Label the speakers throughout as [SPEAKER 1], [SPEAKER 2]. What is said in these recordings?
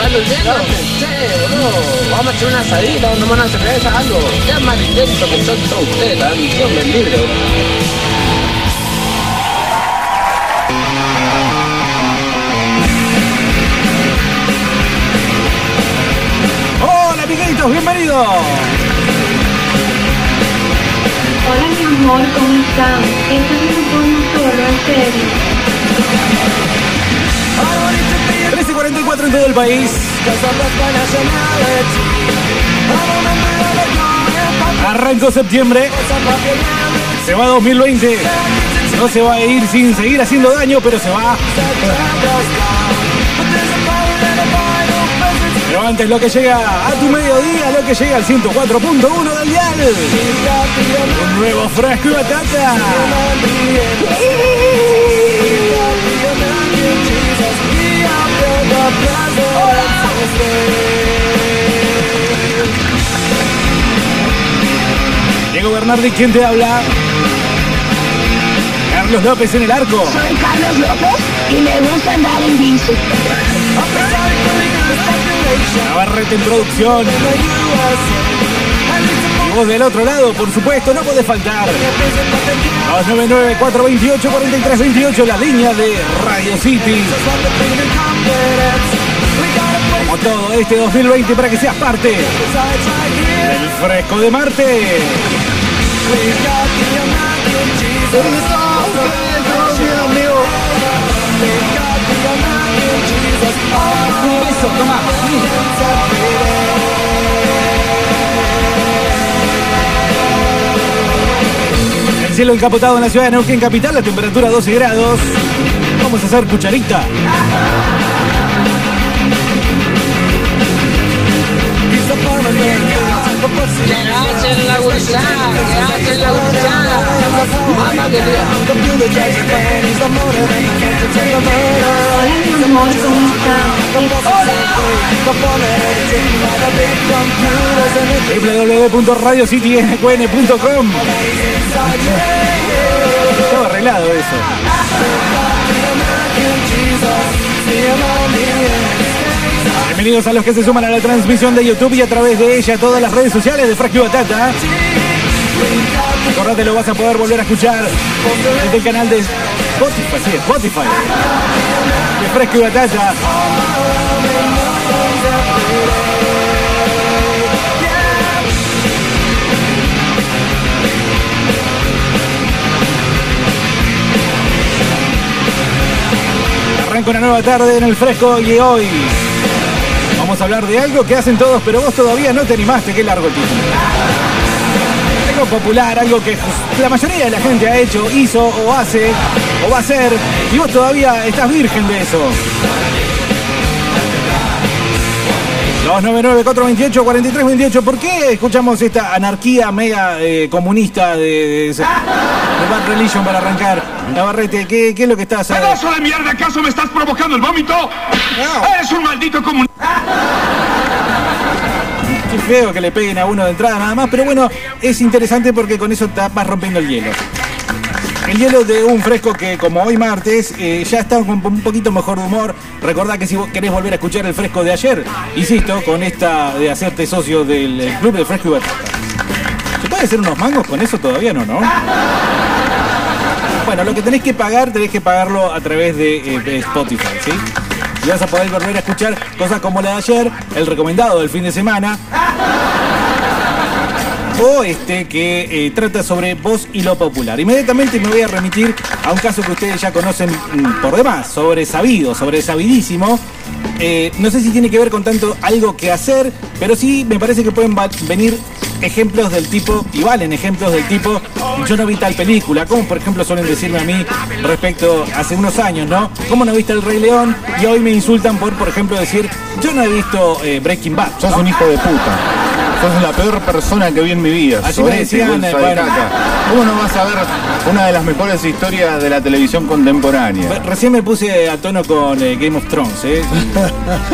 [SPEAKER 1] Pues los llenos. Che, boludo, vamos a hacer una asadita, vamos a tomar una cerveza, algo. Qué más intenso que son todos ustedes, tan Dios me libre.
[SPEAKER 2] ¡Hola, amiguitos! ¡Bienvenidos!
[SPEAKER 3] Hola mi amor, ¿cómo estás? Esto es un porno solo, en serio.
[SPEAKER 2] 13.44 en todo el país. Arrancó septiembre. Se va 2020. No se va a ir sin seguir haciendo daño, pero se va. Pero antes lo que llega a tu mediodía, lo que llega al 104.1 del dial. Un nuevo fresco y batata. Diego Bernardi, ¿quién te habla? Carlos López en el arco.
[SPEAKER 4] Soy Carlos López y me gusta andar en bici.
[SPEAKER 2] Navarrete en producción. Y vos del otro lado, por supuesto, no podés faltar. 299-428-4328, la línea de Radio City. Como todo este 2020 para que seas parte del fresco de Marte. El cielo encapotado en la ciudad de Neuquén Capital, la temperatura 12 grados. Vamos a hacer cucharita.
[SPEAKER 1] Que hacen la gurizada, que hacen la gurizada. Mamá querida.
[SPEAKER 3] Hola mi amor, ¿cómo estás?
[SPEAKER 2] www.radiocitynqn.com Estaba arreglado eso. Bienvenidos a los que se suman a la transmisión de YouTube y a través de ella todas las redes sociales de Frasco y Batata. Acordate, lo vas a poder volver a escuchar desde el canal de Spotify, sí, Spotify. De Fresco y Batata. Arranca una nueva tarde en el fresco y hoy vamos a hablar de algo que hacen todos, pero vos todavía no te animaste, qué largo el título. Algo popular, algo que la mayoría de la gente ha hecho, hizo o hace o va a hacer, y vos todavía estás virgen de eso. 299-428-4328, ¿por qué escuchamos esta anarquía mega eh, comunista de, de, de- de Bad Religion para arrancar? Navarrete, ¿qué, qué es lo que estás haciendo?
[SPEAKER 5] ¡Pedazo de mierda! ¿Acaso me estás provocando el vómito? ¡Eres un maldito comunista!
[SPEAKER 2] Qué feo que le peguen a uno de entrada nada más, pero bueno, es interesante porque con eso vas rompiendo el hielo. El hielo de un fresco que, como hoy martes, eh, ya está con un poquito mejor de humor. Recordá que si vos querés volver a escuchar el fresco de ayer, insisto, con esta de hacerte socio del eh, Club de Fresco y Batata. ¿Se puede hacer unos mangos con eso todavía no, no? Bueno, lo que tenés que pagar, tenés que pagarlo a través de, eh, de Spotify, ¿sí? Y vas a poder volver a escuchar cosas como la de ayer, el recomendado del fin de semana, o este que eh, trata sobre voz y lo popular. Inmediatamente me voy a remitir a un caso que ustedes ya conocen mm, por demás, sobre sabido, sobre sabidísimo. Eh, no sé si tiene que ver con tanto algo que hacer, pero sí me parece que pueden va- venir ejemplos del tipo, y valen ejemplos del tipo, yo no vi tal película, como por ejemplo suelen decirme a mí respecto hace unos años, ¿no? ¿Cómo no viste El Rey León? Y hoy me insultan por, por ejemplo, decir, yo no he visto eh, Breaking Bad. ¿no?
[SPEAKER 6] Sos un hijo de puta. Sos la peor persona que vi en mi vida.
[SPEAKER 2] Así me decían,
[SPEAKER 6] bolsa de
[SPEAKER 2] bueno.
[SPEAKER 6] caca. ¿Cómo no vas a ver una de las mejores historias de la televisión contemporánea?
[SPEAKER 2] Recién me puse a tono con eh, Game of Thrones, ¿eh?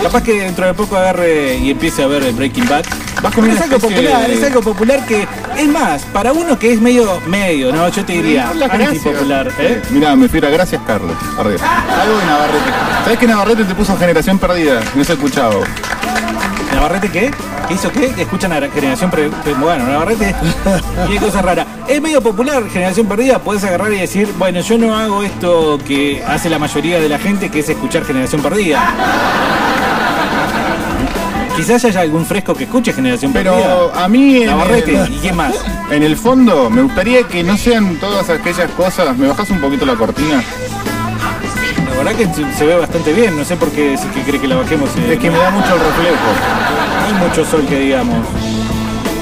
[SPEAKER 2] Capaz que dentro de poco agarre y empiece a ver eh, Breaking Bad.
[SPEAKER 6] Vas con una
[SPEAKER 2] es algo
[SPEAKER 6] especie
[SPEAKER 2] popular,
[SPEAKER 6] de-
[SPEAKER 2] es algo popular que, es más, para uno que es medio, medio, ¿no? Yo te diría, antipopular, ¿eh?
[SPEAKER 6] Mira, me fiera, gracias Carlos. Arriba. Algo de Navarrete. ¿Sabés que Navarrete te puso generación perdida? No se ha escuchado.
[SPEAKER 2] ¿Navarrete qué? ¿Qué hizo qué? Que escuchan a la generación pre, pre- bueno, Navarrete tiene cosas raras. Es medio popular, generación perdida, puedes agarrar y decir, bueno, yo no hago esto que hace la mayoría de la gente, que es escuchar generación perdida. Quizás haya algún fresco que escuche generación perdida.
[SPEAKER 6] Pero a mí en
[SPEAKER 2] Navarrete, ¿y
[SPEAKER 6] el,
[SPEAKER 2] quién más?
[SPEAKER 6] en el fondo me gustaría que no sean todas aquellas cosas. ¿Me bajás un poquito la cortina?
[SPEAKER 2] La verdad que se- se ve bastante bien, no sé por qué si es que cree que la bajemos. eh,
[SPEAKER 6] Es que me da mucho el reflejo.
[SPEAKER 2] no hay mucho sol que digamos.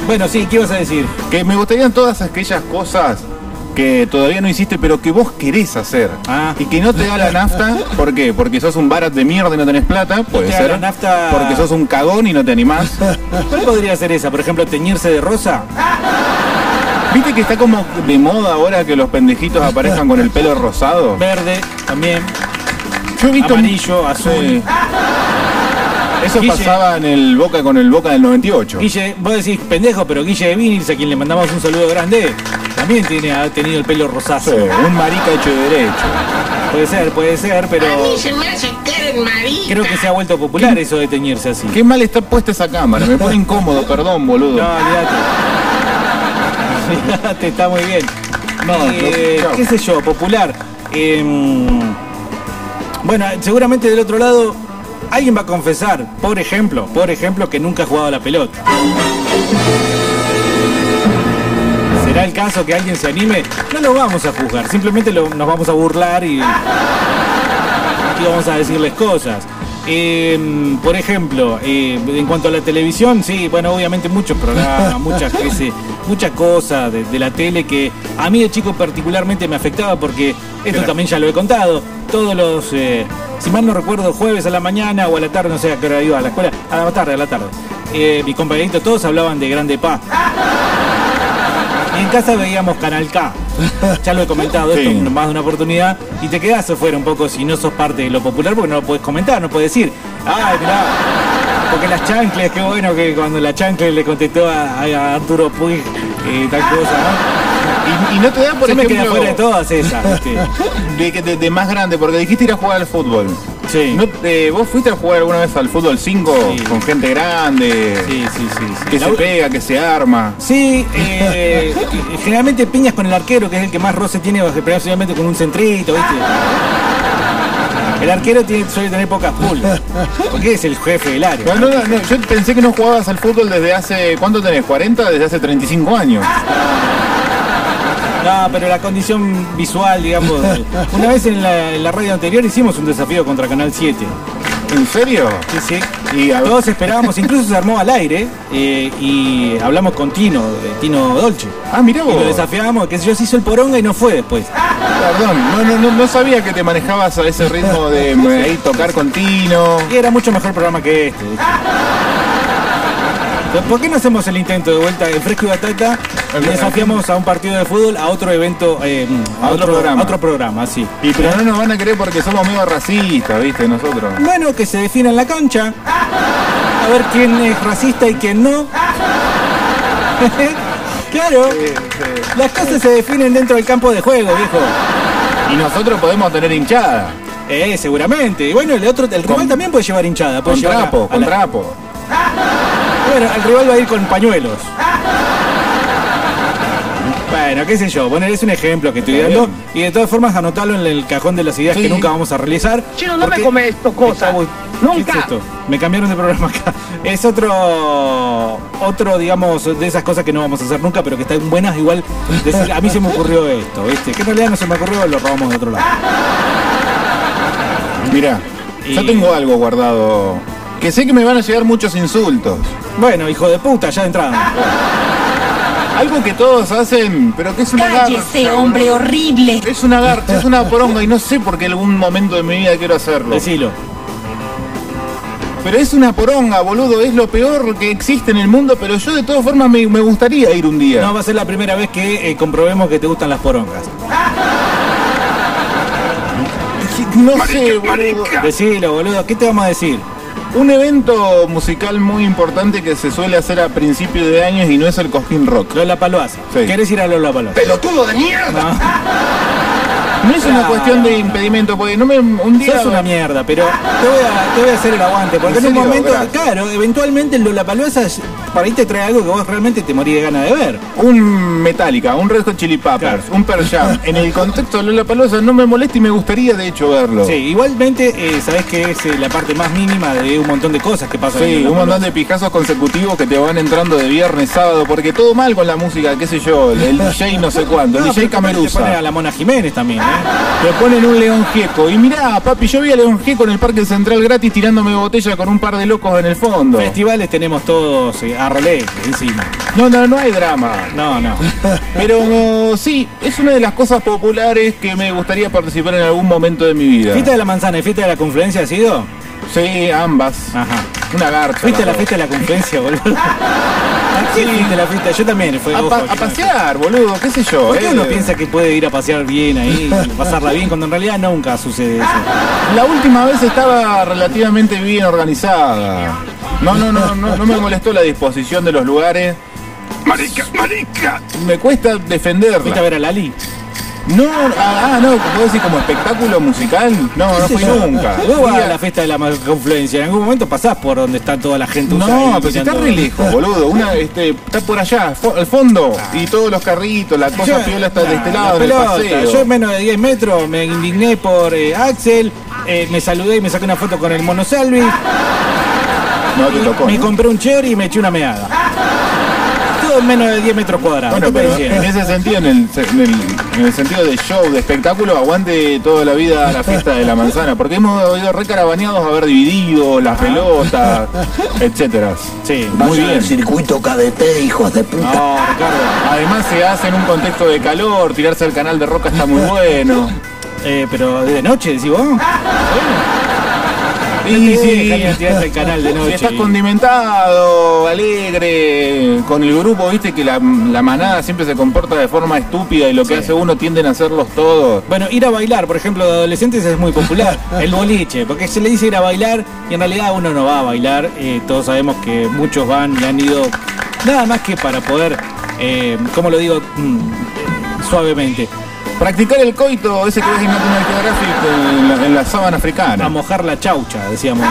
[SPEAKER 2] Bueno, sí, ¿qué ibas a decir?
[SPEAKER 6] Que me gustarían todas aquellas cosas que todavía no hiciste, pero que vos querés hacer.
[SPEAKER 2] Ah.
[SPEAKER 6] Y que no te da la nafta, ¿por qué? Porque sos un barat de mierda y no tenés plata, puede
[SPEAKER 2] te da
[SPEAKER 6] ser.
[SPEAKER 2] la nafta.
[SPEAKER 6] Porque sos un cagón y no te animás.
[SPEAKER 2] ¿Cuál podría ser esa? Por ejemplo, teñirse de rosa.
[SPEAKER 6] ¿Viste que está como de moda ahora que los pendejitos aparezcan con el pelo rosado?
[SPEAKER 2] Verde, también.
[SPEAKER 6] Yo he visto-
[SPEAKER 2] Amarillo, azul.
[SPEAKER 6] Sí. Eso
[SPEAKER 2] Guille.
[SPEAKER 6] pasaba en el Boca con el Boca del 98.
[SPEAKER 2] Guille, vos decís pendejo, pero Guille de Vinils, a quien le mandamos un saludo grande, también tiene, ha tenido el pelo
[SPEAKER 6] Sí,
[SPEAKER 2] rosazo.
[SPEAKER 6] un marica hecho y derecho.
[SPEAKER 2] Puede ser, puede ser, pero
[SPEAKER 7] A mí se me hace Karen María.
[SPEAKER 2] creo que se ha vuelto popular eso de teñirse así.
[SPEAKER 6] Qué mal está puesta esa cámara, me pone incómodo, perdón, boludo.
[SPEAKER 2] No, olvídate. Olvídate, está muy bien.
[SPEAKER 6] No,
[SPEAKER 2] Eh,
[SPEAKER 6] no, chao.
[SPEAKER 2] qué sé yo, popular. Em, bueno, seguramente del otro lado alguien va a confesar, por ejemplo, por ejemplo, que nunca ha jugado a la pelota. ¿Será el caso que alguien se anime? No lo vamos a juzgar, simplemente lo- nos vamos a burlar y, y vamos a decirles cosas. Em, por ejemplo, eh, en cuanto a la televisión, sí, bueno, obviamente muchos programas, muchas veces, muchas cosas de, de la tele que a mí de chico particularmente me afectaba porque esto también ya lo he contado. Todos los, eh, si mal no recuerdo, jueves a la mañana o a la tarde, no sé a qué hora iba a la escuela, a la tarde, a la tarde. Eh, mis compañeritos todos hablaban de Grande Paz. En casa veíamos Canal K. Ya lo he comentado esto
[SPEAKER 6] Sí.
[SPEAKER 2] en más de una oportunidad. Y te quedás afuera un poco si no sos parte de lo popular porque no lo podés comentar, no podés decir. Ay, mirá. Porque las chanclas, qué bueno que cuando la chancla le contestó a, a Arturo Puig eh, tal cosa,
[SPEAKER 6] Y, y no te da,
[SPEAKER 2] ¿no?
[SPEAKER 6] por
[SPEAKER 2] Yo me quedé
[SPEAKER 6] ejemplo,
[SPEAKER 2] afuera de todas esas. ¿viste?
[SPEAKER 6] de, que- de- de más grande, porque dijiste ir a jugar al fútbol.
[SPEAKER 2] Sí.
[SPEAKER 6] No, eh, ¿Vos fuiste a jugar alguna vez al fútbol 5
[SPEAKER 2] Sí.
[SPEAKER 6] con gente grande?
[SPEAKER 2] Sí, sí, sí. sí.
[SPEAKER 6] Que
[SPEAKER 2] La
[SPEAKER 6] se
[SPEAKER 2] u-
[SPEAKER 6] pega, que se arma.
[SPEAKER 2] Sí, eh, generalmente piñas con el arquero, que es el que más roce tiene, principalmente con un centrito, ¿viste? El arquero tiene, suele tener pocas pulgas, porque es el jefe del área.
[SPEAKER 6] No, no, no, no, yo pensé que no jugabas al fútbol desde hace, ¿cuánto tenés? ¿40? Desde hace 35 años.
[SPEAKER 2] No, pero la condición visual, digamos. Una vez en la, en la radio anterior hicimos un desafío contra Canal 7.
[SPEAKER 6] ¿En serio?
[SPEAKER 2] Sí, sí.
[SPEAKER 6] Y a-
[SPEAKER 2] Todos esperábamos, incluso se armó al aire eh, y hablamos con Tino, eh, Tino Dolce.
[SPEAKER 6] Ah, mirá
[SPEAKER 2] Y
[SPEAKER 6] vos.
[SPEAKER 2] lo desafiamos, que yo se hizo el poronga y no fue después.
[SPEAKER 6] Perdón, no, no, no, no sabía que te manejabas a ese ritmo de mm, ahí tocar con Tino.
[SPEAKER 2] Y era mucho mejor programa que este. de hecho. ¿Por qué no hacemos el intento de vuelta en Fresco y Batata? Y desafiamos a un partido de fútbol, a otro evento, eh, a,
[SPEAKER 6] A otro
[SPEAKER 2] otro,
[SPEAKER 6] programa.
[SPEAKER 2] a otro programa, sí.
[SPEAKER 6] Y pero no nos van a querer porque somos medio racistas, viste, nosotros.
[SPEAKER 2] Bueno, que se defina en la cancha. A ver quién es racista y quién no. claro, las cosas se definen dentro del campo de juego, viejo.
[SPEAKER 6] Y nosotros podemos tener hinchada.
[SPEAKER 2] Eh, seguramente. Y bueno, el otro, el rival
[SPEAKER 6] Con-
[SPEAKER 2] también puede llevar hinchada. Puede
[SPEAKER 6] Con
[SPEAKER 2] llevar a-
[SPEAKER 6] trapo,
[SPEAKER 2] a
[SPEAKER 6] con
[SPEAKER 2] la-
[SPEAKER 6] trapo.
[SPEAKER 2] Bueno, el rival va a ir con pañuelos. Bueno, qué sé yo, bueno, es un ejemplo que estoy
[SPEAKER 6] Está
[SPEAKER 2] dando
[SPEAKER 6] bien.
[SPEAKER 2] y de todas formas anotalo en el cajón de las ideas
[SPEAKER 6] Sí.
[SPEAKER 2] que nunca vamos a realizar.
[SPEAKER 1] Chino, no me
[SPEAKER 2] porque-
[SPEAKER 1] come esto, cosa.
[SPEAKER 2] Está bu-
[SPEAKER 1] Nunca.
[SPEAKER 2] ¿Qué es esto? Me cambiaron de programa acá. Es otro, otro, digamos, de esas cosas que no vamos a hacer nunca, pero que están buenas igual. Decir, a mí se me ocurrió esto, ¿viste? Que en realidad no se me ocurrió, lo robamos de otro lado.
[SPEAKER 6] Mirá, yo
[SPEAKER 2] Y-
[SPEAKER 6] tengo algo guardado. Que sé que me van a llegar muchos insultos.
[SPEAKER 2] Bueno, hijo de puta, ya de entrada.
[SPEAKER 6] Algo que todos hacen, pero que es una garcha, boludo.
[SPEAKER 8] horrible.
[SPEAKER 6] Es una garcha, es una poronga y no sé por qué en algún momento de mi vida quiero hacerlo.
[SPEAKER 2] Decilo.
[SPEAKER 6] Pero es una poronga, boludo, es lo peor que existe en el mundo, pero yo de todas formas me, me gustaría ir un día.
[SPEAKER 2] No va a ser la primera vez que eh, comprobemos que te gustan las porongas.
[SPEAKER 6] No,
[SPEAKER 5] Marica,
[SPEAKER 6] sé, boludo.
[SPEAKER 5] marica.
[SPEAKER 2] Decilo, boludo, ¿qué te vamos a decir?
[SPEAKER 6] Un evento musical muy importante que se suele hacer a principio de años y no es el Cosquín Rock.
[SPEAKER 2] Lola Paloas.
[SPEAKER 6] Sí.
[SPEAKER 2] ¿Querés ir a Lola Paloas?
[SPEAKER 5] ¡Pelotudo de mierda!
[SPEAKER 6] No es una
[SPEAKER 2] Claro.
[SPEAKER 6] cuestión de impedimento, porque no me un día
[SPEAKER 2] es una mierda, pero te voy, a, te voy a hacer el aguante, porque en,
[SPEAKER 6] ¿En
[SPEAKER 2] un
[SPEAKER 6] serio?
[SPEAKER 2] momento,
[SPEAKER 6] Gracias.
[SPEAKER 2] claro, eventualmente el Lola para ahí te trae algo que vos realmente te morís de ganas de ver.
[SPEAKER 6] un Metallica, un Red Hot Chili Peppers,
[SPEAKER 2] Claro.
[SPEAKER 6] un Pearl Jam, en el contexto de Lola Palosa no me molesta y me gustaría de hecho verlo.
[SPEAKER 2] Sí, igualmente eh, sabés que es eh, la parte más mínima de un montón de cosas que pasan.
[SPEAKER 6] Sí, un montón de pijazos consecutivos que te van entrando de viernes, sábado, porque todo mal con la música, qué sé yo, el DJ no sé cuánto, el DJ
[SPEAKER 2] Te ponen a
[SPEAKER 6] Camerusa.
[SPEAKER 2] la Mona Jiménez también, ¿eh?
[SPEAKER 6] Te ponen un León Gieco. Y mirá, papi, yo vi a León Gieco en el Parque Central gratis tirándome botella con un par de locos en el fondo.
[SPEAKER 2] Festivales tenemos todos eh, a relé encima.
[SPEAKER 6] No, no, no hay drama.
[SPEAKER 2] No, no.
[SPEAKER 6] Pero sí, es una de las cosas populares que me gustaría participar en algún momento de mi vida.
[SPEAKER 2] ¿Fiesta de la manzana y fiesta de la confluencia ha sido?
[SPEAKER 6] Sí, ambas.
[SPEAKER 2] Ajá.
[SPEAKER 6] Una garza.
[SPEAKER 2] ¿Fuiste a la
[SPEAKER 6] dos.
[SPEAKER 2] fiesta de la confluencia, boludo? ¿A qué fuiste a la fiesta? Yo también, fue
[SPEAKER 6] A,
[SPEAKER 2] ojo,
[SPEAKER 6] pa-
[SPEAKER 2] que
[SPEAKER 6] a
[SPEAKER 2] no-
[SPEAKER 6] pasear, boludo, qué sé yo.
[SPEAKER 2] ¿Por qué
[SPEAKER 6] eh?
[SPEAKER 2] uno piensa que puede ir a pasear bien ahí, pasarla bien, cuando en realidad nunca sucede eso?
[SPEAKER 6] La última vez estaba relativamente bien organizada. No, no, no, no, no me molestó la disposición de los lugares.
[SPEAKER 5] ¡Marica, marica!
[SPEAKER 6] Me cuesta
[SPEAKER 2] ¿Fuiste a
[SPEAKER 6] defenderla.
[SPEAKER 2] ver a Lali?
[SPEAKER 6] No, ah, ah, no, puedo decir como espectáculo musical. No, no fui nunca.
[SPEAKER 2] Vos
[SPEAKER 6] Fui
[SPEAKER 2] vas
[SPEAKER 6] a-
[SPEAKER 2] a la fiesta de la ma- confluencia, en algún momento pasás por donde está toda la gente. usada
[SPEAKER 6] No,
[SPEAKER 2] ahí
[SPEAKER 6] pero si está
[SPEAKER 2] mirando.
[SPEAKER 6] re lejos, boludo. Una, este, está por allá, fo- al fondo. Y todos los carritos, la
[SPEAKER 2] Ah.
[SPEAKER 6] cosa
[SPEAKER 2] Yo-
[SPEAKER 6] piola está de este
[SPEAKER 2] Ah,
[SPEAKER 6] lado,
[SPEAKER 2] la
[SPEAKER 6] en el
[SPEAKER 2] pelota.
[SPEAKER 6] paseo.
[SPEAKER 2] Yo en menos de 10 metros me indigné por eh, Axel, eh, me saludé y me saqué una foto con el mono Salvi,
[SPEAKER 6] No te tocó.
[SPEAKER 2] me
[SPEAKER 6] ¿no?
[SPEAKER 2] compré un cherry y me eché una meada. Todo en menos de 10 metros cuadrados.
[SPEAKER 6] Bueno,
[SPEAKER 2] ¿qué te
[SPEAKER 6] pero
[SPEAKER 2] diciendo?
[SPEAKER 6] en ese sentido, en el, se- en el- en el sentido de show, de espectáculo, aguante toda la vida la fiesta de la manzana, porque hemos ido recarabaneados a haber dividido las pelotas, etcétera.
[SPEAKER 2] Sí,
[SPEAKER 6] Muy
[SPEAKER 8] Vayan al
[SPEAKER 6] bien.
[SPEAKER 8] circuito KDT, hijos de puta.
[SPEAKER 2] No, Ricardo.
[SPEAKER 6] Además se hace en un contexto de calor, tirarse al canal de roca está muy bueno.
[SPEAKER 2] Eh, pero de noche, decís vos.
[SPEAKER 6] Y
[SPEAKER 2] Sí,
[SPEAKER 6] si,
[SPEAKER 2] Jaime, tirás el canal de
[SPEAKER 6] si
[SPEAKER 2] noche.
[SPEAKER 6] estás
[SPEAKER 2] y-
[SPEAKER 6] condimentado, alegre, con el grupo, viste que la, la manada siempre se comporta de forma estúpida y lo que hace uno tienden a hacerlos todos.
[SPEAKER 2] Bueno, ir a bailar, por ejemplo, de adolescentes es muy popular. El boliche, porque se le dice ir a bailar y en realidad uno no va a bailar. Eh, todos sabemos que muchos van y han ido nada más que para poder, eh, ¿cómo lo digo? Mm, eh, suavemente,
[SPEAKER 6] Practicar el coito, ese que ves en National Geographic en la, en la sábana
[SPEAKER 2] a
[SPEAKER 6] africana.
[SPEAKER 2] mojar la chaucha, decíamos.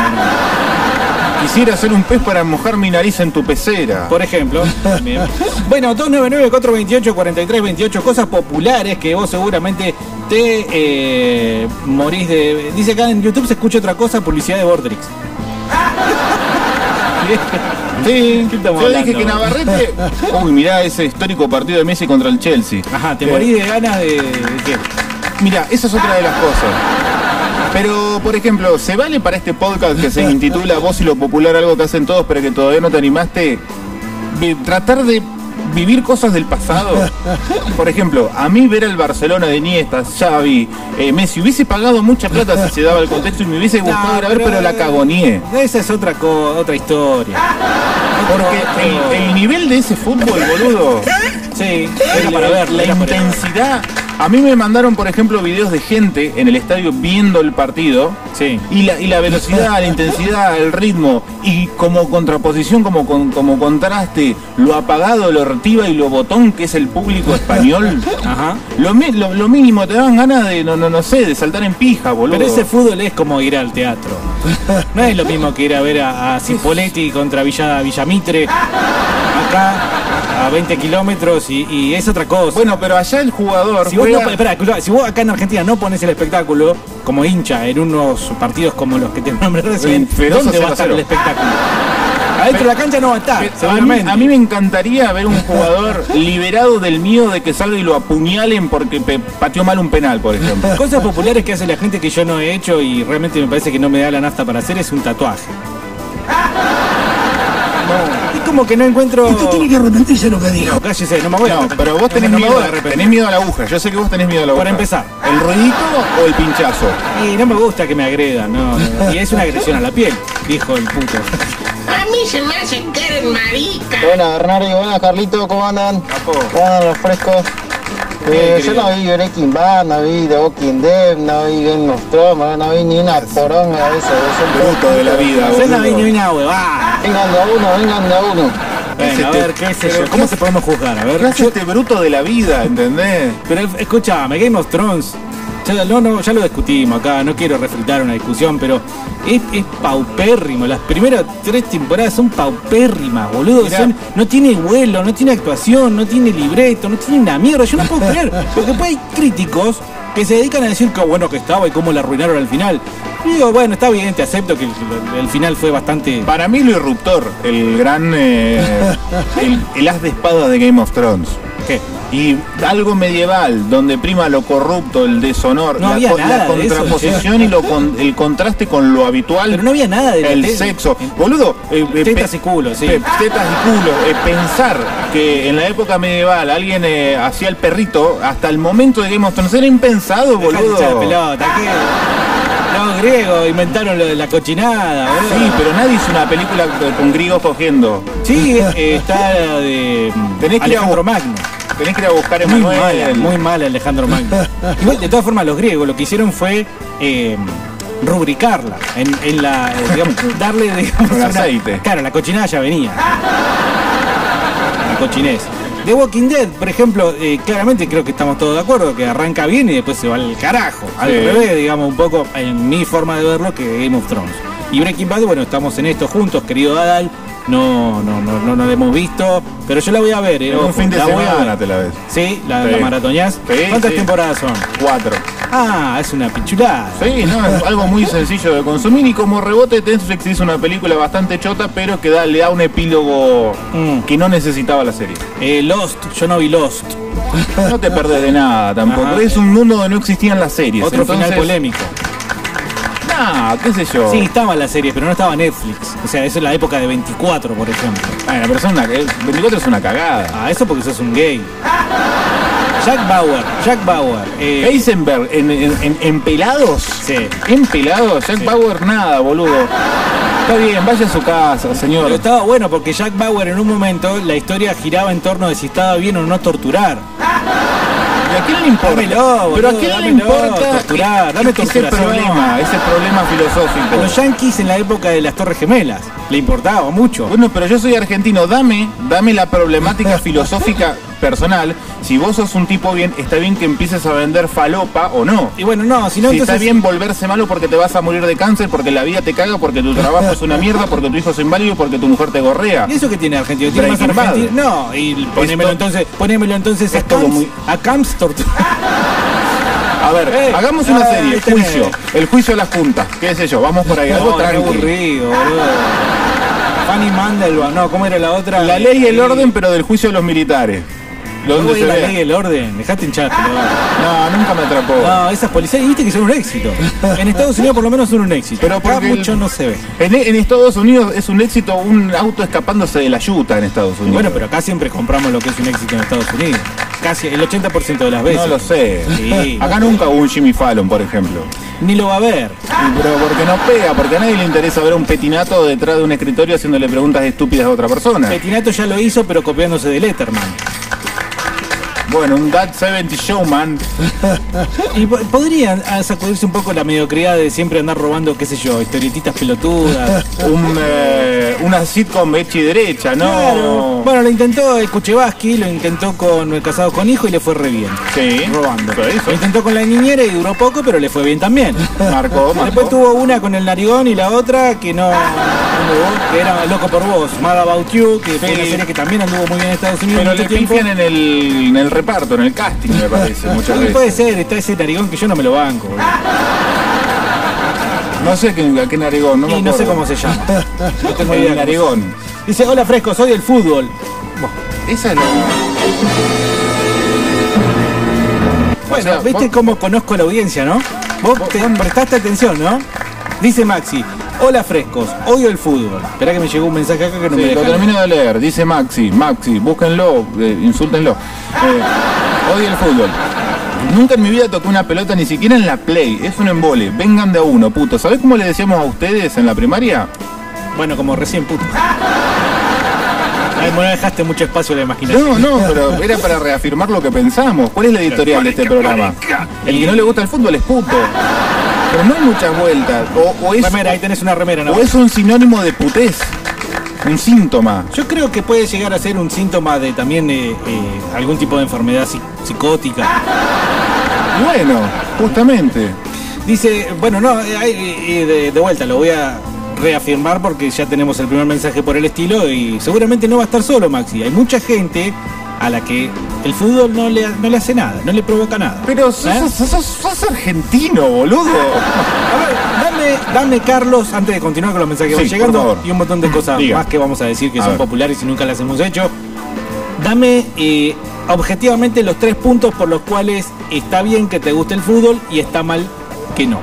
[SPEAKER 6] Quisiera ser un pez para mojar mi nariz en tu pecera.
[SPEAKER 2] Por ejemplo. Bien. Bueno, 299-428-4328, cosas populares que vos seguramente te eh, morís de... Dice acá en YouTube se escucha otra cosa, publicidad de Vortrix.
[SPEAKER 6] Sí,
[SPEAKER 2] ¿Qué
[SPEAKER 6] yo
[SPEAKER 2] estamos
[SPEAKER 6] dije
[SPEAKER 2] hablando?
[SPEAKER 6] que Navarrete... Uy, mirá ese histórico partido de Messi contra el Chelsea.
[SPEAKER 2] Ajá, te
[SPEAKER 6] Eh,
[SPEAKER 2] morís de ganas de... ¿de qué?
[SPEAKER 6] Mira, esa es otra de las cosas. Pero, por ejemplo, ¿se vale para este podcast que se intitula Vos y lo popular, algo que hacen todos, pero que todavía no te animaste? vi- Tratar de vivir cosas del pasado. Por ejemplo, a mí ver al Barcelona de Iniesta, Xavi, eh, Messi, hubiese pagado mucha plata si se daba el contexto y me hubiese gustado
[SPEAKER 2] No,
[SPEAKER 6] ir a ver, pero, la cagoneé.
[SPEAKER 2] Esa es otra co- otra historia.
[SPEAKER 6] Porque el, el nivel de ese fútbol, boludo,
[SPEAKER 2] Sí, era para ver,
[SPEAKER 6] la
[SPEAKER 2] era para ver.
[SPEAKER 6] intensidad. A mí me mandaron, por ejemplo, videos de gente en el estadio viendo el partido.
[SPEAKER 2] Sí.
[SPEAKER 6] Y la, y la velocidad, la intensidad, el ritmo, y como contraposición, como, con- como contraste, lo apagado, lo retiva y lo botón que es el público español.
[SPEAKER 2] Ajá.
[SPEAKER 6] Lo, mi- lo- lo mínimo, te dan ganas de, no, no, no sé, de saltar en pija, boludo.
[SPEAKER 2] Pero ese fútbol es como ir al teatro. No es lo mismo que ir a ver a, a Cipoletti contra Villa, Villamitre, acá a 20 kilómetros y, y es otra cosa.
[SPEAKER 6] Bueno, pero allá el jugador
[SPEAKER 2] si vos, no-
[SPEAKER 6] juega-
[SPEAKER 2] espera, escuchá, si vos acá en Argentina no pones el espectáculo como hincha en unos partidos como los que te nombré recién,
[SPEAKER 6] Pero
[SPEAKER 2] ¿dónde
[SPEAKER 6] eso
[SPEAKER 2] va a estar
[SPEAKER 6] 0-0.
[SPEAKER 2] el espectáculo? Adentro de la cancha no va a estar,
[SPEAKER 6] a mí,
[SPEAKER 2] Ah, seguramente.
[SPEAKER 6] a mí me encantaría ver un jugador liberado del miedo de que salga y lo apuñalen porque pe- pateó mal un penal, por ejemplo.
[SPEAKER 2] Cosas populares que hace la gente que yo no he hecho y realmente me parece que no me da la nafta para hacer es un tatuaje. como que no encuentro.
[SPEAKER 8] Usted tiene que arrepentirse de lo que dijo.
[SPEAKER 2] Cállese, no me voy a.
[SPEAKER 6] No, pero vos tenés
[SPEAKER 2] no me
[SPEAKER 6] miedo,
[SPEAKER 2] voy a arrepentir.
[SPEAKER 6] tenés miedo a la aguja. Yo sé que vos tenés miedo a la aguja.
[SPEAKER 2] Para empezar.
[SPEAKER 6] ¿El ruidito o el pinchazo?
[SPEAKER 2] Y no me gusta que me agredan, no. Y es una agresión a la piel, dijo el puto.
[SPEAKER 7] A mí se me hace que eres marica.
[SPEAKER 9] Buenas Bernardo, buenas Carlito, ¿cómo andan?
[SPEAKER 6] Capo.
[SPEAKER 9] ¿Cómo andan los frescos? Eh, yo no vi Breaking Bad, no vi The Walking Dead, no vi Game of Thrones, no vi ni una poronga de eso.
[SPEAKER 6] Bruto de la vida,
[SPEAKER 2] Yo no
[SPEAKER 6] boludo.
[SPEAKER 2] vi ni una huevada.
[SPEAKER 9] Vengan de a uno, vengan de a uno.
[SPEAKER 2] Bueno, a
[SPEAKER 6] este-
[SPEAKER 2] ver, qué sé
[SPEAKER 6] pero
[SPEAKER 2] yo. ¿Cómo
[SPEAKER 6] qué-
[SPEAKER 2] se podemos juzgar? A
[SPEAKER 6] ¿Qué
[SPEAKER 2] ver.
[SPEAKER 6] hace este bruto de la vida, entendés?
[SPEAKER 2] Pero escúchame, Game of Thrones. Ya, no, no, ya lo discutimos acá, no quiero refritar una discusión, pero es, es paupérrimo. Las primeras tres temporadas son paupérrimas, boludo.
[SPEAKER 6] Mirá.
[SPEAKER 2] Son- no tiene vuelo, no tiene actuación, no tiene libreto, no tiene una mierda. Yo no puedo creer, porque después hay críticos que se dedican a decir que bueno que estaba y cómo la arruinaron al final. Y digo, bueno, está bien, te acepto que el, el final fue bastante...
[SPEAKER 6] Para mí lo irruptor, el gran... eh, el, el as de espada de Game of Thrones.
[SPEAKER 2] ¿Qué?
[SPEAKER 6] Y algo medieval, donde prima lo corrupto, el deshonor,
[SPEAKER 2] No
[SPEAKER 6] la,
[SPEAKER 2] había
[SPEAKER 6] co-
[SPEAKER 2] nada
[SPEAKER 6] la
[SPEAKER 2] de eso,
[SPEAKER 6] contraposición y lo con- el contraste con lo habitual.
[SPEAKER 2] Pero no había nada de la
[SPEAKER 6] el
[SPEAKER 2] tele.
[SPEAKER 6] sexo. Boludo, eh, eh,
[SPEAKER 2] Tetas
[SPEAKER 6] pe-
[SPEAKER 2] y culo, sí.
[SPEAKER 6] pe- tetas y culo. Eh, pensar que en la época medieval alguien eh, hacía el perrito, hasta el momento de Game of Thrones era impensado,
[SPEAKER 2] Dejá de hinchar la
[SPEAKER 6] boludo.
[SPEAKER 2] pelota, ¿qué? Los griegos inventaron lo de la cochinada, boludo.
[SPEAKER 6] Sí, pero nadie hizo una película con griegos cogiendo.
[SPEAKER 2] Sí, eh, está la de mm,
[SPEAKER 6] Tenés que ir a
[SPEAKER 2] Alejandro
[SPEAKER 6] bu-
[SPEAKER 2] Magno.
[SPEAKER 6] Tenés que ir a buscar
[SPEAKER 2] Muy
[SPEAKER 6] Emanuel.
[SPEAKER 2] mala, muy mala Alejandro Magno. Igual, de todas formas, los griegos lo que hicieron fue eh, rubricarla, en, en la, eh, digamos, darle, digamos,
[SPEAKER 6] Con aceite.
[SPEAKER 2] Claro, la cochinada ya venía. La cochinés. The Walking Dead, por ejemplo, eh, claramente creo que estamos todos de acuerdo, que arranca bien y después se va al carajo. Al
[SPEAKER 6] Sí.
[SPEAKER 2] revés, digamos, un poco en mi forma de verlo que Game of Thrones. Y Breaking Bad, bueno, estamos en esto juntos, querido Adal. No, no, no, no, no la hemos visto, pero yo la voy a ver. eh,
[SPEAKER 6] En un
[SPEAKER 2] ojo,
[SPEAKER 6] fin de
[SPEAKER 2] la voy a
[SPEAKER 6] semana
[SPEAKER 2] ver.
[SPEAKER 6] te la ves.
[SPEAKER 2] Sí, la,
[SPEAKER 6] Sí.
[SPEAKER 2] la maratoñás.
[SPEAKER 6] Sí,
[SPEAKER 2] ¿Cuántas
[SPEAKER 6] sí.
[SPEAKER 2] temporadas son?
[SPEAKER 6] Cuatro.
[SPEAKER 2] Ah, es una pichulada.
[SPEAKER 6] Sí, no, es algo muy sencillo de consumir y como rebote Tensus existe una película bastante chota, pero que da, le da un epílogo
[SPEAKER 2] Mm.
[SPEAKER 6] que no necesitaba la serie.
[SPEAKER 2] Eh, Lost, yo no vi Lost.
[SPEAKER 6] No te perdés de nada tampoco.
[SPEAKER 2] Ajá.
[SPEAKER 6] Es un mundo donde no existían las series.
[SPEAKER 2] Otro final
[SPEAKER 6] entonces- Oh.
[SPEAKER 2] polémico.
[SPEAKER 6] Nah, qué sé yo.
[SPEAKER 2] Sí, estaba la serie, pero no estaba Netflix. O sea, eso es la época de 24, por ejemplo.
[SPEAKER 6] Bueno, pero son una, eh, 24 es una cagada.
[SPEAKER 2] Ah, eso porque sos un gay. Jack Bauer, Jack Bauer. eh,
[SPEAKER 6] Heisenberg, en, en, en- en pelados.
[SPEAKER 2] Sí.
[SPEAKER 6] En pelados. Jack
[SPEAKER 2] Sí.
[SPEAKER 6] Bauer, nada, boludo. Está bien, vaya a su casa, señor.
[SPEAKER 2] pero estaba bueno porque Jack Bauer en un momento la historia giraba en torno de si estaba bien o no torturar.
[SPEAKER 6] ¿Y a quién le importa?
[SPEAKER 2] Dámelo,
[SPEAKER 6] Pero a
[SPEAKER 2] boludo,
[SPEAKER 6] quién le
[SPEAKER 2] dámelo,
[SPEAKER 6] importa
[SPEAKER 2] torturá, dame
[SPEAKER 6] ese
[SPEAKER 2] torturación.
[SPEAKER 6] problema, ese problema
[SPEAKER 2] A los
[SPEAKER 6] filosófico.
[SPEAKER 2] yankees en la época de las Torres Gemelas le importaba mucho.
[SPEAKER 6] Bueno, pero yo soy argentino, dame, dame la problemática filosófica personal. Si vos sos un tipo bien, está bien que empieces a vender falopa o no.
[SPEAKER 2] Y bueno, no, si no,
[SPEAKER 6] Si
[SPEAKER 2] entonces.
[SPEAKER 6] está bien volverse malo porque te vas a morir de cáncer, porque la vida te caga, porque tu trabajo es una mierda, porque tu hijo es inválido, porque tu mujer te gorrea.
[SPEAKER 2] ¿Y eso que tiene Argentina? ¿Tiene más
[SPEAKER 6] Breaking Bad.
[SPEAKER 2] Argentina? No, y ponémelo
[SPEAKER 6] to-
[SPEAKER 2] entonces, ponémelo entonces a
[SPEAKER 6] es todo
[SPEAKER 2] Camps,
[SPEAKER 6] muy-
[SPEAKER 2] a Camps tortura.
[SPEAKER 6] A ver,
[SPEAKER 2] Eh,
[SPEAKER 6] hagamos una
[SPEAKER 2] ah,
[SPEAKER 6] serie,
[SPEAKER 2] ahí
[SPEAKER 6] el
[SPEAKER 2] tenés.
[SPEAKER 6] juicio, el juicio a las juntas, qué sé yo, vamos por ahí, algo
[SPEAKER 2] No, qué
[SPEAKER 6] tranquilo.
[SPEAKER 2] aburrido, boludo. Fanny Mandelbaum, no, ¿cómo era la otra?
[SPEAKER 6] La ley y el
[SPEAKER 2] Eh,
[SPEAKER 6] orden, pero del juicio a los militares.
[SPEAKER 2] ¿cómo
[SPEAKER 6] Donde se
[SPEAKER 2] era la
[SPEAKER 6] vea.
[SPEAKER 2] ley Ah. y el orden? Dejate hinchar, pelotudo.
[SPEAKER 6] No, nunca me atrapó.
[SPEAKER 2] No, esas policías, viste que son un éxito. En Estados Unidos por lo menos son un éxito.
[SPEAKER 6] Pero
[SPEAKER 2] acá
[SPEAKER 6] porque el-
[SPEAKER 2] mucho no se ve.
[SPEAKER 6] En, en Estados Unidos es un éxito un auto escapándose de la yuta en Estados
[SPEAKER 2] Y
[SPEAKER 6] Unidos.
[SPEAKER 2] bueno, pero acá siempre compramos lo que es un éxito en Estados Unidos. Casi el 80% de las veces.
[SPEAKER 6] no lo sé.
[SPEAKER 2] Sí.
[SPEAKER 6] Acá nunca hubo un Jimmy Fallon, por ejemplo.
[SPEAKER 2] Ni lo va a ver.
[SPEAKER 6] Y Pero porque no pega, porque a nadie le interesa ver a un petinato detrás de un escritorio haciéndole preguntas estúpidas a otra persona.
[SPEAKER 2] Petinato ya lo hizo, pero copiándose de Letterman.
[SPEAKER 6] Bueno, un That 70 Showman.
[SPEAKER 2] Y po- podrían ah, sacudirse un poco la mediocridad de siempre andar robando, qué sé yo, historietitas pelotudas.
[SPEAKER 6] Un, eh, una sitcom hecha y derecha, ¿no?
[SPEAKER 2] Claro. Bueno, lo intentó el Kuchevaski, lo intentó con el casado con hijo y le fue re bien.
[SPEAKER 6] Sí.
[SPEAKER 2] Robando. Este-
[SPEAKER 6] Pero eso.
[SPEAKER 2] Lo intentó con la niñera y duró poco, pero le fue bien también.
[SPEAKER 6] Marcó,
[SPEAKER 2] Después
[SPEAKER 6] marcó.
[SPEAKER 2] tuvo una con el narigón y la otra que no, que era loco por vos, Mad About You, que fue
[SPEAKER 6] Sí.
[SPEAKER 2] una serie que también anduvo muy bien en Estados Unidos
[SPEAKER 6] Pero
[SPEAKER 2] mucho
[SPEAKER 6] le
[SPEAKER 2] tiempo.
[SPEAKER 6] pifian en el, en el reparto, en el casting, me parece, muchas
[SPEAKER 2] Y
[SPEAKER 6] veces.
[SPEAKER 2] puede ser, está ese narigón que yo no me lo banco. boludo.
[SPEAKER 6] No sé qué, a qué narigón, no me
[SPEAKER 2] y no sé
[SPEAKER 6] acuerdo.
[SPEAKER 2] cómo se llama. No tengo idea. cómo
[SPEAKER 6] El
[SPEAKER 2] se llama.
[SPEAKER 6] narigón.
[SPEAKER 2] Dice, hola fresco, soy del fútbol.
[SPEAKER 6] Esa es la...
[SPEAKER 2] Bueno,
[SPEAKER 6] O sea,
[SPEAKER 2] viste
[SPEAKER 6] vos-
[SPEAKER 2] cómo conozco a la audiencia, ¿no? Vos te prestaste atención, ¿no? Dice Maxi, Hola frescos, odio el fútbol. Esperá que me llegó un mensaje acá que no me
[SPEAKER 6] Sí,
[SPEAKER 2] deja
[SPEAKER 6] lo
[SPEAKER 2] leer.
[SPEAKER 6] termino de leer. Dice Maxi, Maxi, búsquenlo, eh, insúltenlo. Eh, odio el fútbol. Nunca en mi vida toqué una pelota, ni siquiera en la play. Es un embole. Vengan de a uno, puto. ¿Sabés cómo le decíamos a ustedes en la primaria?
[SPEAKER 2] Bueno, como recién puto. Ay, bueno, dejaste mucho espacio a la imaginación.
[SPEAKER 6] No, no, pero era para reafirmar lo que pensamos. ¿Cuál es la editorial de este programa? El que no le gusta el fútbol es puto. Pero no hay muchas vueltas. O, o es,
[SPEAKER 2] Remera, ahí tenés una remera, ¿no?
[SPEAKER 6] o es un sinónimo de putés. Un síntoma.
[SPEAKER 2] Yo creo que puede llegar a ser un síntoma de también eh, eh, algún tipo de enfermedad psi- psicótica.
[SPEAKER 6] Y Bueno, justamente.
[SPEAKER 2] Dice, bueno, no, eh, ahí, eh, de, de vuelta, lo voy a reafirmar porque ya tenemos el primer mensaje por el estilo y seguramente no va a estar solo Maxi. Hay mucha gente a la que el fútbol no le, no le hace nada, no le provoca nada.
[SPEAKER 6] Pero sos,
[SPEAKER 2] ¿Eh?
[SPEAKER 6] sos- sos- sos argentino, boludo.
[SPEAKER 2] A ver, dame, dame Carlos, antes de continuar con los mensajes que
[SPEAKER 6] Sí,
[SPEAKER 2] van llegando,
[SPEAKER 6] por favor.
[SPEAKER 2] y un montón de cosas
[SPEAKER 6] Diga.
[SPEAKER 2] más que vamos a decir que
[SPEAKER 6] A
[SPEAKER 2] son
[SPEAKER 6] ver.
[SPEAKER 2] populares y nunca las hemos hecho. Dame eh, objetivamente los tres puntos por los cuales está bien que te guste el fútbol y está mal que no.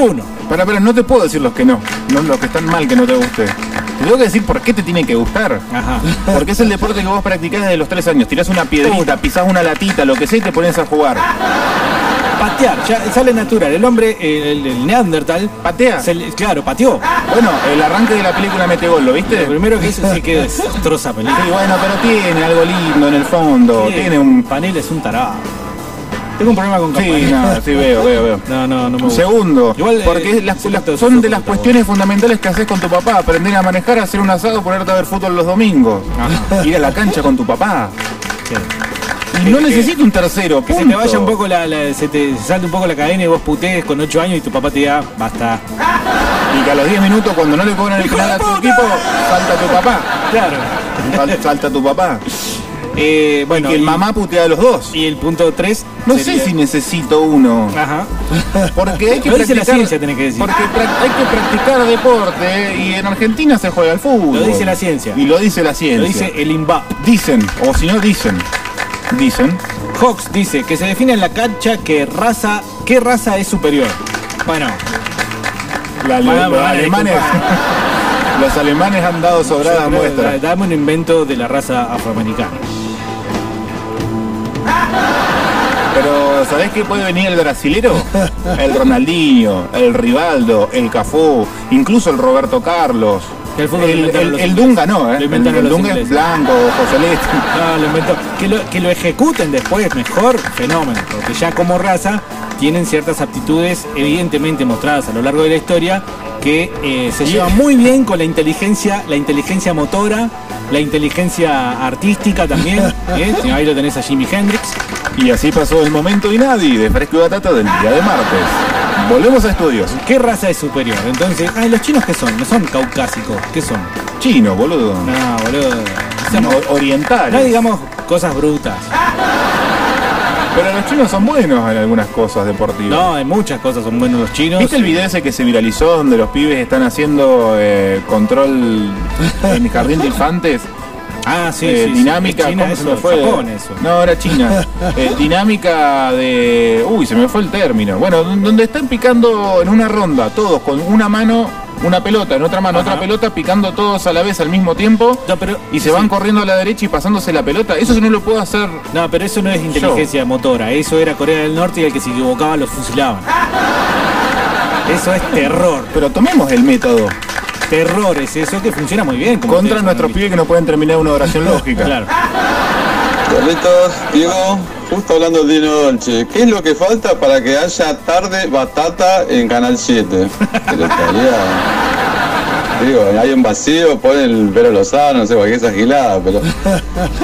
[SPEAKER 2] Uno,
[SPEAKER 6] Para, para, no te puedo decir los que no. No los que están mal que no te guste. Te tengo que decir por qué te tiene que gustar.
[SPEAKER 2] ajá.
[SPEAKER 6] Porque es el deporte que vos practicás desde los tres años. Tirás una piedrita, pisás una latita, lo que sea y te pones a jugar.
[SPEAKER 2] Patear, ya sale natural. El hombre, eh, el, el Neandertal,
[SPEAKER 6] ¿Patea?
[SPEAKER 2] se le- claro, pateó.
[SPEAKER 6] Bueno, el arranque de la película Mete Gol, ¿lo viste?
[SPEAKER 2] Lo primero que hizo sí que desastrosa película.
[SPEAKER 6] Sí, bueno, pero tiene algo lindo en el fondo. Oh, Tiene un...
[SPEAKER 2] panel, es un tarado. Tengo un problema con
[SPEAKER 6] Sí,
[SPEAKER 2] Campanella.
[SPEAKER 6] no, sí, veo, veo, veo.
[SPEAKER 2] No, no, no me gusta.
[SPEAKER 6] Segundo,
[SPEAKER 2] Igual, eh,
[SPEAKER 6] porque las-
[SPEAKER 2] sí,
[SPEAKER 6] las-
[SPEAKER 2] esto es
[SPEAKER 6] son
[SPEAKER 2] otro
[SPEAKER 6] de las
[SPEAKER 2] punto,
[SPEAKER 6] cuestiones fundamentales que haces con tu papá. Aprender a manejar, hacer un asado, ponerte a ver fútbol los domingos. Ir a la cancha con tu papá.
[SPEAKER 2] Sí.
[SPEAKER 6] Y no
[SPEAKER 2] Que-
[SPEAKER 6] necesito un tercero,
[SPEAKER 2] Que se te
[SPEAKER 6] punto.
[SPEAKER 2] vaya un poco la, la- se te salte un poco la cadena y vos putees con 8 años y tu papá te diga, basta.
[SPEAKER 6] Y que a los 10 minutos, cuando no le cobran el penal a tu equipo, salta tu papá.
[SPEAKER 2] Claro.
[SPEAKER 6] Sal- Salta tu papá.
[SPEAKER 2] Eh, bueno,
[SPEAKER 6] Que el
[SPEAKER 2] y-
[SPEAKER 6] mamá putea a los dos.
[SPEAKER 2] y el punto 3
[SPEAKER 6] No sé si necesito uno.
[SPEAKER 2] Ajá.
[SPEAKER 6] Porque hay que
[SPEAKER 2] Lo dice
[SPEAKER 6] practicar.
[SPEAKER 2] la ciencia, tenés que decir.
[SPEAKER 6] Porque pra- hay que practicar deporte y en Argentina se juega al fútbol.
[SPEAKER 2] Lo dice la ciencia.
[SPEAKER 6] Y lo dice la ciencia.
[SPEAKER 2] Lo dice el INVAP.
[SPEAKER 6] Dicen, o si no dicen. Dicen.
[SPEAKER 2] Hawks dice que se define en la cancha que raza, qué raza es superior. Bueno,
[SPEAKER 6] La-
[SPEAKER 2] Pará,
[SPEAKER 6] los
[SPEAKER 2] pará,
[SPEAKER 6] alemanes. los alemanes han dado sobrada
[SPEAKER 2] pero,
[SPEAKER 6] muestra.
[SPEAKER 2] eh, dame un invento de la raza afroamericana.
[SPEAKER 6] Pero ¿sabés qué puede venir el brasilero? El Ronaldinho, el Rivaldo, el Cafú, incluso el Roberto Carlos.
[SPEAKER 2] El fútbol lo
[SPEAKER 6] el,
[SPEAKER 2] inventaron
[SPEAKER 6] el-
[SPEAKER 2] los
[SPEAKER 6] el
[SPEAKER 2] ingleses.
[SPEAKER 6] Dunga no, ¿eh?
[SPEAKER 2] Lo
[SPEAKER 6] el,
[SPEAKER 2] inventaron
[SPEAKER 6] el
[SPEAKER 2] los
[SPEAKER 6] Dunga es
[SPEAKER 2] ingleses.
[SPEAKER 6] blanco, José Celeste.
[SPEAKER 2] No, lo inventó. Que lo, que lo ejecuten después mejor, fenómeno. Porque ya como raza tienen ciertas aptitudes evidentemente mostradas a lo largo de la historia que eh, se llevan muy bien con la inteligencia, la inteligencia motora, la inteligencia artística también. ¿eh? Si no, Ahí lo tenés a Jimi Hendrix.
[SPEAKER 6] Y así pasó el momento y nadie de Fresco y Batata del día de martes. Volvemos a estudios.
[SPEAKER 2] ¿Qué raza es superior? Entonces, ay, los chinos qué son? No son caucásicos, ¿qué son?
[SPEAKER 6] Chino, boludo.
[SPEAKER 2] No, boludo. O sea,
[SPEAKER 6] No, orientales.
[SPEAKER 2] no digamos cosas brutas.
[SPEAKER 6] Pero los chinos son buenos en algunas cosas deportivas.
[SPEAKER 2] No, en muchas cosas son buenos los chinos.
[SPEAKER 6] ¿Viste el video ese que se viralizó donde los pibes están haciendo eh, control en el jardín de infantes?
[SPEAKER 2] Ah, sí,
[SPEAKER 6] Eh,
[SPEAKER 2] sí, sí.
[SPEAKER 6] dinámica,
[SPEAKER 2] China,
[SPEAKER 6] ¿cómo se
[SPEAKER 2] eso,
[SPEAKER 6] me fue?
[SPEAKER 2] Japón, eso.
[SPEAKER 6] No, era China. Eh, dinámica de. Uy, se me fue el término. Bueno, don- donde están picando en una ronda, todos con una mano, una pelota, en otra mano,
[SPEAKER 2] Ajá.
[SPEAKER 6] otra pelota, picando todos a la vez al mismo tiempo.
[SPEAKER 2] No, pero,
[SPEAKER 6] Y se
[SPEAKER 2] sí.
[SPEAKER 6] van corriendo a la derecha y pasándose la pelota. Eso yo no lo puedo hacer.
[SPEAKER 2] No, pero eso no es inteligencia motora. Eso era Corea del Norte y el que se equivocaba lo fusilaban. Eso es terror.
[SPEAKER 6] Pero tomemos el método
[SPEAKER 2] Terror es eso que funciona muy bien. como
[SPEAKER 6] contra
[SPEAKER 2] ustedes
[SPEAKER 6] nuestros
[SPEAKER 2] saben.
[SPEAKER 6] pibes que no pueden terminar una oración lógica.
[SPEAKER 2] Claro.
[SPEAKER 10] Carlitos, Diego, justo hablando de Dino Dolce, ¿qué es lo que falta para que haya tarde batata en Canal 7? Pero estaría... Digo, hay un vacío, ponen el Vero Lozano, no sé, cualquier esa gilada, pero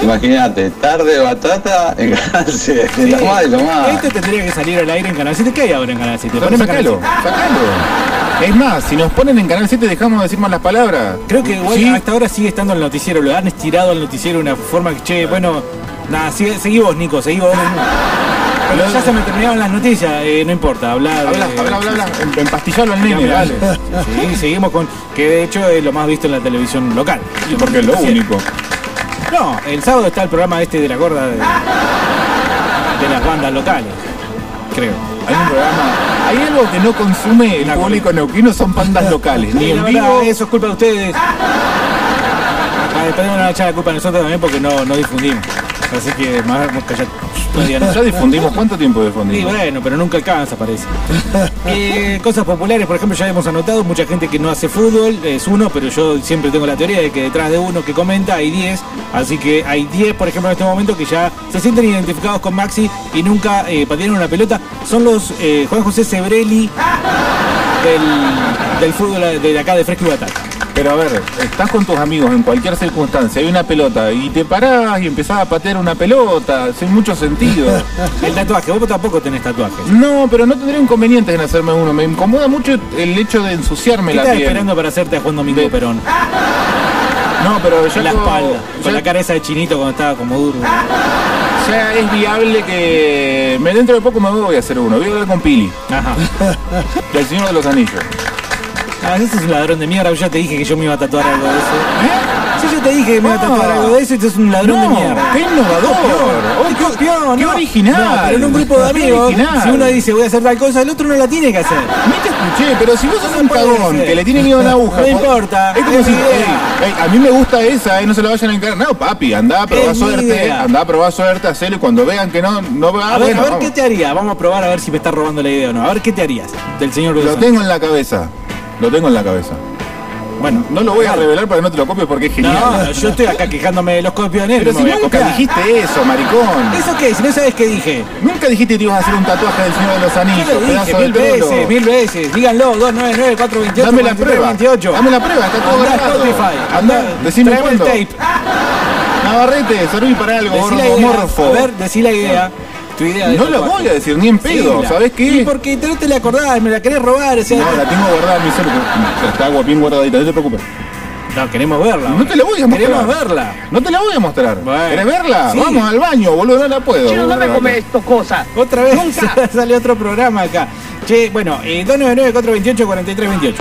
[SPEAKER 10] imagínate, tarde batata en Canal 7, lo más y lo más.
[SPEAKER 2] Este tendría que salir al aire en Canal 7. ¿Qué hay ahora en Canal 7?
[SPEAKER 6] Ah. Pero
[SPEAKER 2] Poneme Canal
[SPEAKER 6] Sacalo,
[SPEAKER 2] 7.
[SPEAKER 6] sacalo. Es más, si nos ponen en Canal 7 dejamos de decir malas palabras.
[SPEAKER 2] Creo que igual
[SPEAKER 6] Sí,
[SPEAKER 2] hasta ahora sigue estando el noticiero. Lo han estirado al noticiero de una forma que, che, bueno... Nada, sigue- seguí vos, Nico, seguí vos. Pero ya se me terminaron las noticias. eh, no importa, hablar.
[SPEAKER 6] Ah. Habla, habla, habla, habla. Em- Empastillalo al nene, dale.
[SPEAKER 2] Sí, seguimos con. Que de hecho es lo más visto en la televisión local.
[SPEAKER 6] Y porque es lo
[SPEAKER 2] Sí.
[SPEAKER 6] único.
[SPEAKER 2] No, el sábado está el programa este de la gorda de, de las bandas locales. Creo.
[SPEAKER 6] Hay un programa. Hay algo que no consume el público neuquino, son pandas locales. Ni
[SPEAKER 2] Sí, la
[SPEAKER 6] en
[SPEAKER 2] verdad, eh.
[SPEAKER 6] vivo.
[SPEAKER 2] Eso es culpa de ustedes. Ah, después no van a echar la culpa a nosotros también porque no, no difundimos. Así que más más callate. No digan
[SPEAKER 6] Ya
[SPEAKER 2] nada.
[SPEAKER 6] difundimos, ¿cuánto tiempo
[SPEAKER 2] Sí,
[SPEAKER 6] difundimos?
[SPEAKER 2] bueno, pero nunca alcanza, parece. Eh, cosas populares, por ejemplo, ya hemos anotado, mucha gente que no hace fútbol, es uno, pero yo siempre tengo la teoría de que detrás de uno que comenta hay 10, así que hay 10, por ejemplo, en este momento que ya se sienten identificados con Maxi y nunca eh, patearon una pelota, son los eh, Juan José Sebrelli del, del fútbol de acá de Fresco y Batalla.
[SPEAKER 6] Pero a ver, estás con tus amigos en cualquier circunstancia, hay una pelota y te parás y empezás a patear una pelota, sin mucho sentido.
[SPEAKER 2] El tatuaje, vos tampoco tenés tatuajes.
[SPEAKER 6] No, pero no tendría inconvenientes en hacerme uno. Me incomoda mucho el hecho de ensuciarme
[SPEAKER 2] ¿Qué
[SPEAKER 6] la
[SPEAKER 2] estás
[SPEAKER 6] piel.
[SPEAKER 2] esperando para hacerte a Juan Domingo
[SPEAKER 6] De-
[SPEAKER 2] Perón?
[SPEAKER 6] No, pero ya
[SPEAKER 2] En la
[SPEAKER 6] como-
[SPEAKER 2] espalda,
[SPEAKER 6] ya-
[SPEAKER 2] con la cara esa de chinito cuando estaba como duro.
[SPEAKER 6] Ya es viable que me dentro de poco me voy a hacer uno. Voy a hablar con Pili,
[SPEAKER 2] Ajá.
[SPEAKER 6] del Señor de los Anillos.
[SPEAKER 2] Ah, ese es un ladrón de mierda, yo ya te dije que yo me iba a tatuar algo de eso. Yo ya te dije que me iba a tatuar
[SPEAKER 6] Ah.
[SPEAKER 2] algo de eso y tú es un ladrón de
[SPEAKER 6] No,
[SPEAKER 2] mierda.
[SPEAKER 6] qué innovador. Oh,
[SPEAKER 2] ¡Qué
[SPEAKER 6] qué-
[SPEAKER 2] copión!
[SPEAKER 6] qué
[SPEAKER 2] ¿no?
[SPEAKER 6] original.
[SPEAKER 2] No, pero en un grupo de
[SPEAKER 6] Qué
[SPEAKER 2] amigos,
[SPEAKER 6] original. Ah,
[SPEAKER 2] si uno dice voy a hacer tal cosa, el otro no la tiene que hacer.
[SPEAKER 6] No te escuché, pero si vos sos
[SPEAKER 2] No
[SPEAKER 6] un
[SPEAKER 2] puede
[SPEAKER 6] cagón
[SPEAKER 2] ser.
[SPEAKER 6] que le tiene miedo a una aguja.
[SPEAKER 2] No
[SPEAKER 6] po-
[SPEAKER 2] importa,
[SPEAKER 6] Es como
[SPEAKER 2] es
[SPEAKER 6] si.
[SPEAKER 2] mi idea.
[SPEAKER 6] Ey, ey, a mí me gusta esa, eh, no se la vayan a encargar. No, papi, andá a probar
[SPEAKER 2] Es mi
[SPEAKER 6] suerte.
[SPEAKER 2] idea.
[SPEAKER 6] Andá a probar suerte, hacelo y cuando vean que no, no va,
[SPEAKER 2] A ver,
[SPEAKER 6] bueno,
[SPEAKER 2] a ver
[SPEAKER 6] vamos.
[SPEAKER 2] qué te haría. Vamos a probar a ver si me está robando la idea o no. A ver qué te harías del señor
[SPEAKER 6] Lo
[SPEAKER 2] Wilson.
[SPEAKER 6] tengo en la cabeza. Lo tengo en la cabeza.
[SPEAKER 2] Bueno,
[SPEAKER 6] No lo voy a revelar para que no te lo copies porque es genial.
[SPEAKER 2] no, no, yo estoy acá quejándome de los copiones.
[SPEAKER 6] pero
[SPEAKER 2] no
[SPEAKER 6] si
[SPEAKER 2] me voy a
[SPEAKER 6] nunca
[SPEAKER 2] copiar.
[SPEAKER 6] dijiste eso, maricón.
[SPEAKER 2] ¿Eso qué? Si no sabes qué dije.
[SPEAKER 6] Nunca dijiste que te ibas a hacer un tatuaje del Señor de los Anillos.
[SPEAKER 2] Yo lo dije
[SPEAKER 6] pedazo
[SPEAKER 2] mil
[SPEAKER 6] de loro.
[SPEAKER 2] veces, mil veces. Díganlo, 299 428
[SPEAKER 6] Dame la prueba.
[SPEAKER 2] 28.
[SPEAKER 6] Dame la prueba, está todo
[SPEAKER 2] Andá a
[SPEAKER 6] grabado.
[SPEAKER 2] Spotify.
[SPEAKER 6] Andá, decime
[SPEAKER 2] Traeme el
[SPEAKER 6] cuándo.
[SPEAKER 2] tape.
[SPEAKER 6] Navarrete, serví para algo,
[SPEAKER 2] Decí la
[SPEAKER 6] gordo
[SPEAKER 2] idea.
[SPEAKER 6] morfo.
[SPEAKER 2] A ver, decí la idea. Tu idea de
[SPEAKER 6] No la
[SPEAKER 2] tatuaje.
[SPEAKER 6] voy a decir ni en pedo,
[SPEAKER 2] Decila.
[SPEAKER 6] ¿sabes qué?
[SPEAKER 2] Y porque no te la acordás, me la querés robar. O sea,
[SPEAKER 6] No, la tengo guardada en mi celu. que Está guapín guardadita, no te preocupes.
[SPEAKER 2] No, queremos verla.
[SPEAKER 6] No
[SPEAKER 2] ahora.
[SPEAKER 6] te la voy a mostrar.
[SPEAKER 2] Queremos verla.
[SPEAKER 6] No te la voy a mostrar.
[SPEAKER 2] Bueno.
[SPEAKER 6] ¿Querés verla?
[SPEAKER 2] Sí.
[SPEAKER 6] Vamos al baño, boludo, no la puedo.
[SPEAKER 1] Chino, no me comes esto, cosa.
[SPEAKER 2] Otra vez sale otro programa acá. Che, bueno, eh, 299-428-4328.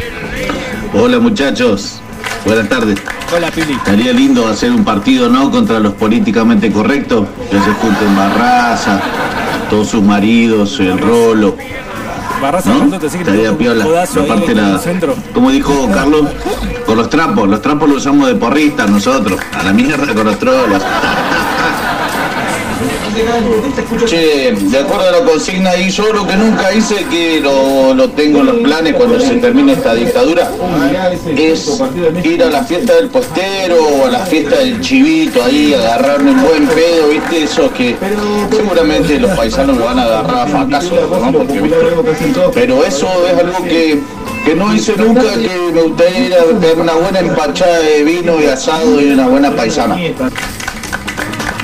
[SPEAKER 10] Hola muchachos, buenas tardes.
[SPEAKER 2] Hola, Pili.
[SPEAKER 10] Estaría lindo hacer un partido no contra los políticamente correctos, que se junten Barraza, todos sus maridos, el rolo,
[SPEAKER 2] Barraza,
[SPEAKER 10] ¿no?
[SPEAKER 2] Barraza, así que te
[SPEAKER 10] ¿Mm? Estaría
[SPEAKER 2] un
[SPEAKER 10] piola.
[SPEAKER 2] codazo ahí
[SPEAKER 10] Aparte
[SPEAKER 2] en el
[SPEAKER 10] la,
[SPEAKER 2] centro.
[SPEAKER 10] como dijo Carlos, con los trapos, los trapos los usamos de porristas nosotros, a la mierda con los trolos. Che, de acuerdo a la consigna y yo lo que nunca hice, que lo, lo tengo en los planes cuando se termine esta dictadura, es ir a la fiesta del postero o a la fiesta del chivito ahí, agarrarme un buen pedo, viste, esos que seguramente los paisanos me van a agarrar a fracaso, ¿no? Porque, ¿viste? Pero eso es algo que, que no hice nunca, que me gustaría ir a tener una buena empachada de vino y asado y una buena paisana.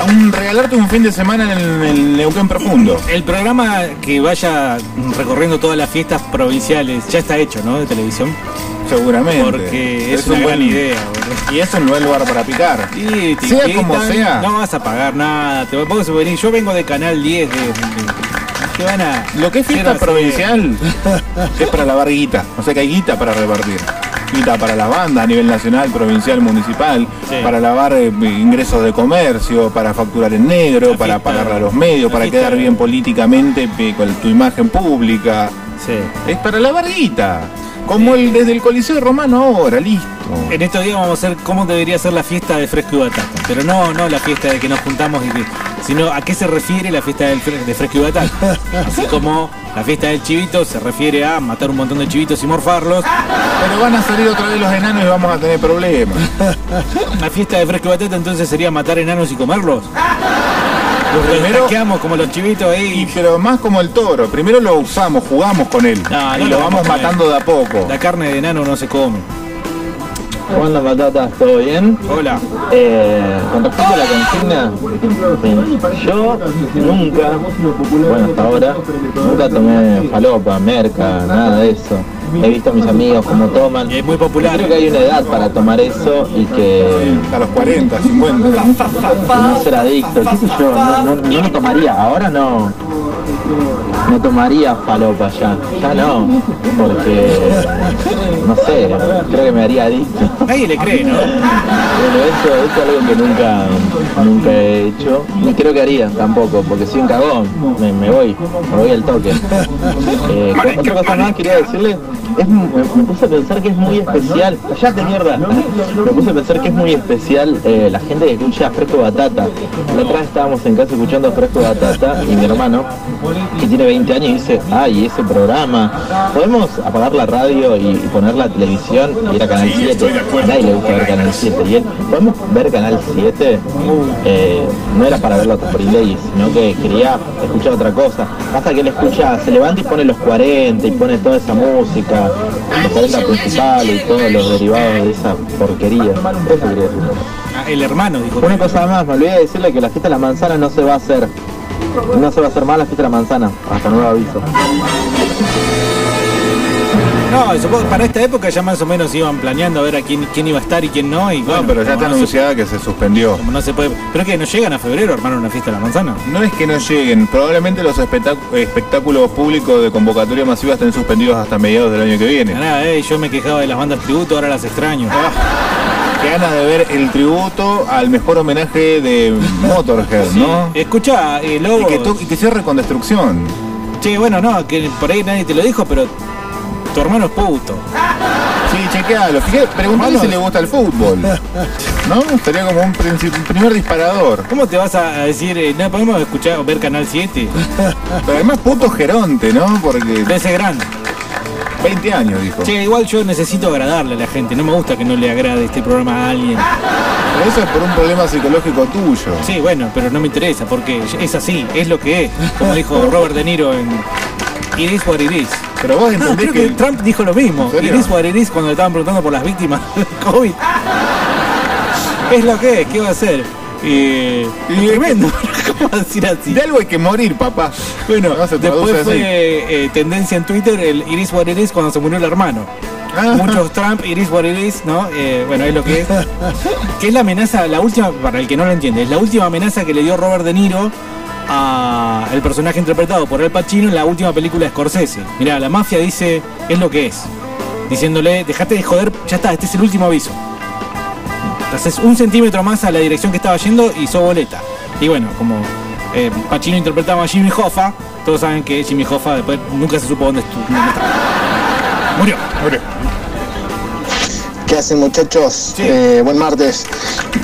[SPEAKER 6] Un, regalarte un fin de semana en el, en el Neuquén profundo.
[SPEAKER 2] El programa que vaya recorriendo todas las fiestas provinciales ya está hecho, ¿no? De televisión.
[SPEAKER 6] Seguramente.
[SPEAKER 2] Porque es,
[SPEAKER 6] un
[SPEAKER 2] una
[SPEAKER 6] buen-
[SPEAKER 2] gran idea, boludo.
[SPEAKER 6] Y es un buen lugar para picar.
[SPEAKER 2] Y te
[SPEAKER 6] sea como
[SPEAKER 2] invitan,
[SPEAKER 6] sea.
[SPEAKER 2] No vas a pagar nada. Te vos venís- Yo vengo de Canal 10. De, de- te van a.
[SPEAKER 6] Lo que es
[SPEAKER 2] ¿qué van
[SPEAKER 6] fiesta
[SPEAKER 2] a hacer?
[SPEAKER 6] provincial es para lavar guita. O sea que hay guita para repartir. Guita para la banda a nivel nacional, provincial, municipal,
[SPEAKER 2] Sí.
[SPEAKER 6] para lavar eh, ingresos de comercio, para facturar en negro,
[SPEAKER 2] La
[SPEAKER 6] para
[SPEAKER 2] fiesta-
[SPEAKER 6] pagar a los medios,
[SPEAKER 2] la
[SPEAKER 6] para
[SPEAKER 2] fiesta-
[SPEAKER 6] quedar bien políticamente eh, con tu imagen pública.
[SPEAKER 2] Sí.
[SPEAKER 6] Es para lavar guita. Como el desde el Coliseo Romano ahora, listo.
[SPEAKER 2] En estos días vamos a hacer cómo debería ser la fiesta de fresco y batata. Pero no, no la fiesta de que nos juntamos y que- sino a qué se refiere la fiesta del fre- de fresco y batata. Así como la fiesta del chivito se refiere a matar un montón de chivitos y morfarlos.
[SPEAKER 6] Pero van a salir otra vez los enanos y vamos a tener problemas.
[SPEAKER 2] La fiesta de fresco y batata entonces sería matar enanos y comerlos. Los
[SPEAKER 6] Primero-
[SPEAKER 2] retaqueamos como los chivitos
[SPEAKER 6] Y
[SPEAKER 2] ahí.
[SPEAKER 6] pero más como el toro, primero lo usamos, jugamos con él.
[SPEAKER 2] No,
[SPEAKER 6] y
[SPEAKER 2] no
[SPEAKER 6] lo,
[SPEAKER 2] lo vamos
[SPEAKER 6] vamos
[SPEAKER 2] a comer.
[SPEAKER 6] matando de a poco.
[SPEAKER 2] La carne de enano no se come.
[SPEAKER 9] Hola, patatas, ¿todo bien?
[SPEAKER 2] Hola.
[SPEAKER 9] Eh, con respecto a la consigna, yo nunca, bueno, hasta ahora, nunca tomé falopa, merca, nada de eso. He visto a mis amigos cómo toman.
[SPEAKER 2] Y es muy popular.
[SPEAKER 9] Creo que hay una edad para tomar eso y que
[SPEAKER 6] A los 40, 50.
[SPEAKER 9] no ser adicto, qué sé yo, no, no- no lo tomaría, ahora no, no tomaría falopa ya. Ya no, porque no sé, creo que me haría adicto.
[SPEAKER 2] Nadie le cree, ¿no?
[SPEAKER 9] Bueno, eso, eso es algo que nunca, nunca he hecho. Ni creo que haría tampoco, porque soy un cagón. Me, me voy, me voy al toque. Eh, otra cosa más quería decirle, es, me, me puse a pensar que es muy especial. Callate mierda. Me puse a pensar que es muy especial eh, la gente que escucha Fresco Batata. La otra vez estábamos en casa escuchando Fresco Batata y mi hermano, que tiene 20 años, dice, ay, ese programa. ¿Podemos apagar la radio y, y poner la televisión y ir a Canal 7? A nadie le gusta ver Canal 7. Y él, ¿podemos ver Canal 7? Eh, no era para ver la Ley, sino que quería escuchar otra cosa. Pasa que él escucha, se levanta y pone los 40 y pone toda esa música, los 40 principales y todos los derivados de esa porquería. Eso quería decir.
[SPEAKER 2] Ah, El hermano dijo.
[SPEAKER 9] Una cosa más, me olvidé de decirle que la fiesta de la manzana no se va a hacer. No se va a hacer más la fiesta de la manzana, hasta nuevo aviso.
[SPEAKER 2] No, supongo- para esta época ya más o menos iban planeando a ver a quién, quién iba a estar y quién no. Y bueno,
[SPEAKER 6] No, pero
[SPEAKER 2] como
[SPEAKER 6] ya está
[SPEAKER 2] no se,
[SPEAKER 6] anunciada que se suspendió.
[SPEAKER 2] como no se puede. Pero que no llegan a febrero a armar una fiesta de la manzana.
[SPEAKER 6] No es que no lleguen, probablemente los espectac- espectáculos públicos de convocatoria masiva estén suspendidos hasta mediados del año que viene.
[SPEAKER 2] Nada, eh, yo me quejaba de las bandas tributo, ahora las extraño.
[SPEAKER 6] Qué ganas de ver el tributo al mejor homenaje de Motorhead, ¿no?
[SPEAKER 2] Escucha, eh,
[SPEAKER 6] Y
[SPEAKER 2] Lobo.
[SPEAKER 6] que, to- y que cierre con destrucción.
[SPEAKER 2] Che, bueno, no, que por ahí nadie te lo dijo, pero tu hermano es puto.
[SPEAKER 6] Sí, chequealo. Fíjate, preguntale
[SPEAKER 2] Hermano.
[SPEAKER 6] si le gusta el fútbol. ¿No? Sería como un, princip- un primer disparador.
[SPEAKER 2] ¿Cómo te vas a a decir, eh, no podemos escuchar o ver Canal 7?
[SPEAKER 6] Pero además puto geronte, ¿no? Porque
[SPEAKER 2] De ese grande.
[SPEAKER 6] 20 años dijo.
[SPEAKER 2] Che, igual yo necesito agradarle a la gente, no me gusta que no le agrade este programa a alguien.
[SPEAKER 6] Pero eso es por un problema psicológico tuyo.
[SPEAKER 2] Sí, bueno, pero no me interesa porque es así, es lo que es, como dijo Robert De Niro en It is what it is.
[SPEAKER 6] Pero vos
[SPEAKER 2] No,
[SPEAKER 6] entendés
[SPEAKER 2] creo que
[SPEAKER 6] que...
[SPEAKER 2] Trump dijo lo mismo.
[SPEAKER 6] ¿En serio?
[SPEAKER 2] It is what it is cuando le estaban preguntando por las víctimas del COVID. Es lo que es, ¿qué va a hacer? Eh,
[SPEAKER 6] Y-
[SPEAKER 2] tremendo, ¿cómo va a decir así?
[SPEAKER 6] De algo hay que morir, papá.
[SPEAKER 2] Bueno,
[SPEAKER 6] No se traduce
[SPEAKER 2] después fue
[SPEAKER 6] así.
[SPEAKER 2] eh, tendencia en Twitter el It is what it is cuando se murió el hermano.
[SPEAKER 6] Ah.
[SPEAKER 2] Muchos Trump, it is what it is, ¿no? Eh, bueno, es lo que es. que es la amenaza, la última, para el que no lo entiende, es la última amenaza que le dio Robert De Niro a el personaje interpretado por Al Pacino en la última película de Scorsese. Mirá, la mafia dice, es lo que es. Diciéndole, dejate de joder, ya está, este es el último aviso. Entonces un centímetro más a la dirección que estaba yendo y sos boleta. Y bueno, como eh, Pacino interpretaba a Jimmy Hoffa, todos saben que Jimmy Hoffa después nunca se supo dónde estuvo. dónde estaba. Murió.
[SPEAKER 11] ¿Qué hacen muchachos?
[SPEAKER 2] Sí.
[SPEAKER 11] Eh, buen martes.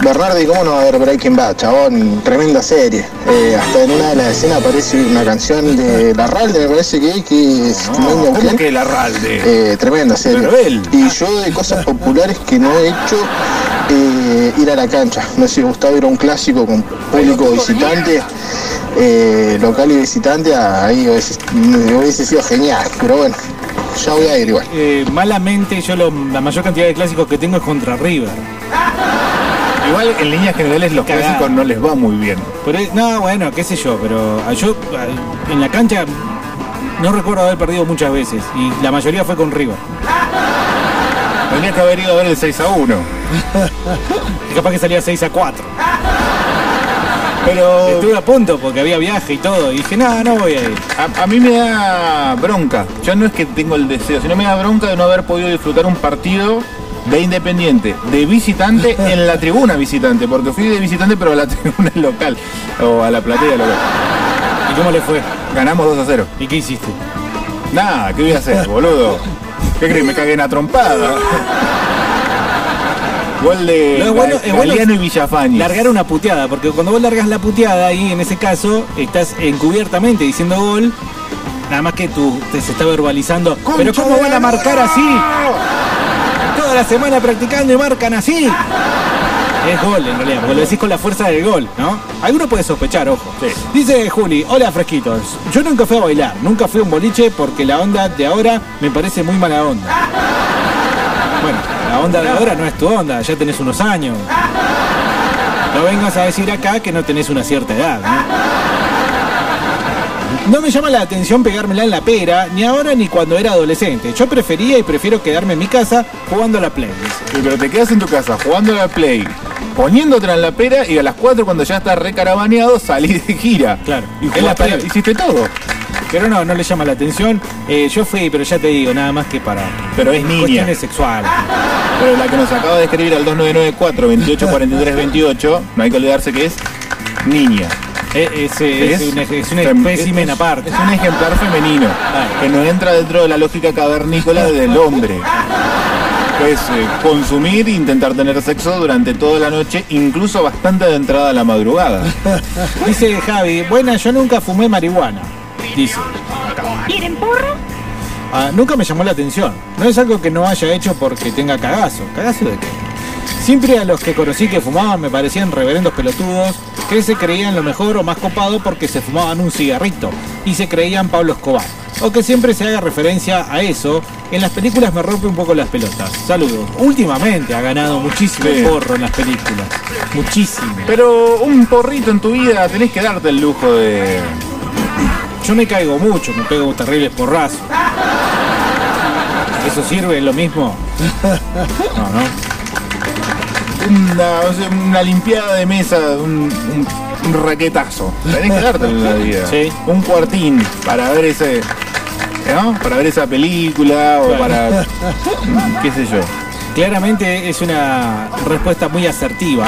[SPEAKER 11] Bernardo, ¿y cómo no va a haber Breaking Bad, chabón? Tremenda serie. Eh, hasta en una de las escenas aparece una canción de La Ralde, me parece que, que es Mind
[SPEAKER 6] No,
[SPEAKER 11] Your
[SPEAKER 6] Ah, ¿Cómo
[SPEAKER 11] Clan.
[SPEAKER 6] que el arralde?
[SPEAKER 11] Eh, tremenda serie.
[SPEAKER 6] Pero él.
[SPEAKER 11] Y yo de cosas populares que no he hecho, eh, ir a la cancha. No sé si Gustavo era un clásico con público visitante, eh, local y visitante, ah, ahí hubiese, hubiese sido genial. Pero bueno, ya voy a ir igual.
[SPEAKER 2] Eh, malamente yo lo- la mayor cantidad de clásicos que tengo es contra River.
[SPEAKER 6] Igual en líneas generales los
[SPEAKER 2] Cagada.
[SPEAKER 6] clásicos no les va muy bien.
[SPEAKER 2] Pero, eh, no, bueno, qué sé yo, pero ah, yo ah, en la cancha no recuerdo haber perdido muchas veces y la mayoría fue con River.
[SPEAKER 6] Tendrías que haber ido a ver el 6 a 1.
[SPEAKER 2] Y capaz que salía 6 a 4.
[SPEAKER 6] Pero
[SPEAKER 2] Estuve a punto porque había viaje y todo y dije, no, no voy a ir.
[SPEAKER 6] a, a mí me da bronca. Yo no es que tengo el deseo, sino me da bronca de no haber podido disfrutar un partido de independiente, de visitante en la tribuna visitante, porque fui de visitante pero a la tribuna local o a la platea local.
[SPEAKER 2] ¿Y cómo le fue?
[SPEAKER 6] Ganamos 2 a 0.
[SPEAKER 2] ¿Y qué hiciste?
[SPEAKER 6] Nada, ¿qué voy a hacer, boludo? ¿Qué crees? Me caguen a trompada. Gol de
[SPEAKER 2] No, es bueno-
[SPEAKER 6] Ga-
[SPEAKER 2] es bueno
[SPEAKER 6] Galeano y Villafañe.
[SPEAKER 2] Largar una puteada, porque cuando vos largas la puteada ahí, en ese caso, estás encubiertamente diciendo gol, nada más que tú te, se está verbalizando. Pero ¿cómo van a marcar así? Toda la semana practicando y marcan así. Es gol en realidad, porque lo decís con la fuerza del gol, ¿no? Alguno puede sospechar, ojo. Dice Juli, hola fresquitos. Yo nunca fui a bailar, nunca fui a un boliche porque la onda de ahora me parece muy mala onda. Bueno, la onda de ahora no es tu onda, ya tenés unos años. No vengas a decir acá que no tenés una cierta edad. ¿no? No me llama la atención pegármela en la pera, ni ahora ni cuando era adolescente. Yo prefería y prefiero quedarme en mi casa jugando a la Play. dice.
[SPEAKER 6] Sí, Pero te quedas en tu casa jugando a la Play, poniéndotela en la pera y a las 4 cuando ya está recarabaneado salí de gira.
[SPEAKER 2] Claro.
[SPEAKER 6] Y
[SPEAKER 2] Es la
[SPEAKER 6] jugaste-
[SPEAKER 2] pera.
[SPEAKER 6] hiciste todo.
[SPEAKER 2] Pero no, no le llama la atención. Eh, yo fui, pero ya te digo, nada más que para
[SPEAKER 6] Pero es niña.
[SPEAKER 2] cuestiones sexuales.
[SPEAKER 6] Pero la que nos acaba de escribir al 2994 2843 28, no hay que olvidarse que es niña.
[SPEAKER 2] Eh, Es, eh, es, un, ej- es un
[SPEAKER 6] fem-
[SPEAKER 2] espécimen
[SPEAKER 6] es-
[SPEAKER 2] aparte.
[SPEAKER 6] Es un ejemplar femenino que no entra dentro de la lógica cavernícola del hombre. Que Es eh, consumir e intentar tener sexo durante toda la noche, incluso bastante de entrada a la madrugada.
[SPEAKER 2] Dice Javi, buena, yo nunca fumé marihuana. Dice.
[SPEAKER 4] ¿Quieren porro?
[SPEAKER 2] Ah, nunca me llamó la atención. No es algo que no haya hecho porque tenga cagazo. ¿Cagazo de qué? Siempre a los que conocí que fumaban me parecían reverendos pelotudos, que se creían lo mejor o más copado porque se fumaban un cigarrito y se creían Pablo Escobar. O que siempre se haga referencia a eso, en las películas me rompe un poco las pelotas. Saludos. Últimamente ha ganado muchísimo
[SPEAKER 6] Sí.
[SPEAKER 2] porro en las películas. Muchísimo.
[SPEAKER 6] Pero un porrito en tu vida tenés que darte el lujo de.
[SPEAKER 2] Yo me caigo mucho, me pego terribles porrazos. ¿Eso sirve lo mismo? No, no.
[SPEAKER 6] Una, o sea, una limpiada de mesa, un, un- un raquetazo. Tenés que darte la vida.
[SPEAKER 2] Sí.
[SPEAKER 6] Un cuartín para ver ese. ¿no? Para ver esa película o
[SPEAKER 2] Claro.
[SPEAKER 6] para. qué sé yo.
[SPEAKER 2] Claramente es una respuesta muy asertiva.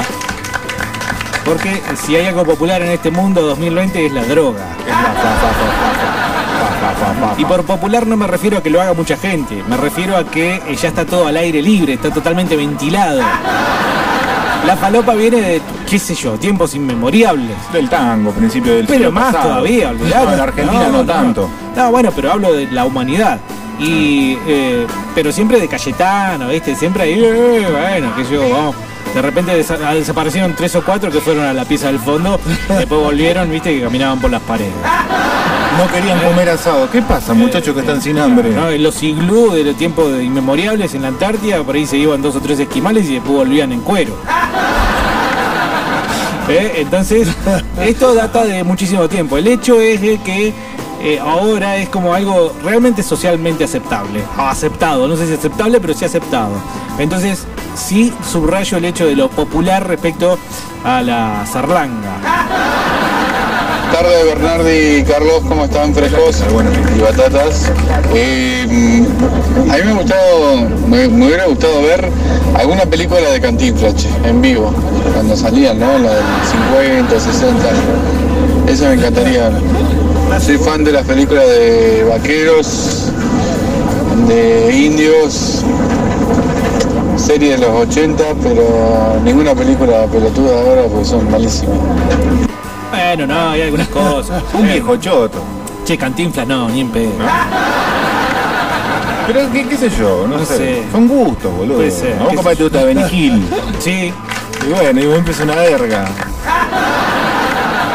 [SPEAKER 2] Porque si hay algo popular en este mundo 2020 es la droga. Y por popular no me refiero a que lo haga mucha gente, me refiero a que eh, ya está todo al aire libre, está totalmente ventilado. La falopa viene de, qué sé yo, tiempos inmemoriables.
[SPEAKER 6] Del tango, principio del
[SPEAKER 2] Pero
[SPEAKER 6] siglo
[SPEAKER 2] más
[SPEAKER 6] pasado.
[SPEAKER 2] todavía, olvidate.
[SPEAKER 6] No, en Argentina no, tanto.
[SPEAKER 2] No, bueno, pero hablo de la humanidad. Y, eh, pero siempre de Cayetano, ¿viste? Siempre ahí, eh, bueno, que yo, vamos. De repente desa- desaparecieron tres o cuatro que fueron a la pieza del fondo, después volvieron, ¿viste? Que caminaban por las paredes.
[SPEAKER 6] No querían comer asado. ¿Qué pasa, muchachos que están sin hambre?
[SPEAKER 2] ¿no? En Los iglú de los tiempos de- inmemoriales en la Antártida, por ahí se iban dos o tres esquimales y después volvían en cuero. ¿Eh? Entonces, esto data de muchísimo tiempo. El hecho es de que eh, ahora es como algo realmente socialmente aceptable. O aceptado, no sé si aceptable, pero sí aceptado. Entonces, sí subrayo el hecho de lo popular respecto a la zarlanga.
[SPEAKER 10] Tarde Bernardi y Carlos, ¿cómo están? Frescos y batatas. Eh, mm, a mí me, ha gustado, me, me hubiera gustado ver alguna película de Cantinflas che, en vivo, cuando salían, ¿no? La del 50, 60. Eso me encantaría. Soy fan de las películas de vaqueros, de indios, serie de los 80, pero ninguna película pelotuda ahora porque son malísimas.
[SPEAKER 2] Bueno, no, hay algunas cosas.
[SPEAKER 6] Un viejo choto.
[SPEAKER 2] Che, cantinflas, no, ni en pedo.
[SPEAKER 6] Pero qué, qué sé yo, no,
[SPEAKER 2] No
[SPEAKER 6] sé.
[SPEAKER 2] sé.
[SPEAKER 6] Son gustos, boludo.
[SPEAKER 2] Puede ser,
[SPEAKER 6] A vos
[SPEAKER 2] qué
[SPEAKER 6] capaz
[SPEAKER 2] sé
[SPEAKER 6] te gusta Benny Hill.
[SPEAKER 2] Sí,
[SPEAKER 6] Y bueno, y vos empezó una verga.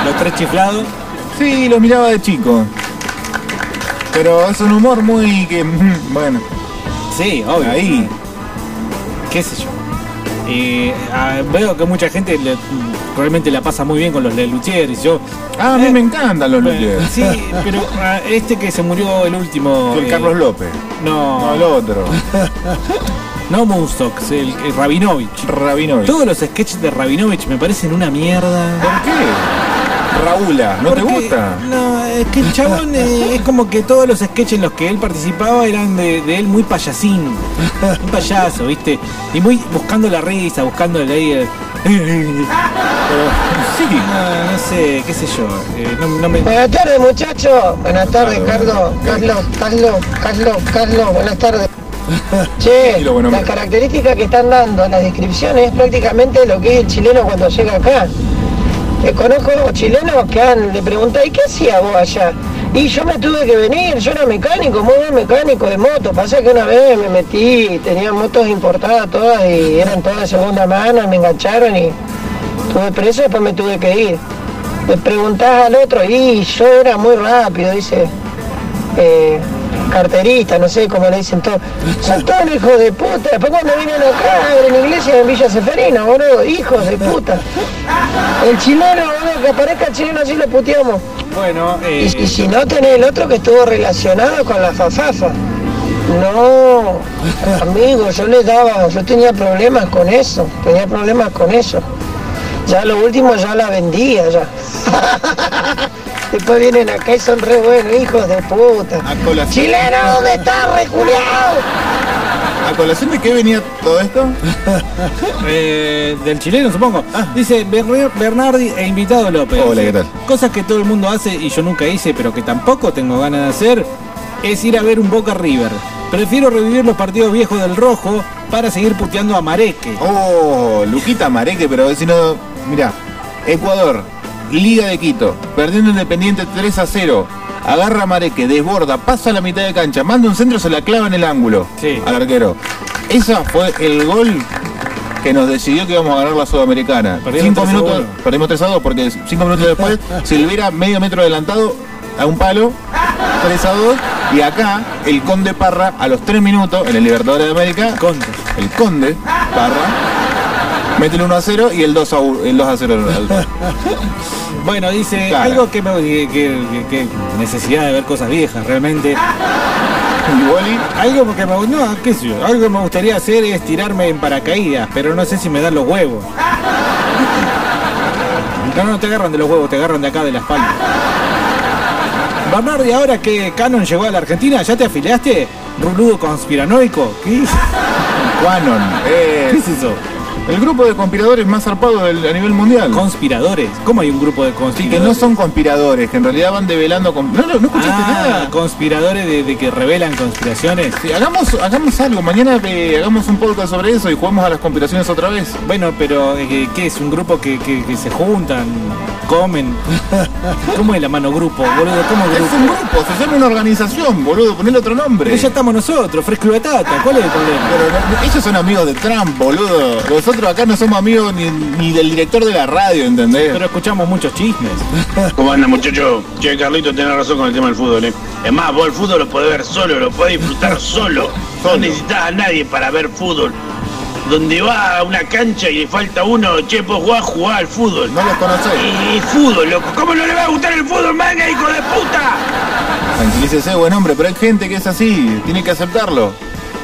[SPEAKER 2] los tres chiflados.
[SPEAKER 6] Sí, los miraba de chico. Pero es un humor muy que. mm, Bueno,
[SPEAKER 2] Sí, obvio.
[SPEAKER 6] ahí.
[SPEAKER 2] qué sé yo. Eh, ah, veo que mucha gente le- realmente la pasa muy bien con los Lelutier y yo.
[SPEAKER 6] Ah, a mí
[SPEAKER 2] Eh,
[SPEAKER 6] me encantan los
[SPEAKER 2] bueno,
[SPEAKER 6] Luquier.
[SPEAKER 2] Sí, pero ah, este que se murió el último.
[SPEAKER 6] El
[SPEAKER 2] eh,
[SPEAKER 6] Carlos López. No,
[SPEAKER 2] No,
[SPEAKER 6] el
[SPEAKER 2] no,
[SPEAKER 6] otro.
[SPEAKER 2] Moonstocks, el, el Rabinovich.
[SPEAKER 6] Rabinovich.
[SPEAKER 2] Todos los sketches de Rabinovich me parecen una mierda.
[SPEAKER 6] ¿Por qué? Raúla, ¿no te
[SPEAKER 2] Porque-
[SPEAKER 6] gusta?
[SPEAKER 2] No, es que el chabón eh, es como que todos los sketches en los que él participaba eran de, de él muy payasín. Un payaso, ¿viste? Y muy buscando la risa, buscando el ahí el-
[SPEAKER 6] Pero, sí.
[SPEAKER 2] Ah, No, no sé, qué sé yo. eh, no, no me...
[SPEAKER 12] Buenas tardes, muchachos. Buenas tardes,
[SPEAKER 6] Claro.
[SPEAKER 12] Carlos. Carlos, Carlos, Carlos, Carlos. Buenas tardes.
[SPEAKER 2] Eh,
[SPEAKER 12] Che,
[SPEAKER 6] Y lo bueno,
[SPEAKER 12] las
[SPEAKER 6] mira.
[SPEAKER 12] características que están dando en las descripciones es prácticamente lo que es el chileno cuando llega acá. Eh, conozco chilenos que han, le pregunté, ¿y qué hacía vos allá? Y yo me tuve que venir, yo era mecánico, muy buen mecánico de moto. Pasa que una vez me metí, tenía motos importadas todas y eran todas de segunda mano, y me engancharon y estuve preso, después me tuve que ir. Le preguntás al otro, y yo era muy rápido, dice, eh, carterista, no sé cómo le dicen todos. Son todos hijos de puta. Después cuando vienen acá, abren iglesias en Villa Seferina, boludo, hijos de puta. El chileno, boludo, que aparezca el chileno así lo puteamos.
[SPEAKER 2] Bueno,
[SPEAKER 12] Y,
[SPEAKER 2] eh,
[SPEAKER 12] y si no tenés el otro que estuvo relacionado con la fafafa. No, amigo, yo le daba, yo tenía problemas con eso, tenía problemas con eso. Ya lo último ya la vendía ya. Después vienen acá y son re buenos, hijos de puta.
[SPEAKER 6] colación.
[SPEAKER 12] Chileno, ¿dónde estás, reculeado?
[SPEAKER 6] ¿A colación de qué venía todo esto?
[SPEAKER 2] Eh, del chileno, supongo. Dice Ber- Bernardi e invitado López.
[SPEAKER 6] Ah. Hola, ¿qué tal?
[SPEAKER 2] Cosas que todo el mundo hace y yo nunca hice, pero que tampoco tengo ganas de hacer, es ir a ver un Boca River. Prefiero revivir los partidos viejos del rojo para seguir puteando a Mareque.
[SPEAKER 6] Oh, Luquita Mareque, pero si no. Mirá, Ecuador, Liga de Quito, perdiendo Independiente 3 a 0. Agarra a Mareque, desborda, pasa a la mitad de cancha, manda un centro, se la clava en el ángulo al arquero. Ese fue el gol que nos decidió que íbamos a ganar la Sudamericana.
[SPEAKER 2] Perdieron
[SPEAKER 6] Cinco
[SPEAKER 2] 3 a
[SPEAKER 6] minutos,
[SPEAKER 2] uno.
[SPEAKER 6] perdimos 3 a 2 porque cinco minutos después, Silvera medio metro adelantado a un palo, 3 a 2. Y acá, el Conde Parra, a los 3 minutos, en el Libertadores de América, el Conde Parra, mete el 1 a 0 y el 2 a, u- el 2 a 0. al-
[SPEAKER 2] Bueno, dice
[SPEAKER 6] Claro.
[SPEAKER 2] algo que, me- que- que- que- necesidad de ver cosas viejas, realmente. Algo que me, no, qué sé yo, algo que me gustaría hacer es tirarme en paracaídas, pero no sé si me dan los huevos. No, no te agarran de los huevos, te agarran de acá de la espalda. Bernardi, ahora que Canon llegó a la Argentina, ¿ya te afiliaste? Ruludo conspiranoico. ¿Qué?
[SPEAKER 6] Quanon.
[SPEAKER 2] ¿Qué es eso?
[SPEAKER 6] El grupo de conspiradores más zarpado del- a nivel mundial.
[SPEAKER 2] ¿Conspiradores? ¿Cómo hay un grupo de
[SPEAKER 6] Y que
[SPEAKER 2] conspiradores?
[SPEAKER 6] no son conspiradores, que en realidad van develando. con- No, no, no escuchaste
[SPEAKER 2] Ah,
[SPEAKER 6] nada.
[SPEAKER 2] conspiradores de, de que revelan conspiraciones.
[SPEAKER 6] Sí, hagamos, hagamos algo, mañana eh, hagamos un podcast sobre eso y jugamos a las conspiraciones otra vez.
[SPEAKER 2] Bueno, pero eh, ¿qué es? ¿Un grupo que, que- que se juntan, comen? ¿Cómo es la mano grupo, boludo? ¿Cómo grupo?
[SPEAKER 6] Es un grupo, se llama una organización, boludo, ponle otro nombre.
[SPEAKER 2] Pero ya estamos nosotros, fresco y batata, ¿cuál es el problema?
[SPEAKER 6] Pero no- ellos son amigos de Trump, boludo. Nosotros acá no somos amigos ni, ni del director de la radio, ¿entendés?
[SPEAKER 2] Pero escuchamos muchos chismes.
[SPEAKER 13] ¿Cómo anda muchacho? Che, Carlito, tenés razón con el tema del fútbol, ¿eh? Es más, vos el fútbol lo podés ver solo, lo podés disfrutar solo. No necesitas a nadie para ver fútbol. Donde va a una cancha y le falta uno, che, vos jugás, jugá al fútbol.
[SPEAKER 6] No los conocés.
[SPEAKER 13] Y, y fútbol, loco. ¿Cómo no le va a gustar el fútbol, manga, hijo de puta?
[SPEAKER 6] Tranquilícese, buen hombre, pero hay gente que es así, tiene que aceptarlo.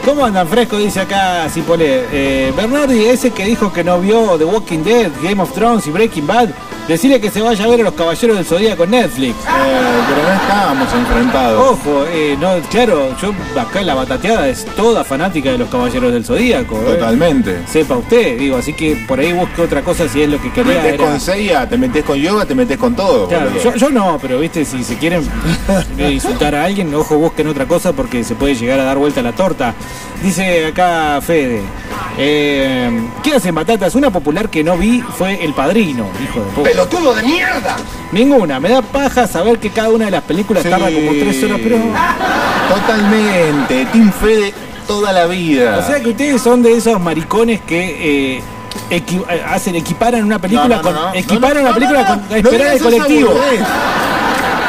[SPEAKER 2] ¿Cómo andan fresco? Dice acá Cipolé. Eh, Bernardi, ese que dijo que no vio The Walking Dead, Game of Thrones y Breaking Bad, decirle que se vaya a ver a los Caballeros del Zodíaco en Netflix.
[SPEAKER 6] Eh, pero no estábamos enfrentados.
[SPEAKER 2] Ojo, eh, no, claro, yo acá en la batateada es toda fanática de los Caballeros del Zodíaco. eh.
[SPEAKER 6] Totalmente.
[SPEAKER 2] Sepa usted, digo, así que por ahí busque otra cosa si es lo que
[SPEAKER 6] Te
[SPEAKER 2] quería.
[SPEAKER 6] metes
[SPEAKER 2] era-
[SPEAKER 6] con Seiya, te metes con yoga, te metes con todo.
[SPEAKER 2] Claro,
[SPEAKER 6] boludo.
[SPEAKER 2] yo, yo no, pero viste, si se quieren eh, insultar a alguien, ojo, busquen otra cosa porque se puede llegar a dar vuelta la torta. Dice acá Fede, eh, ¿qué hacen batatas? Una popular que no vi fue El Padrino, hijo de puta.
[SPEAKER 7] ¡Pelotudo de mierda!
[SPEAKER 2] Ninguna, me da paja saber que cada una de las películas tarda como tres horas, pero...
[SPEAKER 6] Totalmente, Team Fede toda la vida.
[SPEAKER 2] O sea que ustedes son de esos maricones que... eh, equi- eh, hacen equiparan una película
[SPEAKER 6] No, no,
[SPEAKER 2] con
[SPEAKER 6] no, no.
[SPEAKER 2] equiparan
[SPEAKER 6] No, no,
[SPEAKER 2] una película
[SPEAKER 6] no, no,
[SPEAKER 2] con
[SPEAKER 6] no
[SPEAKER 2] la esperada
[SPEAKER 6] digas
[SPEAKER 2] del
[SPEAKER 6] esa
[SPEAKER 2] colectivo
[SPEAKER 6] boludez.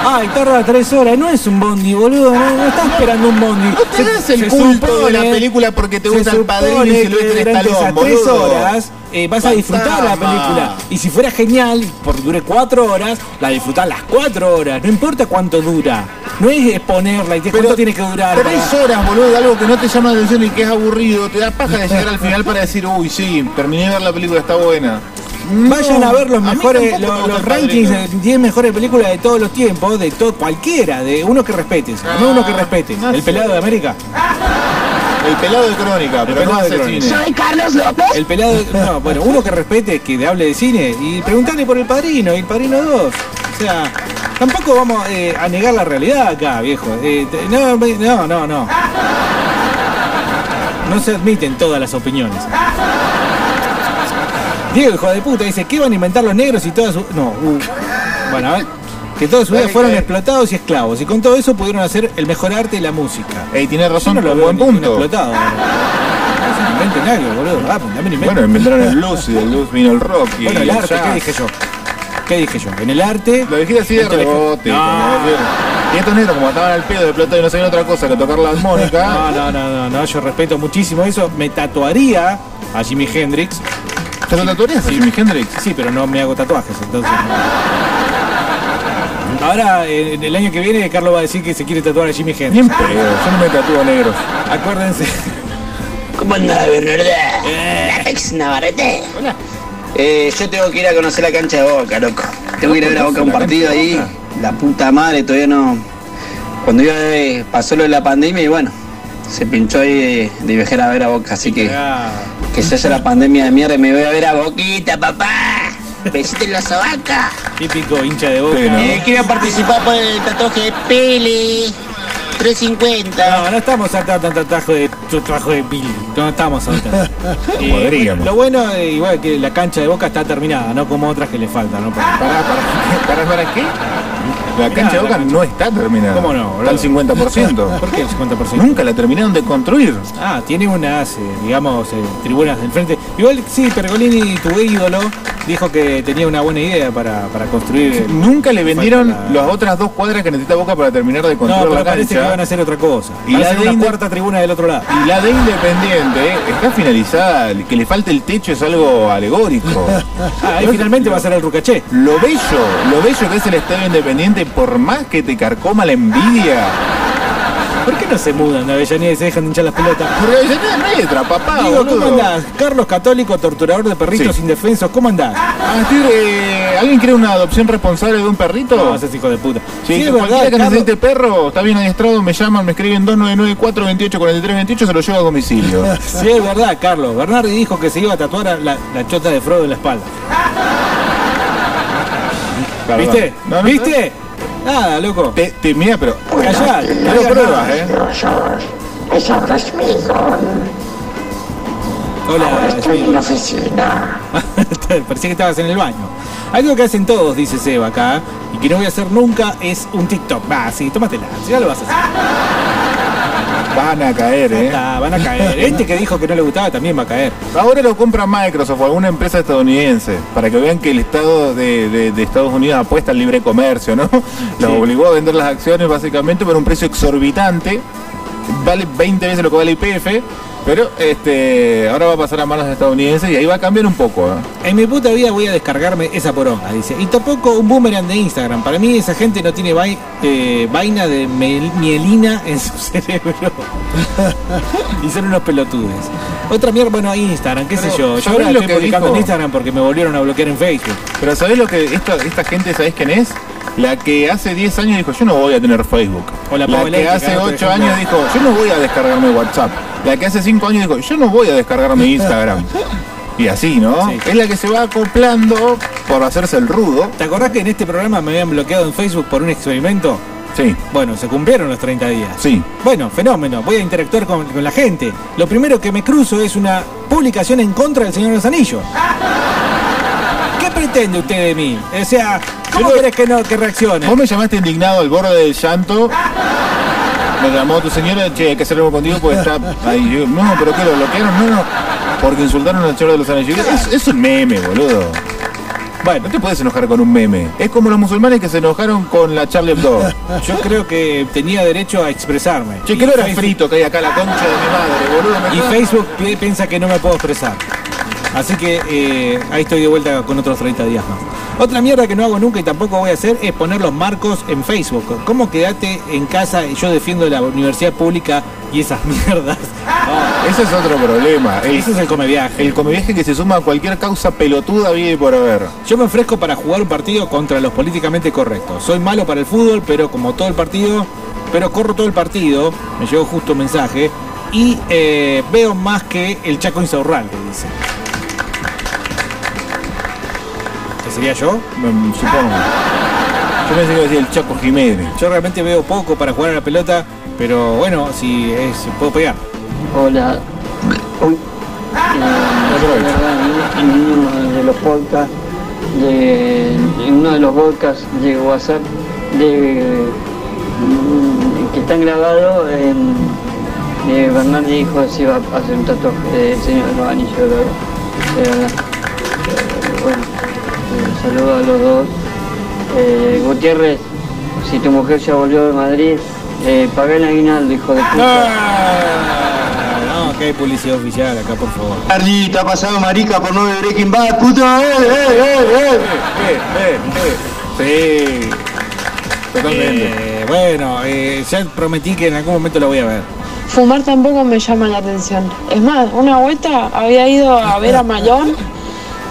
[SPEAKER 2] Ay, tarda tres horas, no es un bondi, boludo, no, no está esperando un bondi.
[SPEAKER 6] No te das el culto de la película porque te
[SPEAKER 2] se
[SPEAKER 6] gusta El Padrino y
[SPEAKER 2] supone
[SPEAKER 6] Silvestre
[SPEAKER 2] que durante
[SPEAKER 6] Stallone,
[SPEAKER 2] esas tres
[SPEAKER 6] boludo.
[SPEAKER 2] horas eh, vas a disfrutar la
[SPEAKER 6] Fantasma.
[SPEAKER 2] película. Y si fuera genial, por dure cuatro horas, la disfrutás las cuatro horas, no importa cuánto dura. No es exponerla y te- cuánto tiene que durar.
[SPEAKER 6] Tres
[SPEAKER 2] para-
[SPEAKER 6] horas, boludo, de algo que no te llama la atención y que es aburrido, te da paja de llegar al final para decir, uy, sí, terminé de ver la película, está buena.
[SPEAKER 2] Vayan
[SPEAKER 6] No,
[SPEAKER 2] a ver los
[SPEAKER 6] mí
[SPEAKER 2] mejores,
[SPEAKER 6] tampoco
[SPEAKER 2] los,
[SPEAKER 6] me gusta
[SPEAKER 2] los
[SPEAKER 6] El
[SPEAKER 2] rankings de
[SPEAKER 6] Padrino.
[SPEAKER 2] 10 mejores películas de todos los tiempos, de todo, cualquiera, de uno que respetes, no uno que respetes,
[SPEAKER 6] Ah,
[SPEAKER 2] el pelado de América.
[SPEAKER 6] El pelado de crónica, pero no
[SPEAKER 2] pelado de
[SPEAKER 6] hace
[SPEAKER 2] crónica.
[SPEAKER 6] cine.
[SPEAKER 2] Soy Carlos López. El pelado, no, bueno, uno que respete, que le hable de cine y preguntarle por el padrino y el padrino 2. O sea, tampoco vamos eh, a negar la realidad acá, viejo. Eh, te- no, me- no, no, no. No se admiten todas las opiniones. Diego, hijo de puta, dice, ¿qué van a inventar los negros y todas su... No, uh. bueno, a ver. Que toda su vida
[SPEAKER 6] Ay,
[SPEAKER 2] fueron
[SPEAKER 6] ay.
[SPEAKER 2] explotados y esclavos. Y con todo eso pudieron hacer el mejor arte y la música.
[SPEAKER 6] Ey, tiene
[SPEAKER 2] Yo
[SPEAKER 6] razón,
[SPEAKER 2] no lo
[SPEAKER 6] un
[SPEAKER 2] veo
[SPEAKER 6] buen
[SPEAKER 2] ningún
[SPEAKER 6] punto.
[SPEAKER 2] explotado. No se inventen algo, boludo. Ah, también inventen.
[SPEAKER 6] Bueno, inventaron el blues y del blues vino el rock. Y
[SPEAKER 2] Bueno, el arte,
[SPEAKER 6] jazz.
[SPEAKER 2] ¿qué dije yo? ¿Qué dije yo? En el arte.
[SPEAKER 6] Lo dijiste así de
[SPEAKER 2] Entonces-
[SPEAKER 6] rebote.
[SPEAKER 2] No.
[SPEAKER 6] como que- Y estos negros, como estaban al pedo de plata y no sabían otra cosa que tocar la armónica.
[SPEAKER 2] No, no, no, no, no, yo respeto muchísimo eso. Me tatuaría a Jimi Hendrix.
[SPEAKER 6] ¿Te lo tatuarías a Jimi Hendrix?
[SPEAKER 2] Sí, pero no me hago tatuajes, entonces. no. Ahora, en el año que viene, Carlos va a decir que se quiere tatuar a Jimi Hendrix.
[SPEAKER 6] Bien pedo, yo no me tatúo a negros.
[SPEAKER 2] Acuérdense.
[SPEAKER 7] ¿Cómo andás, Bernarda? La ex Navarrete.
[SPEAKER 14] Eh, yo tengo que ir a conocer la cancha de Boca, loco. Tengo que ir a ver a Boca un partido ahí. La puta madre, todavía no. Cuando iba de- pasó lo de la pandemia y bueno, se pinchó ahí de, de viajar a ver a Boca, así que
[SPEAKER 2] Ah,
[SPEAKER 14] que se haya la pandemia de mierda y me voy a ver a Boquita, papá. Besito en la sobaca.
[SPEAKER 2] Típico hincha de boca.
[SPEAKER 14] Eh,
[SPEAKER 2] quiero participar por el tatuaje de Pele. 350. No, no estamos acá tan tatuaje de tatuaje de Pili. No estamos ahorita. Eh,
[SPEAKER 6] Podríamos.
[SPEAKER 2] Lo bueno, eh, igual que la cancha de boca está terminada, no como otras que le faltan, ¿no? Para,
[SPEAKER 6] qué? La cancha de Boca no está terminada.
[SPEAKER 2] ¿Cómo no,
[SPEAKER 6] Está al 50%.
[SPEAKER 2] ¿Por qué el 50%?
[SPEAKER 6] Nunca la terminaron de construir.
[SPEAKER 2] Ah, tiene unas, eh, digamos, eh, tribunas del frente. Igual sí, Pergolini, tu ídolo, dijo que tenía una buena idea para, para construir. eh,
[SPEAKER 6] Nunca le vendieron las otras dos cuadras que necesita Boca para terminar de
[SPEAKER 2] No,
[SPEAKER 6] construir
[SPEAKER 2] pero
[SPEAKER 6] la
[SPEAKER 2] parece que
[SPEAKER 6] cancha.
[SPEAKER 2] van a hacer otra cosa.
[SPEAKER 6] Y
[SPEAKER 2] Van a
[SPEAKER 6] la Ah,
[SPEAKER 2] hacer
[SPEAKER 6] de
[SPEAKER 2] una
[SPEAKER 6] Inde-
[SPEAKER 2] cuarta tribuna del otro lado.
[SPEAKER 6] Y la de Independiente eh, está finalizada, el que le falta el techo es algo alegórico.
[SPEAKER 2] Ah, ahí finalmente va a ser el Rucaché.
[SPEAKER 6] Lo bello, lo bello que es el estadio Independiente, por más que te carcoma la envidia.
[SPEAKER 2] ¿Por qué no se mudan de Avellaneda y se dejan de hinchar las pelotas?
[SPEAKER 6] Porque Avellaneda no hay otra, papá,
[SPEAKER 2] Digo, ¿cómo
[SPEAKER 6] boludo.
[SPEAKER 2] andás? Carlos Católico, torturador de perritos indefensos, ¿cómo andás?
[SPEAKER 6] Ah, estoy, eh, ¿Alguien quiere una adopción responsable de un perrito?
[SPEAKER 2] No, ese es hijo de puta.
[SPEAKER 6] Sí,
[SPEAKER 2] Sí, es
[SPEAKER 6] cualquiera
[SPEAKER 2] verdad,
[SPEAKER 6] que
[SPEAKER 2] Carlos-
[SPEAKER 6] necesite perro, está bien adiestrado, me llaman, me escriben 299-428-4328, se lo llevo a domicilio.
[SPEAKER 2] Sí, es verdad, Carlos. Bernardi dijo que se iba a tatuar a la, la chota de Frodo en la espalda.
[SPEAKER 6] Perdón.
[SPEAKER 2] ¿Viste?
[SPEAKER 6] No, no,
[SPEAKER 2] ¿Viste? Nada, loco.
[SPEAKER 6] Te, te mira, pero.
[SPEAKER 2] Callá,
[SPEAKER 6] No lo pruebas, eh.
[SPEAKER 7] Eso no es mío.
[SPEAKER 2] Hola,
[SPEAKER 7] Estoy en la oficina.
[SPEAKER 2] Parecía que estabas en el baño. Algo que hacen todos, dice Seba acá, y que no voy a hacer nunca es un TikTok. Va, sí, tómatela, si ya lo vas a
[SPEAKER 6] Ah.
[SPEAKER 2] hacer.
[SPEAKER 6] Van a caer, eh.
[SPEAKER 2] Ah, van a caer. Este que dijo que no le gustaba también va a caer.
[SPEAKER 6] Ahora lo compra Microsoft o alguna empresa estadounidense para que vean que el Estado de, de- de Estados Unidos apuesta al libre comercio, ¿no? Los obligó a vender las acciones básicamente por un precio exorbitante. Vale 20 veces lo que vale IPF, pero este ahora va a pasar a manos estadounidenses y ahí va a cambiar un poco. ¿eh?
[SPEAKER 2] En mi puta vida voy a descargarme esa poronga, dice. Y tampoco un boomerang de Instagram. Para mí esa gente no tiene vai- eh, vaina de mel- mielina en su cerebro. y son unos pelotudes. Otra mierda, bueno, Instagram, qué sé
[SPEAKER 6] Pero,
[SPEAKER 2] yo. Yo
[SPEAKER 6] ¿sabés
[SPEAKER 2] ahora
[SPEAKER 6] lo
[SPEAKER 2] estoy
[SPEAKER 6] que
[SPEAKER 2] publicando en
[SPEAKER 6] dijo?
[SPEAKER 2] Instagram porque me volvieron a bloquear en Facebook.
[SPEAKER 6] Pero ¿sabés lo que esta, esta gente, ¿sabés quién es? La que hace 10 años dijo, yo no voy a tener Facebook.
[SPEAKER 2] O la
[SPEAKER 6] la
[SPEAKER 2] Pau
[SPEAKER 6] que
[SPEAKER 2] Eléctrica,
[SPEAKER 6] hace
[SPEAKER 2] ¿no? Por
[SPEAKER 6] 8
[SPEAKER 2] ejemplo.
[SPEAKER 6] años dijo, yo no voy a descargarme WhatsApp. La que hace 5 años dijo, yo no voy a descargarme Instagram. Y así, ¿no? Es la que se va acoplando por hacerse el rudo.
[SPEAKER 2] ¿Te acordás que en este programa me habían bloqueado en Facebook por un experimento?
[SPEAKER 6] Sí.
[SPEAKER 2] Bueno, se cumplieron los 30 días.
[SPEAKER 6] Sí.
[SPEAKER 2] Bueno, fenómeno. Voy a interactuar con, con la gente. Lo primero que me cruzo es una publicación en contra del Señor de los Anillos. ¿Qué pretende usted de mí? O sea, ¿cómo querés que, no, que reaccione?
[SPEAKER 6] Vos me llamaste indignado al borde del llanto. Me llamó tu señora, che, hay que hacer algo contigo porque está ahí. Yo, no, pero ¿qué? ¿Lo bloquearon? No, no. Porque insultaron al señor de los anillos. Es, es un meme, boludo.
[SPEAKER 2] Bueno.
[SPEAKER 6] No te puedes enojar con un meme. Es como los musulmanes que se enojaron con la Charlie Hebdo.
[SPEAKER 2] Yo creo que tenía derecho a expresarme.
[SPEAKER 6] Che,
[SPEAKER 2] Y
[SPEAKER 6] ¿qué no era
[SPEAKER 2] Facebook-
[SPEAKER 6] frito que hay acá la concha de mi madre, boludo? Me
[SPEAKER 2] Y
[SPEAKER 6] cago-
[SPEAKER 2] Facebook pi- piensa que no me puedo expresar. Así que eh, ahí estoy de vuelta con otros 30 días más. Otra mierda que no hago nunca y tampoco voy a hacer es poner los marcos en Facebook. ¿Cómo quedate en casa? Yo defiendo la universidad pública y esas mierdas. Ah,
[SPEAKER 6] Ese es otro problema. El,
[SPEAKER 2] Ese es el comeviaje.
[SPEAKER 6] el comeviaje que se suma a cualquier causa pelotuda vive por haber.
[SPEAKER 2] Yo me ofrezco para jugar un partido contra los políticamente correctos. Soy malo para el fútbol, pero como todo el partido, pero corro todo el partido, me llegó justo un mensaje, y eh, veo más que el Chaco Insaurralde, dice. ¿Que sería yo?
[SPEAKER 6] Mm, Supongo. Yo pensé que iba a decir el Chaco Jiménez.
[SPEAKER 2] Yo realmente veo poco para jugar a la pelota, pero bueno, si es, puedo pegar.
[SPEAKER 15] Hola. Uy. Eh, la verdad, en uno de los podcasts, de, en uno de los podcasts de WhatsApp, de, mm, que están grabados, eh, eh, Bernardi dijo que se iba a hacer un tatuaje del Señor de los Anillos, de verdad. De verdad. Eh, bueno, eh, saludo a los dos. Eh, Gutiérrez, si tu mujer ya volvió de Madrid, eh, paga el aguinaldo, hijo de puta.
[SPEAKER 2] Ah. No, acá hay publicidad oficial, acá por favor.
[SPEAKER 16] Ardi, te ha pasado marica por no ver Breaking Bad, puta, eh, eh, eh, eh.
[SPEAKER 6] Sí.
[SPEAKER 2] Totalmente. bueno, eh, ya prometí que en algún momento lo voy a ver.
[SPEAKER 17] Fumar tampoco me llama la atención. Es más, una vuelta había ido a ver a Mayón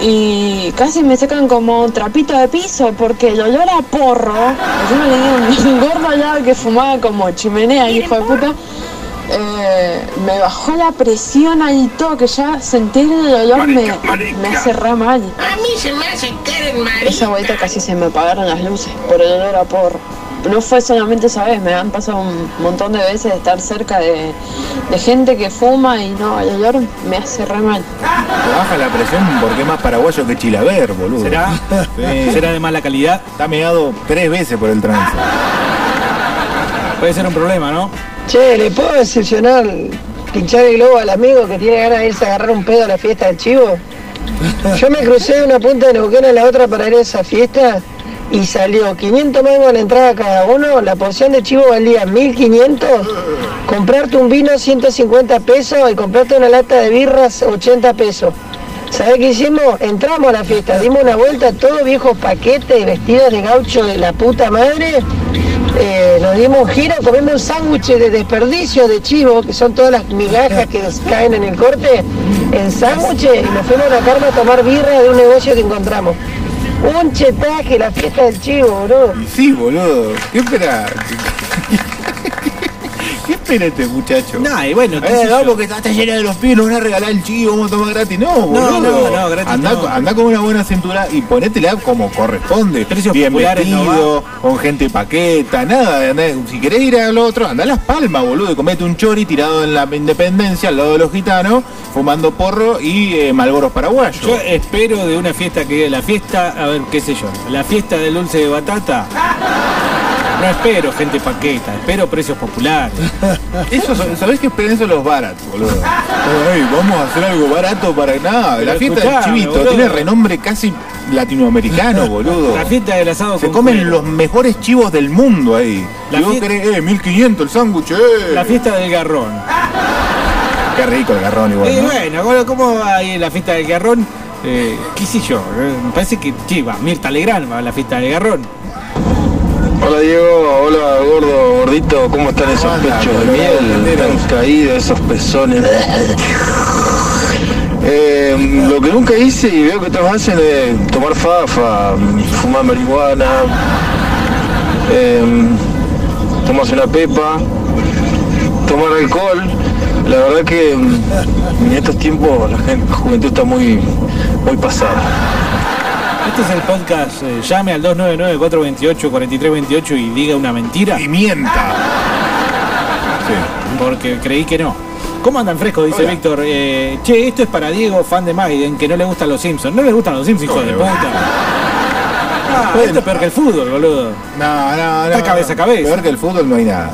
[SPEAKER 17] y casi me sacan como trapito de piso porque el olor a porro, encima tenía un gordo al lado que fumaba como chimenea, el hijo de puta, eh, me bajó la presión al toque, ya sentir el olor me, me hace re mal.
[SPEAKER 4] A mí se me hace Karen María.
[SPEAKER 17] Esa vuelta casi se me apagaron las luces por el olor a porro. No fue solamente esa vez, me han pasado un montón de veces de estar cerca de, de gente que fuma y no, el olor me hace re mal.
[SPEAKER 6] Te Baja la presión porque es más paraguayo que chilaver, boludo.
[SPEAKER 2] ¿Será? ¿Será de mala calidad?
[SPEAKER 6] Está meado tres veces por el trance.
[SPEAKER 2] Puede ser un problema, ¿no?
[SPEAKER 12] Che, ¿le puedo decepcionar, pinchar el globo al amigo que tiene ganas de irse a agarrar un pedo a la fiesta del chivo? Yo me crucé de una punta de Neuquén a la otra para ir a esa fiesta y salió 500 mangos a la entrada cada uno, la porción de chivo valía 1500, comprarte un vino 150 pesos y comprarte una lata de birras 80 pesos. ¿Sabés qué hicimos? Entramos a la fiesta, dimos una vuelta, todos viejos paquetes y vestidos de gaucho de la puta madre. Eh, nos dimos un giro, comimos un sándwich de desperdicio de chivo, que son todas las migajas que nos caen en el corte, en sándwiches, y nos fuimos a la carne a tomar birra de un negocio que encontramos. Un chetaje, la fiesta del chivo, boludo.
[SPEAKER 6] Sí, boludo. ¿Qué espera? ¿Qué espera este muchacho?
[SPEAKER 2] Nah, y bueno, qué sé
[SPEAKER 6] eh,
[SPEAKER 2] yo.
[SPEAKER 6] vamos que está está llena de los pies, nos van a regalar el chivo, vamos a tomar gratis. No, boludo.
[SPEAKER 2] no, no, gratis
[SPEAKER 6] Andá,
[SPEAKER 2] no.
[SPEAKER 6] con- andá con una buena cintura y ponétela como corresponde.
[SPEAKER 2] Precios
[SPEAKER 6] Bien
[SPEAKER 2] populares no
[SPEAKER 6] vestido, con gente paqueta, nada. de andar- si querés ir a lo otro, andá a Las Palmas, boludo, y comete un chori tirado en la independencia al lado de los gitanos, fumando porro y eh, malboros paraguayos.
[SPEAKER 2] Yo espero de una fiesta que la fiesta, a ver, qué sé yo, la fiesta del dulce de batata. No espero gente paqueta, espero precios populares.
[SPEAKER 6] Eso, ¿sabés qué esperan eso los baratos, boludo? Ey, vamos a hacer algo barato para nada.
[SPEAKER 2] Pero
[SPEAKER 6] la fiesta del
[SPEAKER 2] escuchame,
[SPEAKER 6] chivito
[SPEAKER 2] boludo.
[SPEAKER 6] tiene renombre casi latinoamericano, boludo.
[SPEAKER 2] La fiesta del asado
[SPEAKER 6] Se
[SPEAKER 2] con
[SPEAKER 6] comen
[SPEAKER 2] cuero.
[SPEAKER 6] los mejores chivos del mundo ahí.
[SPEAKER 2] La
[SPEAKER 6] y vos
[SPEAKER 2] fie-
[SPEAKER 6] querés, eh, 1500 el sándwich, eh.
[SPEAKER 2] La fiesta del garrón.
[SPEAKER 6] Qué rico el garrón igual,
[SPEAKER 2] y
[SPEAKER 6] ¿no?
[SPEAKER 2] bueno, bueno, ¿cómo va ahí la fiesta del garrón? Eh, ¿Qué sé yo? eh, Me parece que che, va Mirta Legrand va a la fiesta del garrón.
[SPEAKER 9] Hola Diego, Oh, hola gordo, gordito, ¿cómo están esos pechos de miel? Están caídos esos pezones. Eh, lo que nunca hice y veo que todos hacen es tomar fafa, fumar marihuana, eh, tomarse una pepa, tomar alcohol. La verdad que mm, en estos tiempos la gente, la juventud está muy, muy pasada.
[SPEAKER 2] Este es el podcast. eh, llame al 299-428-4328 y diga una mentira. Y
[SPEAKER 6] mienta.
[SPEAKER 2] Porque creí que no. ¿Cómo andan frescos? Dice
[SPEAKER 6] Hola.
[SPEAKER 2] Víctor. eh, che, esto es para Diego, fan de Maiden, que no le gustan los Simpsons. No le gustan los Simpsons, hijo de puta. Ah, esto es peor que el fútbol, boludo.
[SPEAKER 6] No, no,
[SPEAKER 2] Está
[SPEAKER 6] no,
[SPEAKER 2] cabeza a
[SPEAKER 6] no.
[SPEAKER 2] cabeza.
[SPEAKER 6] Peor que el fútbol no hay nada.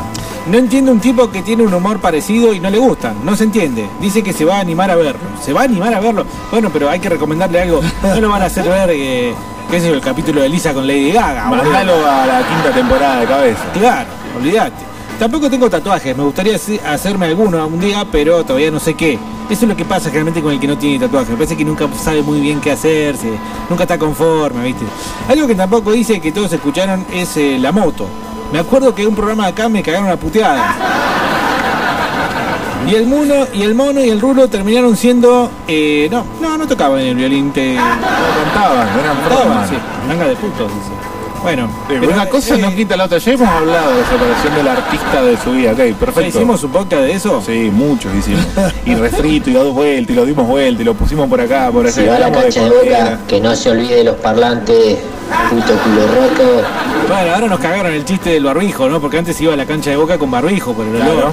[SPEAKER 2] No entiendo un tipo que tiene un humor parecido y no le gustan. No se entiende. Dice que se va a animar a verlo. ¿Se va a animar a verlo? Bueno, pero hay que recomendarle algo. No lo van a hacer ver, eh, qué sé yo, el capítulo de Lisa con Lady Gaga. boludo.
[SPEAKER 6] Mandalo a la quinta temporada de cabeza.
[SPEAKER 2] Claro, olvídate. Tampoco tengo tatuajes. Me gustaría hace- hacerme alguno un día, pero todavía no sé qué. Eso es lo que pasa generalmente con el que no tiene tatuaje. Me parece que nunca sabe muy bien qué hacerse. Nunca está conforme, ¿viste? Algo que tampoco hice que todos escucharon es eh, la moto. Me acuerdo que en un programa de acá me cagaron a puteadas. Y el mono y el mono y el rulo terminaron siendo. eh, no, no, no tocaban el violín. Te...
[SPEAKER 6] Ah, cantaban, no eran
[SPEAKER 2] Cantaban,
[SPEAKER 6] frontman.
[SPEAKER 2] sí. Manga de putos, dice. Bueno,
[SPEAKER 6] ah. Sí,
[SPEAKER 2] pero,
[SPEAKER 6] una cosa
[SPEAKER 2] eh,
[SPEAKER 6] no quita la otra. Ya hemos hablado de separación del artista de su vida. Ok, perfecto.
[SPEAKER 2] ¿Hicimos un podcast de eso?
[SPEAKER 6] Sí, muchos hicimos. Y refrito, y a dos vueltas, y lo dimos vuelta, y lo pusimos por acá, por allá.
[SPEAKER 18] Si va a la
[SPEAKER 6] hablamos de
[SPEAKER 18] cancha de
[SPEAKER 6] condena.
[SPEAKER 18] boca, que no se olvide de los parlantes, puto culo roto.
[SPEAKER 2] Bueno, ahora nos cagaron el chiste del barbijo, ¿no? Porque antes iba a la cancha de boca con barbijo por el
[SPEAKER 6] Claro.
[SPEAKER 2] olor.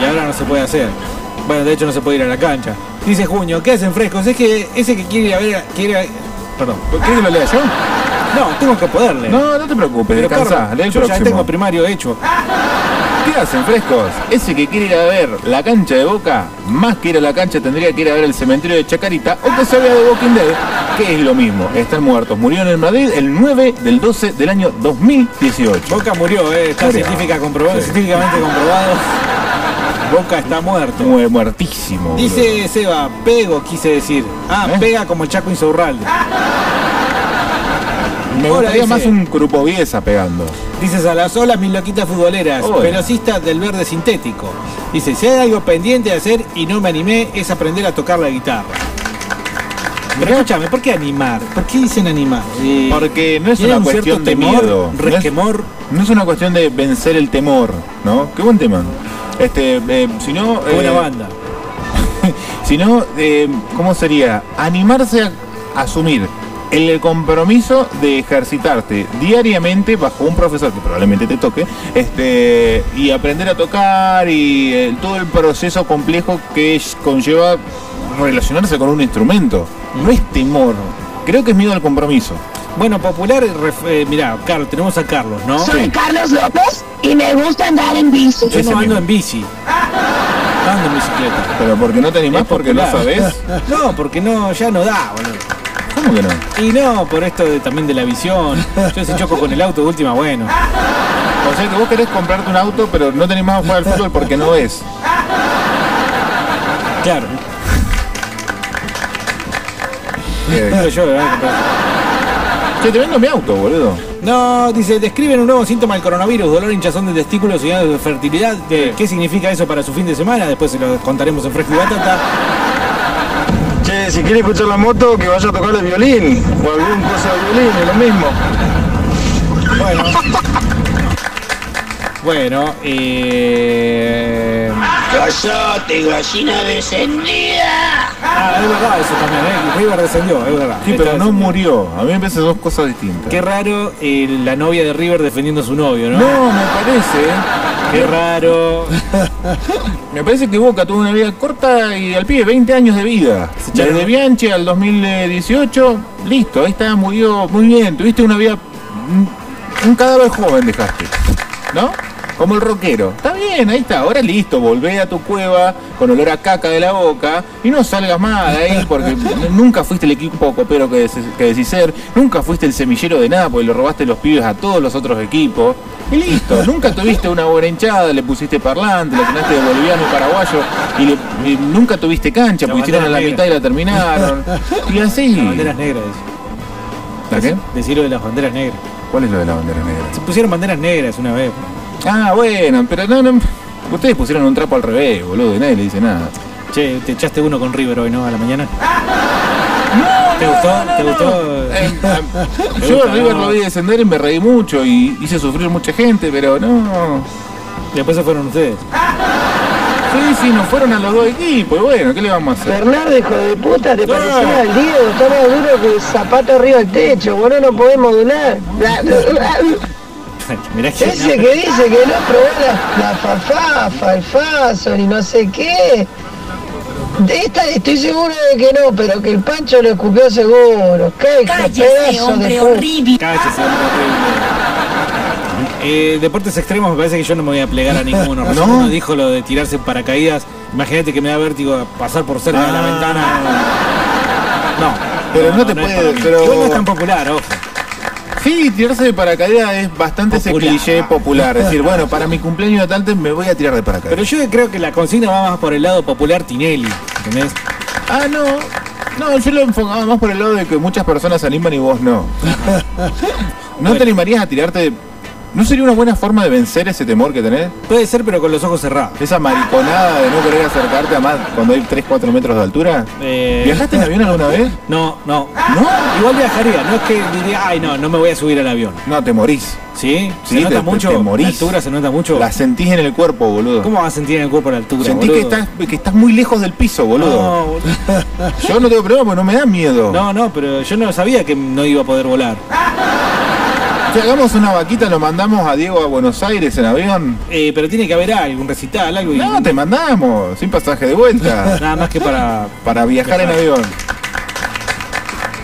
[SPEAKER 2] Y ahora no se puede hacer. Bueno, de hecho no se puede ir a la cancha. Dice Junio, ¿qué hacen frescos? Es que ese que quiere ir a ver, quiere... Perdón.
[SPEAKER 6] ¿Quieres que lo lea yo?
[SPEAKER 2] No, tengo que poderle.
[SPEAKER 6] No, no te preocupes,
[SPEAKER 2] Pero,
[SPEAKER 6] descansa,
[SPEAKER 2] Carlos,
[SPEAKER 6] lee el
[SPEAKER 2] yo ya
[SPEAKER 6] próximo.
[SPEAKER 2] tengo primario hecho.
[SPEAKER 6] ¿Qué hacen, frescos? Ese que quiere ir a ver la cancha de Boca, más que ir a la cancha tendría que ir a ver el cementerio de Chacarita o que se vea de Walking Dead, que es lo mismo. Están muertos. Murieron en Madrid el 9 del 12 del año 2018.
[SPEAKER 2] Boca murió, eh, está
[SPEAKER 6] Murió.
[SPEAKER 2] científica comprobado,
[SPEAKER 6] Sí.
[SPEAKER 2] científicamente comprobado. Boca está muerto.
[SPEAKER 6] Mue- Muertísimo. boludo.
[SPEAKER 2] Dice Seba, pego quise decir. Ah,
[SPEAKER 6] ¿Eh?
[SPEAKER 2] pega como el Chaco Insaurralde.
[SPEAKER 6] Me
[SPEAKER 2] Ahora
[SPEAKER 6] gustaría
[SPEAKER 2] dice-
[SPEAKER 6] más un grupo Viesa pegando.
[SPEAKER 2] Dices a las olas mis loquitas futboleras,
[SPEAKER 6] Hola.
[SPEAKER 2] velocistas del verde sintético. Dice, si hay algo pendiente de hacer y no me animé, es aprender a tocar la guitarra. Pero escúchame, ¿por qué animar? ¿Por qué dicen animar? Eh,
[SPEAKER 6] Porque no es
[SPEAKER 2] tiene
[SPEAKER 6] una
[SPEAKER 2] un
[SPEAKER 6] cuestión
[SPEAKER 2] cierto
[SPEAKER 6] de
[SPEAKER 2] temor,
[SPEAKER 6] miedo. No es-
[SPEAKER 2] resquemor.
[SPEAKER 6] No es una cuestión de vencer el temor, ¿no? Qué buen tema. Este, eh, si no.
[SPEAKER 2] Buena
[SPEAKER 6] eh,
[SPEAKER 2] banda.
[SPEAKER 6] Si no, eh, ¿cómo sería? Animarse a asumir el compromiso de ejercitarte diariamente bajo un profesor que probablemente te toque, este, y aprender a tocar y eh, todo el proceso complejo que conlleva relacionarse con un instrumento. No es temor, creo que es miedo al compromiso.
[SPEAKER 2] Bueno, popular, ref- eh, mirá, Carlos, tenemos a Carlos, ¿no?
[SPEAKER 19] Soy Carlos López y me gusta andar en bici.
[SPEAKER 2] Yo no ando en bici. No ando en bicicleta.
[SPEAKER 6] Pero porque no te animás,
[SPEAKER 2] Es
[SPEAKER 6] porque no
[SPEAKER 2] popular.
[SPEAKER 6] sabes.
[SPEAKER 2] No, porque no, ya no da, boludo.
[SPEAKER 6] ¿Cómo que no?
[SPEAKER 2] Y no, por esto de- también de la visión. Yo si choco con el auto de última, bueno.
[SPEAKER 6] O sea que vos querés comprarte un auto, pero no tenés más a jugar al fútbol porque no es.
[SPEAKER 2] Claro.
[SPEAKER 6] Eh,
[SPEAKER 2] Yo, ¿verdad?
[SPEAKER 6] Che, te vendo mi auto, boludo.
[SPEAKER 2] No, dice, describen un nuevo síntoma del coronavirus, dolor, hinchazón de testículos, señales de fertilidad. De, ¿Qué significa eso para su fin de semana? Después se lo contaremos en Fresco y Batata.
[SPEAKER 16] Che, si quiere escuchar la moto, que vaya a tocar el violín. O algún cosa de violín, es lo mismo.
[SPEAKER 2] Bueno. Bueno, eh...
[SPEAKER 4] Coyote, gallina descendida.
[SPEAKER 2] Ah, es verdad eso también, ¿eh? River descendió, es verdad.
[SPEAKER 6] Sí, pero no murió. A mí me parece dos cosas distintas.
[SPEAKER 2] Qué raro eh, la novia de River defendiendo a su novio, ¿no?
[SPEAKER 6] No, me parece.
[SPEAKER 2] Qué raro.
[SPEAKER 6] Me parece que Boca tuvo una vida corta y al pibe 20 años de vida. Desde Bianchi al 2018, listo, ahí está, murió muy bien. Tuviste una vida. un- Un cadáver joven dejaste. ¿No? Como el rockero. Está bien, ahí está. Ahora listo, volvé a tu cueva con olor a caca de la boca y no salgas más de ahí porque n- nunca fuiste el equipo copero que, des- que decís ser, nunca fuiste el semillero de nada porque le robaste los pibes a todos los otros equipos. Y listo, nunca tuviste una buena hinchada, le pusiste parlante, le llenaste de boliviano y paraguayo y, le- y nunca tuviste cancha
[SPEAKER 2] La
[SPEAKER 6] porque hicieron a la
[SPEAKER 2] bandera
[SPEAKER 6] mitad y la terminaron. Y así.
[SPEAKER 2] Las banderas negras.
[SPEAKER 6] ¿La qué?
[SPEAKER 2] Decir lo de las banderas negras.
[SPEAKER 6] ¿Cuál es lo de la bandera negra?
[SPEAKER 2] Se pusieron banderas negras una vez.
[SPEAKER 6] Ah, bueno, pero no, no. Ustedes pusieron un trapo al revés, boludo, y nadie le dice nada.
[SPEAKER 2] Che, te echaste uno con River hoy, ¿no? A la mañana. ¿Te gustó? ¿Te gustó? ¿Te
[SPEAKER 6] Yo
[SPEAKER 2] gusta,
[SPEAKER 6] a River
[SPEAKER 2] no?
[SPEAKER 6] lo vi descender y me reí mucho y hice sufrir mucha gente, pero no.
[SPEAKER 2] Después se fueron ustedes.
[SPEAKER 6] Sí, sí, nos fueron a los dos equipos, y bueno, ¿qué le vamos a hacer?
[SPEAKER 12] Bernardo, hijo de puta, te parecía al Diego, está más duro que zapato arriba del techo, bueno, no podés modular.
[SPEAKER 2] Mirá que.
[SPEAKER 12] Ese que dice que no probó la, la fafafa, el faso y no sé qué. De esta estoy seguro de que no, pero que el Pancho lo escupió seguro. ¡Qué hijo, pedazo de puta!
[SPEAKER 2] Cállese, hombre horrible. Eh, deportes extremos me parece que yo no me voy a plegar a ninguno. Recién
[SPEAKER 6] ¿No?
[SPEAKER 2] uno dijo lo de tirarse en paracaídas. Imagínate que me da vértigo pasar por cerca de la ventana. No.
[SPEAKER 6] Ah. Pero no, te
[SPEAKER 2] es
[SPEAKER 6] puede-
[SPEAKER 2] para mí.
[SPEAKER 6] pero-
[SPEAKER 2] Igual no es tan popular, ojo.
[SPEAKER 6] Sí, tirarse de paracaídas es bastante
[SPEAKER 2] Popular.
[SPEAKER 6] ese cliché popular. Es decir, bueno, para mi cumpleaños de tanto me voy a tirar de paracaídas.
[SPEAKER 2] Pero yo creo que la consigna va más por el lado popular Tinelli. ¿Entendés?
[SPEAKER 6] Ah, no. No, yo lo enfocaba más por el lado de que muchas personas se animan y vos no. ¿No te animarías a tirarte de- ¿No sería una buena forma de vencer ese temor que tenés?
[SPEAKER 2] Puede ser, pero con los ojos cerrados.
[SPEAKER 6] Esa mariconada de no querer acercarte a más cuando hay 3, 4 metros de altura.
[SPEAKER 2] Eh,
[SPEAKER 6] ¿Viajaste en avión alguna vez?
[SPEAKER 2] No, no. ¿No? Igual viajaría. No es que diría, ay, no, no me voy a subir al avión.
[SPEAKER 6] No, te morís.
[SPEAKER 2] ¿Sí? ¿Se
[SPEAKER 6] Sí,
[SPEAKER 2] nota
[SPEAKER 6] te- te-
[SPEAKER 2] mucho?
[SPEAKER 6] te morís.
[SPEAKER 2] ¿La altura se nota mucho?
[SPEAKER 6] La sentís en el cuerpo, boludo.
[SPEAKER 2] ¿Cómo vas a sentir en el cuerpo la altura,
[SPEAKER 6] Sentís que
[SPEAKER 2] boludo?
[SPEAKER 6] estás, que estás muy lejos del piso, boludo.
[SPEAKER 2] No, boludo.
[SPEAKER 6] Yo no tengo problema porque no me da miedo.
[SPEAKER 2] No, no, pero yo no sabía que no iba a poder volar.
[SPEAKER 6] Si hagamos una vaquita, lo mandamos a Diego a Buenos Aires en avión.
[SPEAKER 2] Eh, pero tiene que haber algo, un recital, algo. y-
[SPEAKER 6] No, te mandamos, sin pasaje de vuelta.
[SPEAKER 2] Nada más que para.
[SPEAKER 6] Para viajar en avión.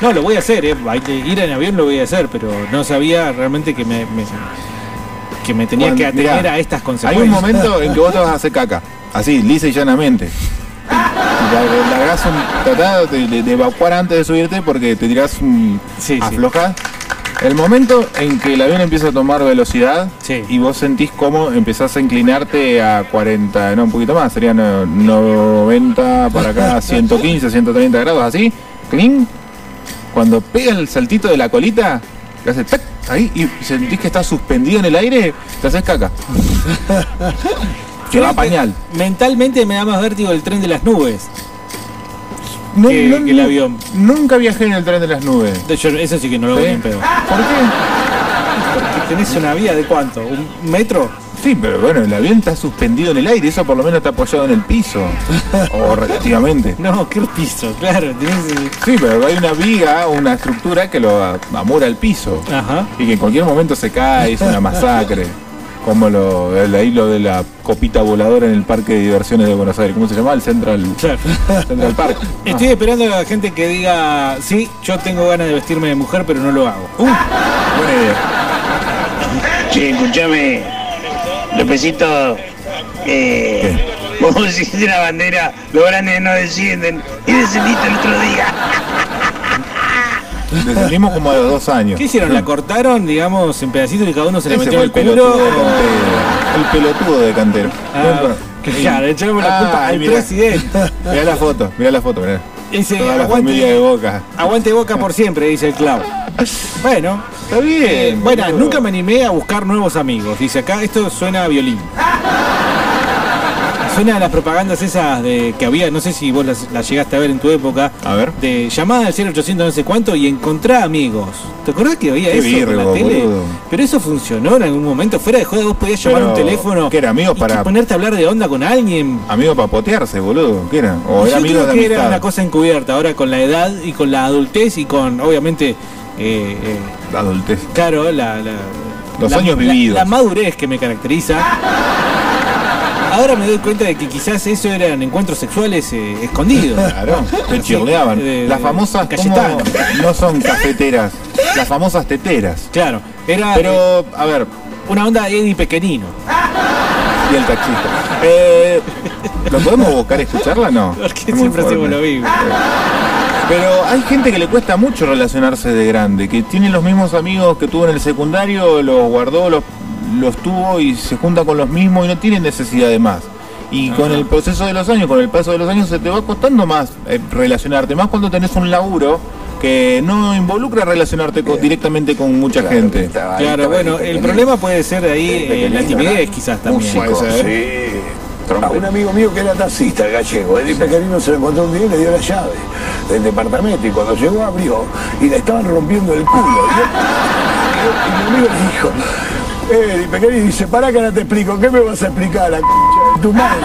[SPEAKER 2] No, lo voy a hacer, eh. hay que Ir en avión lo voy a hacer, pero no sabía realmente que me. me- que me tenía
[SPEAKER 6] Cuando-
[SPEAKER 2] que atener
[SPEAKER 6] mirá,
[SPEAKER 2] a estas
[SPEAKER 6] Hay
[SPEAKER 2] consecuencias.
[SPEAKER 6] un momento en que vos te vas a hacer caca. Así, lisa y llanamente. Y la- Largás un. Tratás de, de- de evacuar antes de subirte porque te tirás un.
[SPEAKER 2] Sí, sí.
[SPEAKER 6] aflojás. El momento en que el avión empieza a tomar velocidad y vos sentís cómo empezás a inclinarte a 40, no, un poquito más, serían eh, 90 para acá, 115, 130 grados, así, cling. Cuando pega el saltito de la colita, que hace tac, ahí, y sentís que estás suspendido en el aire, te haces caca. Te
[SPEAKER 2] Creo
[SPEAKER 6] va
[SPEAKER 2] que
[SPEAKER 6] pañal.
[SPEAKER 2] Mentalmente me da más vértigo el tren de las nubes.
[SPEAKER 6] No,
[SPEAKER 2] que,
[SPEAKER 6] no,
[SPEAKER 2] que el
[SPEAKER 6] no.
[SPEAKER 2] avión.
[SPEAKER 6] Nunca viajé en el tren de las nubes.
[SPEAKER 2] De hecho, eso sí que no lo voy
[SPEAKER 6] ¿Sí?
[SPEAKER 2] a pedo.
[SPEAKER 6] ¿Por qué?
[SPEAKER 2] Porque tenés una vía de cuánto? ¿Un metro?
[SPEAKER 6] Sí, pero bueno, el avión está suspendido en el aire, eso por lo menos está apoyado en el piso. o relativamente.
[SPEAKER 2] No, ¿qué piso? Claro, tenés. eh,
[SPEAKER 6] Sí, pero hay una viga, una estructura que lo a- amura al piso.
[SPEAKER 2] Ajá.
[SPEAKER 6] Y que en cualquier momento se cae, es una masacre. Como lo, el, ahí lo de la copita voladora en el parque de diversiones de Buenos Aires. ¿Cómo se llama? El Central, Central Park.
[SPEAKER 2] Estoy esperando a la gente que diga, sí, yo tengo ganas de vestirme de mujer, pero no lo hago. Uh,
[SPEAKER 6] Ah, buena idea.
[SPEAKER 13] Che, escuchame, Lópezito, eh, vos hiciste la bandera, los grandes no descienden, y descendiste el otro día.
[SPEAKER 6] Descendimos como a los dos años. Mm.
[SPEAKER 2] ¿Qué hicieron? ¿La cortaron, digamos, en pedacitos y cada uno se la
[SPEAKER 6] Ese
[SPEAKER 2] metió
[SPEAKER 6] fue
[SPEAKER 2] en el
[SPEAKER 6] el pelotudo
[SPEAKER 2] culo?
[SPEAKER 6] de El pelotudo de cantero. Ah,
[SPEAKER 2] Ah, claro, echamos la culpa al presidente.
[SPEAKER 6] Mirá la foto, mirá la foto, mirá.
[SPEAKER 2] Dice,
[SPEAKER 6] Toda la
[SPEAKER 2] aguante-
[SPEAKER 6] familia de Boca.
[SPEAKER 2] Aguante boca por siempre, dice el clavo. Bueno,
[SPEAKER 6] está bien.
[SPEAKER 2] Eh, bueno, nunca me animé a buscar nuevos amigos. Dice acá, esto suena a violín. Suena a las propagandas esas de que había, no sé si vos las, las llegaste a ver en tu época.
[SPEAKER 6] A ver.
[SPEAKER 2] De llamada al 0800 no sé cuánto y encontrá amigos. ¿Te acordás que había
[SPEAKER 6] Qué
[SPEAKER 2] eso en la
[SPEAKER 6] virgo,
[SPEAKER 2] tele?
[SPEAKER 6] boludo.
[SPEAKER 2] Pero eso funcionó en algún momento. Fuera de joda, vos podías llamar a un
[SPEAKER 6] Pero,
[SPEAKER 2] teléfono.
[SPEAKER 6] ¿qué era, amigos
[SPEAKER 2] y
[SPEAKER 6] para-
[SPEAKER 2] ponerte a hablar de onda con alguien.
[SPEAKER 6] Amigo para potearse, boludo. ¿Qué era? O
[SPEAKER 2] Yo
[SPEAKER 6] era amigo
[SPEAKER 2] creo
[SPEAKER 6] de
[SPEAKER 2] que era
[SPEAKER 6] amistad.
[SPEAKER 2] una cosa encubierta, ahora con la edad y con la adultez y con, obviamente, eh, eh,
[SPEAKER 6] La adultez.
[SPEAKER 2] claro, la, la-
[SPEAKER 6] Los
[SPEAKER 2] la-
[SPEAKER 6] años
[SPEAKER 2] la-
[SPEAKER 6] vividos.
[SPEAKER 2] La madurez que me caracteriza. Ahora me doy cuenta de que quizás eso eran encuentros sexuales eh, escondidos.
[SPEAKER 6] Claro, te
[SPEAKER 2] Así,
[SPEAKER 6] chirleaban.
[SPEAKER 2] de-
[SPEAKER 6] Las
[SPEAKER 2] de-
[SPEAKER 6] famosas ¿cómo?
[SPEAKER 2] Cayetano.
[SPEAKER 6] no son cafeteras, las famosas teteras.
[SPEAKER 2] Claro, era eh,
[SPEAKER 6] Pero, a ver,
[SPEAKER 2] una onda Eddie Pequenino.
[SPEAKER 6] y el taxista. Eh, ¿Lo podemos buscar y escucharla? No.
[SPEAKER 2] Porque
[SPEAKER 6] Es muy
[SPEAKER 2] siempre hacemos
[SPEAKER 6] fuerte.
[SPEAKER 2] lo mismo.
[SPEAKER 6] Pero hay gente que le cuesta mucho relacionarse de grande, que tiene los mismos amigos que tuvo en el secundario, los guardó, los, los tuvo y se junta con los mismos y no tiene necesidad de más. Y con el proceso de los años, con el paso de los años, se te va costando más eh, relacionarte, más cuando tenés un laburo que no involucra relacionarte con- directamente con mucha gente.
[SPEAKER 2] Claro, bueno, el problema puede ser de ahí eh, la timidez quizás también.
[SPEAKER 20] Músico, sí. A un amigo mío que era taxista gallego, el pequeñino se lo encontró un día y le dio la llave del departamento y cuando llegó abrió y le estaban rompiendo el culo. Y, yo- y mi amigo le dijo, eh, el pequeñino dice, pará que ahora te explico, ¿qué me vas a explicar la c de tu madre?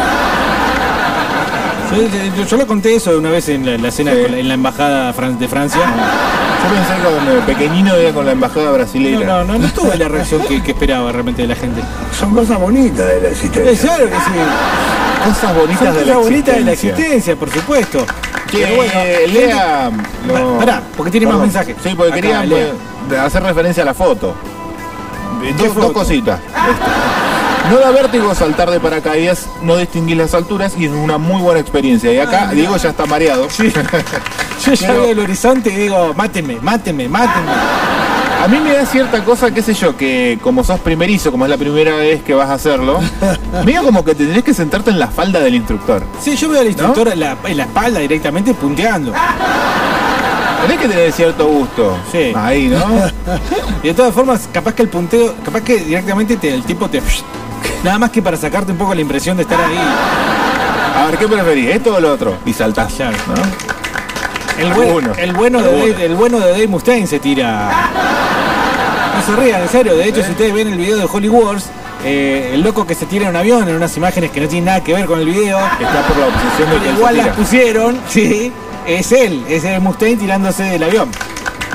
[SPEAKER 2] Yo, yo- yo lo conté eso una vez en la, la cena con la- en la embajada fran- de Francia.
[SPEAKER 6] Ah, Yo pensé que con el pequeñino era con la embajada brasileña.
[SPEAKER 2] No, no, no, no tuve la reacción que, que esperaba realmente de la gente.
[SPEAKER 20] Son cosas bonitas de la existencia.
[SPEAKER 2] Es claro que sí.
[SPEAKER 6] Cosas bonitas
[SPEAKER 2] Son
[SPEAKER 6] de la
[SPEAKER 2] cosas bonitas de la
[SPEAKER 6] existencia.
[SPEAKER 2] existencia, por supuesto.
[SPEAKER 6] Che, eh,
[SPEAKER 2] Pero bueno,
[SPEAKER 6] lea.
[SPEAKER 2] Pará,
[SPEAKER 6] lo-
[SPEAKER 2] pará, porque tiene más
[SPEAKER 6] Perdón.
[SPEAKER 2] mensajes.
[SPEAKER 6] Sí, porque
[SPEAKER 2] Acá,
[SPEAKER 6] quería
[SPEAKER 2] lea.
[SPEAKER 6] eh, hacer referencia a la foto. Eh, Dos, dos cositas. Este, No da vértigo saltar de paracaídas, no distinguís las alturas y es una muy buena experiencia. Y
[SPEAKER 2] Ah,
[SPEAKER 6] acá Diego ya está mareado.
[SPEAKER 2] Yo ya veo el horizonte y digo, mátenme, mátenme, mátenme.
[SPEAKER 6] A mí me da cierta cosa, qué sé yo, que como sos primerizo, como es la primera vez que vas a hacerlo, medio como que tendrías que sentarte en la falda del instructor.
[SPEAKER 2] Sí, yo veo al instructor en, la, en la espalda directamente punteando.
[SPEAKER 6] Tenés que tener cierto gusto.
[SPEAKER 2] Sí.
[SPEAKER 6] Ahí, ¿no?
[SPEAKER 2] Y de todas formas, capaz que el punteo, capaz que directamente te- el tipo te. Nada más que para sacarte un poco la impresión de estar ahí.
[SPEAKER 6] A ver, ¿qué preferís? ¿Esto o lo otro? Y saltás. ¿no?
[SPEAKER 2] El, buen-
[SPEAKER 6] Alguno.
[SPEAKER 2] el bueno de
[SPEAKER 6] Alguno.
[SPEAKER 2] Dave, el bueno de Dave Mustaine se tira. No se rían, en serio. De hecho, si ustedes ven el video de Holy Wars, eh, el loco que se tira en un avión en unas imágenes que no tienen nada que ver con el video,
[SPEAKER 6] Está por la obsesión de
[SPEAKER 2] pero
[SPEAKER 6] que él se
[SPEAKER 2] igual las
[SPEAKER 6] tira.
[SPEAKER 2] pusieron, sí, es él, es el Mustaine tirándose del avión.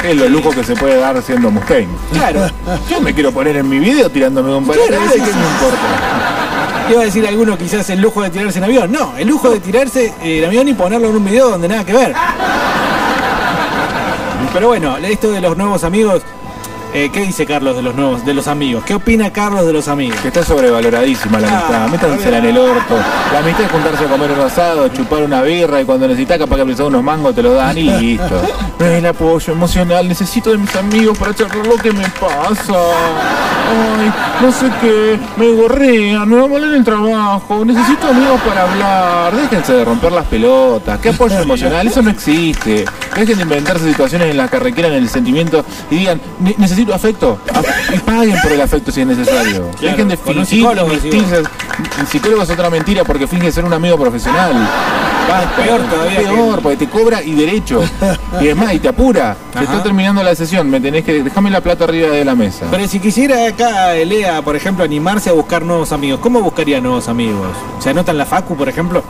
[SPEAKER 6] Es lo lujo que se puede dar siendo Mustaine.
[SPEAKER 2] Claro.
[SPEAKER 6] Yo me quiero poner en mi video tirándome de un
[SPEAKER 2] Claro,
[SPEAKER 6] paracaídas,
[SPEAKER 2] sí, sí,
[SPEAKER 6] ¿qué me
[SPEAKER 2] sí.
[SPEAKER 6] importa?
[SPEAKER 2] Iba a decir alguno quizás el lujo de tirarse en avión. No, el lujo de tirarse eh, en avión y ponerlo en un video donde nada que ver. Pero bueno, esto de los nuevos amigos, eh, ¿qué dice Carlos de los nuevos, de los amigos? ¿Qué opina Carlos de los amigos?
[SPEAKER 6] Que está sobrevaloradísima la amistad, métansela en el orto. La amistad es juntarse a comer un asado, chupar una birra y cuando necesitas capaz que apretás unos mangos te lo dan y listo. No es el apoyo emocional, necesito de mis amigos para charlar lo que me pasa. Ay, no sé qué, me gorrean, me va mal en el trabajo, necesito amigos para hablar. Déjense de romper las pelotas, qué apoyo emocional, eso no existe. Dejen de inventarse situaciones en las que requieran el sentimiento y digan, "Ne- necesito necesito afecto. Af- y paguen por el afecto si es necesario.
[SPEAKER 2] Claro,
[SPEAKER 6] Dejen de
[SPEAKER 2] con un
[SPEAKER 6] fingir.
[SPEAKER 2] psicólogo,
[SPEAKER 6] y
[SPEAKER 2] decís vos.
[SPEAKER 6] vestirse- El psicólogo es otra mentira porque finge ser un amigo profesional. Basta,
[SPEAKER 2] Peor todavía
[SPEAKER 6] es Peor, porque te cobra y derecho. Y es más, y te apura. Se
[SPEAKER 2] Ajá.
[SPEAKER 6] está terminando la sesión. Me tenés que. Dejame la plata arriba de la mesa.
[SPEAKER 2] Pero si quisiera acá eh, Lea, por ejemplo, animarse a buscar nuevos amigos, ¿cómo buscaría nuevos amigos? ¿Se anotan la Facu, por ejemplo?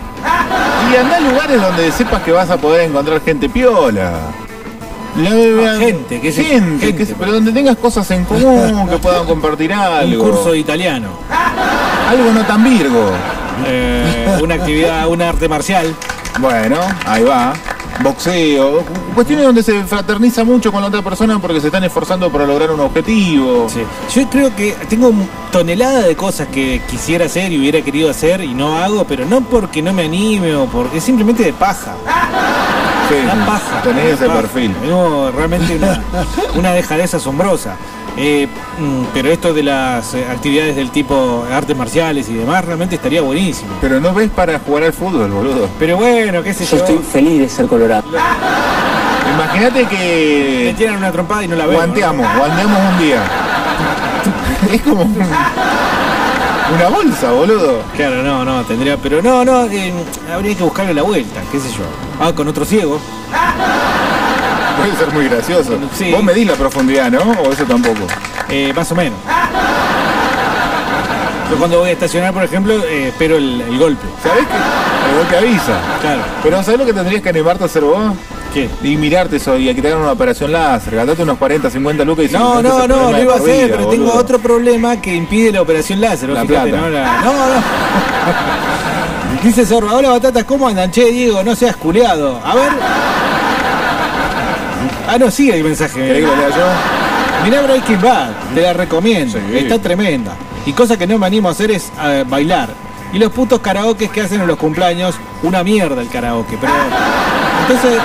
[SPEAKER 6] Y anda a lugares donde sepas que vas a poder encontrar gente piola. La, gente, que gente, pues. que se- pero donde tengas cosas en común, que puedan compartir algo.
[SPEAKER 2] Un curso de italiano.
[SPEAKER 6] Algo no tan virgo.
[SPEAKER 2] Eh, una actividad, un arte marcial.
[SPEAKER 6] Bueno, ahí va. Boxeo. cu- Cuestiones donde se fraterniza mucho con la otra persona porque se están esforzando para lograr un objetivo.
[SPEAKER 2] Yo creo que tengo un- tonelada de cosas que quisiera hacer y hubiera querido hacer y no hago, pero no porque no me anime o porque es simplemente de paja. Da paja.
[SPEAKER 6] tenés
[SPEAKER 2] da
[SPEAKER 6] ese
[SPEAKER 2] paja.
[SPEAKER 6] perfil.
[SPEAKER 2] No, realmente una, una dejadez asombrosa. Eh, mm, pero esto de las eh, actividades del tipo artes marciales y demás realmente estaría buenísimo.
[SPEAKER 6] Pero no ves para jugar al fútbol, boludo.
[SPEAKER 2] Pero bueno, qué sé yo.
[SPEAKER 6] feliz de ser colorado. Imagínate que.
[SPEAKER 2] Me tiran una trompada y no la veo.
[SPEAKER 6] Guanteamos, guanteamos un día. es como un- una bolsa, boludo.
[SPEAKER 2] Claro, no, no, tendría, pero no, no, eh, habría que buscarle la vuelta, qué sé yo. Ah, con otro ciego.
[SPEAKER 6] Puede ser muy gracioso. Vos medís la profundidad, ¿no? O eso tampoco.
[SPEAKER 2] Eh, más o menos. Yo cuando voy a estacionar, por ejemplo, eh, espero el, el golpe.
[SPEAKER 6] ¿Sabés qué? El golpe avisa.
[SPEAKER 2] Claro.
[SPEAKER 6] Pero ¿sabés lo que tendrías que animarte a hacer vos?
[SPEAKER 2] ¿Qué?
[SPEAKER 6] Y mirarte eso y a que te hagan una operación láser. Gastate unos 40, 50 lucas y
[SPEAKER 2] No, no,
[SPEAKER 6] solucionaste ese
[SPEAKER 2] no,
[SPEAKER 6] problema
[SPEAKER 2] lo
[SPEAKER 6] de
[SPEAKER 2] iba a
[SPEAKER 6] tu
[SPEAKER 2] hacer,
[SPEAKER 6] vida,
[SPEAKER 2] pero
[SPEAKER 6] boludo.
[SPEAKER 2] tengo otro problema que impide la operación láser. vos
[SPEAKER 6] La
[SPEAKER 2] fijate,
[SPEAKER 6] plata.
[SPEAKER 2] ¿no? La- no, no. Dice Sorba, hola batatas, ¿cómo andan? Che, Diego, no seas culeado. A ver. Ah, no, sigue el mensaje.
[SPEAKER 6] ¿Querés que lo lea yo?
[SPEAKER 2] Mirá Breaking Bad, te la recomiendo, está tremenda. Y cosa que no me animo a hacer es eh, bailar. Y los putos karaokes que hacen en los cumpleaños, una mierda el karaoke. Pero entonces,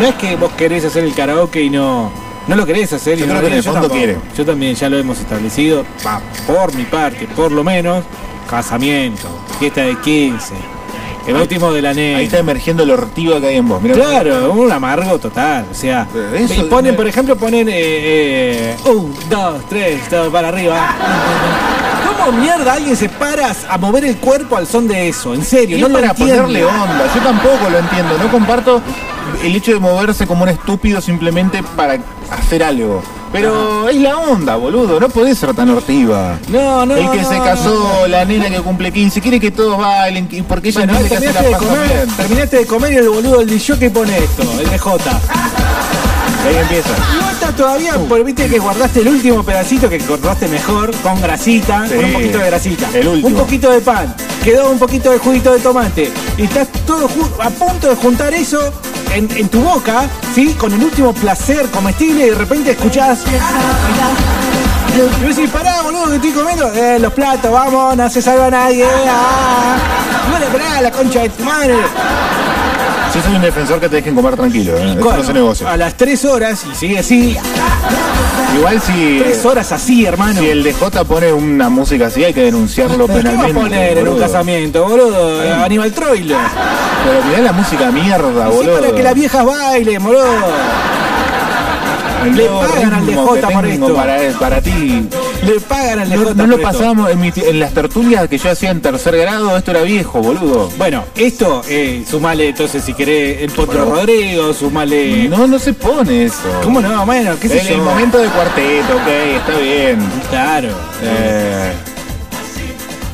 [SPEAKER 2] no es que vos querés hacer el karaoke y no, no lo querés hacer. y
[SPEAKER 6] Yo
[SPEAKER 2] no
[SPEAKER 6] creo
[SPEAKER 2] lo
[SPEAKER 6] que en el
[SPEAKER 2] querés, yo
[SPEAKER 6] fondo
[SPEAKER 2] tampoco.
[SPEAKER 6] quiere.
[SPEAKER 2] Yo también, ya lo hemos establecido, pa, por mi parte, por lo menos, casamiento, fiesta de 15, el último de la nena.
[SPEAKER 6] Ahí está emergiendo el ortiva que hay en vos. Mirá.
[SPEAKER 2] Claro, un amargo total, o sea.
[SPEAKER 6] Eso-
[SPEAKER 2] y ponen, por ejemplo, ponen eh, eh, un, dos, tres, todo para arriba. ¿Cómo mierda alguien se para a mover el cuerpo al son de eso? En serio,
[SPEAKER 6] Y
[SPEAKER 2] no
[SPEAKER 6] es
[SPEAKER 2] lo
[SPEAKER 6] para
[SPEAKER 2] entiendo.
[SPEAKER 6] ponerle onda. Yo tampoco lo entiendo. No comparto el hecho de moverse como un estúpido simplemente para hacer algo. Pero es la onda, boludo. No podés ser tan ortiva.
[SPEAKER 2] No, no.
[SPEAKER 6] el que se casó, la nena que cumple 15, quiere que todos bailen, y porque ella
[SPEAKER 2] Bueno,
[SPEAKER 6] no quiere que se
[SPEAKER 2] terminaste, de
[SPEAKER 6] la pasen
[SPEAKER 2] comer,
[SPEAKER 6] bien.
[SPEAKER 2] terminaste de comer y el boludo del DJ que pone esto, el DJ.
[SPEAKER 6] Y ahí empieza. Uh.
[SPEAKER 2] Y vos estás todavía, por, viste que guardaste el último pedacito que cortaste mejor, con grasita,
[SPEAKER 6] Sí,
[SPEAKER 2] con un poquito de grasita.
[SPEAKER 6] el último.
[SPEAKER 2] Un poquito de pan, quedó un poquito de juguito de tomate. Y estás todo ju- a punto de juntar eso en, en tu boca, ¿sí? Con el último placer comestible y de repente escuchás. Y vos decís, pará, boludo, que estoy comiendo. Eh, los platos, vamos, no se salva nadie. Ah, no le pará, la concha de tu madre.
[SPEAKER 6] Yo soy un defensor que te dejen comer tranquilo. ¿eh? Esto
[SPEAKER 2] Bueno,
[SPEAKER 6] no se negocia.
[SPEAKER 2] a las tres horas, y sigue así,
[SPEAKER 6] Igual si.
[SPEAKER 2] tres horas así, hermano.
[SPEAKER 6] Si el DJ pone una música así, hay que denunciarlo
[SPEAKER 2] ¿Qué va a
[SPEAKER 6] penalmente.
[SPEAKER 2] poner en un
[SPEAKER 6] boludo.
[SPEAKER 2] casamiento, boludo? Animal Troilo.
[SPEAKER 6] Pero mirá la música mierda,
[SPEAKER 2] Sí,
[SPEAKER 6] boludo.
[SPEAKER 2] para que las viejas bailen, boludo.
[SPEAKER 6] El
[SPEAKER 2] Le
[SPEAKER 6] nuevo
[SPEAKER 2] pagan al
[SPEAKER 6] ritmo
[SPEAKER 2] DJ
[SPEAKER 6] que
[SPEAKER 2] por
[SPEAKER 6] tengo
[SPEAKER 2] esto.
[SPEAKER 6] Para, para ti.
[SPEAKER 2] Le pagan al DJ
[SPEAKER 6] No, no lo
[SPEAKER 2] por esto.
[SPEAKER 6] pasábamos en, mi ti- en las tertulias que yo hacía en tercer grado, esto era viejo, boludo.
[SPEAKER 2] Bueno, esto, eh, sumale entonces si querés el Potro
[SPEAKER 6] Bueno.
[SPEAKER 2] Rodrigo, sumale.
[SPEAKER 6] No, no se pone eso.
[SPEAKER 2] ¿Cómo no? Bueno, qué sé
[SPEAKER 6] en
[SPEAKER 2] yo.
[SPEAKER 6] el momento de cuarteto, ok, está bien.
[SPEAKER 2] Claro.
[SPEAKER 6] Eh,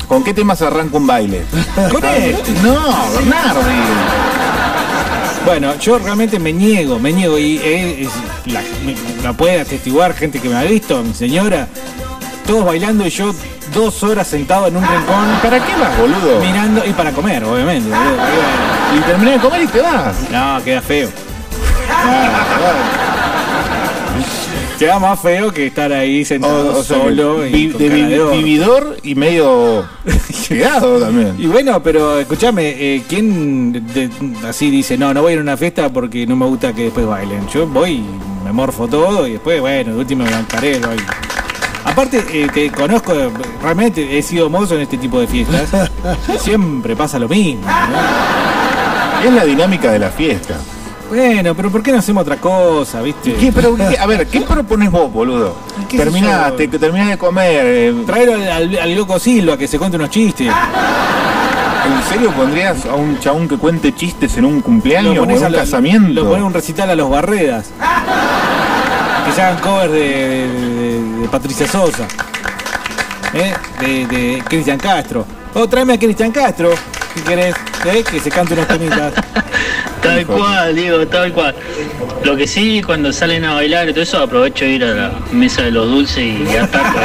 [SPEAKER 6] ¿Con qué temas arranca un baile?
[SPEAKER 2] Con él.
[SPEAKER 6] No, Bernardi.
[SPEAKER 2] Bueno, yo realmente me niego, me niego y eh, es- la, me- la puede atestiguar gente que me ha visto, mi señora, todos bailando y yo dos horas sentado en un rincón.
[SPEAKER 6] ¿Para qué vas, boludo?
[SPEAKER 2] Mirando y para comer, obviamente. boludo, porque, bueno,
[SPEAKER 6] Y terminé de comer y te vas.
[SPEAKER 2] No, queda feo. Queda más feo que estar ahí sentado
[SPEAKER 6] O- o sea,
[SPEAKER 2] solo y
[SPEAKER 6] vi-
[SPEAKER 2] con
[SPEAKER 6] de
[SPEAKER 2] cara
[SPEAKER 6] vi-
[SPEAKER 2] de orto.
[SPEAKER 6] vividor y medio llegado también.
[SPEAKER 2] Y bueno, pero escúchame, eh, ¿quién de- así dice, no, no voy a ir a una fiesta porque no me gusta que después bailen? Yo voy, y me morfo todo y después, bueno, de última me bancaré el baile. Aparte, eh, te conozco, eh, realmente he sido mozo en este tipo de fiestas. Siempre pasa lo mismo.
[SPEAKER 6] Es la dinámica de la fiesta.
[SPEAKER 2] Bueno, pero ¿por qué no hacemos otra cosa, viste?
[SPEAKER 6] ¿Qué, pero, qué- a ver, ¿qué propones vos, boludo?
[SPEAKER 2] ¿Qué sé
[SPEAKER 6] Terminás,
[SPEAKER 2] yo?
[SPEAKER 6] te, terminás de comer. eh,
[SPEAKER 2] Traer al, al- al loco Silva que se cuente unos chistes.
[SPEAKER 6] ¿En serio pondrías a un chabón que cuente chistes en un cumpleaños o en
[SPEAKER 2] ponés a
[SPEAKER 6] un
[SPEAKER 2] la-
[SPEAKER 6] casamiento?
[SPEAKER 2] Lo pones un recital a los Barredas. Que se hagan covers de, de- de- de Patricia Sosa. ¿Eh? De, de Cristian Castro. O tráeme a Cristian Castro, si querés, ¿eh? que se cante unas temitas.
[SPEAKER 21] Tal cual, digo, tal cual. Lo que sí, cuando salen a bailar y todo eso, aprovecho de ir a la mesa de los dulces y ataco.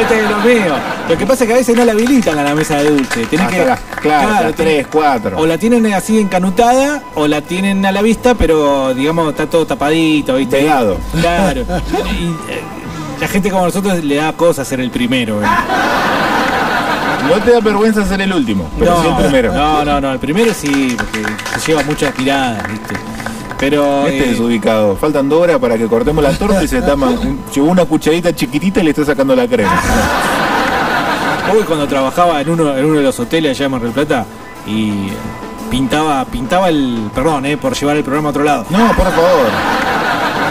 [SPEAKER 2] Este es lo mío. Lo que pasa es que a veces no la habilitan a la mesa de dulce. Tenés
[SPEAKER 6] Hasta
[SPEAKER 2] que.
[SPEAKER 6] las- Ah, claro, hasta las
[SPEAKER 2] tenés-
[SPEAKER 6] tres, cuatro.
[SPEAKER 2] O la tienen así encanutada, o la tienen a la vista, pero digamos está todo tapadito, ¿viste?
[SPEAKER 6] Pegado.
[SPEAKER 2] Claro. Y, eh, la gente como nosotros le da cosa ser el primero. ¿eh?
[SPEAKER 6] Ah, No te da vergüenza ser el último, pero
[SPEAKER 2] no,
[SPEAKER 6] sí el primero.
[SPEAKER 2] No, no, no. El primero sí, porque se lleva muchas tiradas, ¿viste? Pero.
[SPEAKER 6] Este
[SPEAKER 2] eh,
[SPEAKER 6] es ubicado. Faltan dos horas para que cortemos la torta y se tama. un- Llevó una cucharita chiquitita y le está sacando la crema.
[SPEAKER 2] Hoy cuando trabajaba en uno, en uno de los hoteles allá en Mar del Plata y pintaba, pintaba el. Perdón, eh, por llevar el programa a otro lado.
[SPEAKER 6] No, por favor.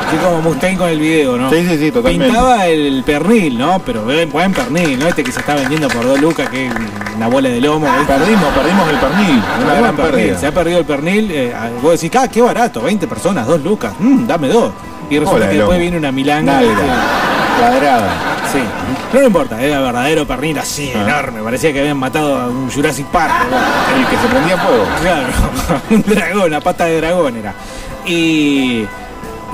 [SPEAKER 2] Así como Mustaine con el video, ¿no?
[SPEAKER 6] Sí, sí, sí, totalmente.
[SPEAKER 2] Pintaba el pernil, ¿no? Pero buen, buen pernil, ¿no? Este que se está vendiendo por dos lucas, que es una bola de lomo. ¿viste?
[SPEAKER 6] Perdimos, perdimos el pernil. Ah, Una
[SPEAKER 2] Una
[SPEAKER 6] gran
[SPEAKER 2] gran pernil.
[SPEAKER 6] pérdida.
[SPEAKER 2] Se ha perdido el pernil. eh, vos decís, ah, qué barato, 20 personas, dos lucas. Mm, dame dos. Y resulta
[SPEAKER 6] Bola de
[SPEAKER 2] que después
[SPEAKER 6] lomo.
[SPEAKER 2] viene una milanga.
[SPEAKER 6] Nalga.
[SPEAKER 2] ¿viste?
[SPEAKER 6] Cuadrada.
[SPEAKER 2] Sí. Pero no importa, era verdadero pernil así,
[SPEAKER 6] Ah.
[SPEAKER 2] enorme. Parecía que habían matado a un Jurassic Park. ¿no?
[SPEAKER 6] El que se prendía fuego.
[SPEAKER 2] Claro, un dragón, la pata de dragón era. Y.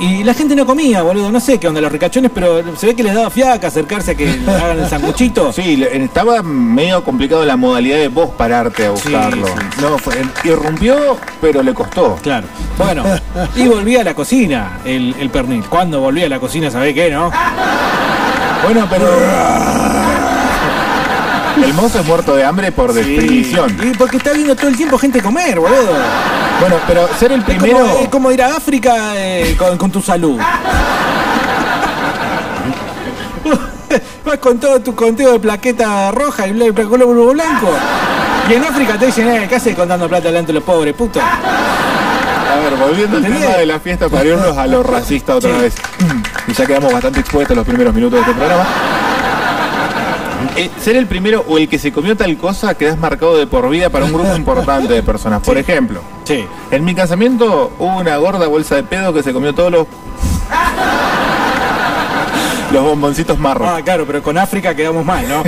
[SPEAKER 2] Y la gente no comía, boludo, no sé qué onda los ricachones, pero se ve que les daba fiaca acercarse a que le hagan el sanguchito.
[SPEAKER 6] Sí, le- estaba medio complicado la modalidad de vos pararte a buscarlo.
[SPEAKER 2] sí,
[SPEAKER 6] No, fue, eh, irrumpió, pero le costó.
[SPEAKER 2] Claro. Bueno, y volví a la cocina el, el pernil. Cuando volví a la cocina, ¿sabés qué, no?
[SPEAKER 6] Bueno, pero. El mozo es muerto de hambre por
[SPEAKER 2] Sí.
[SPEAKER 6] desperdición.
[SPEAKER 2] Y porque está viendo todo el tiempo gente comer, boludo.
[SPEAKER 6] Bueno, pero ser el
[SPEAKER 2] Es como-
[SPEAKER 6] primero.
[SPEAKER 2] Es como, ir a África eh, con, con tu salud. Vas con todo tu conteo de plaqueta roja y bla- bla- glóbulo blanco. Y en África te dicen, eh, ¿qué haces contando plata delante de los pobres, puto?
[SPEAKER 6] A ver, volviendo al tema de la fiesta para irnos a lo racista otra vez. Y ya quedamos bastante expuestos los primeros minutos de este programa. Eh, ser el primero o el que se comió tal cosa quedas marcado de por vida para un grupo importante de personas. Por ejemplo,
[SPEAKER 2] sí.
[SPEAKER 6] en mi casamiento hubo una gorda bolsa de pedo que se comió todos los. los bomboncitos marros.
[SPEAKER 2] Ah, claro, pero con África quedamos mal, ¿no?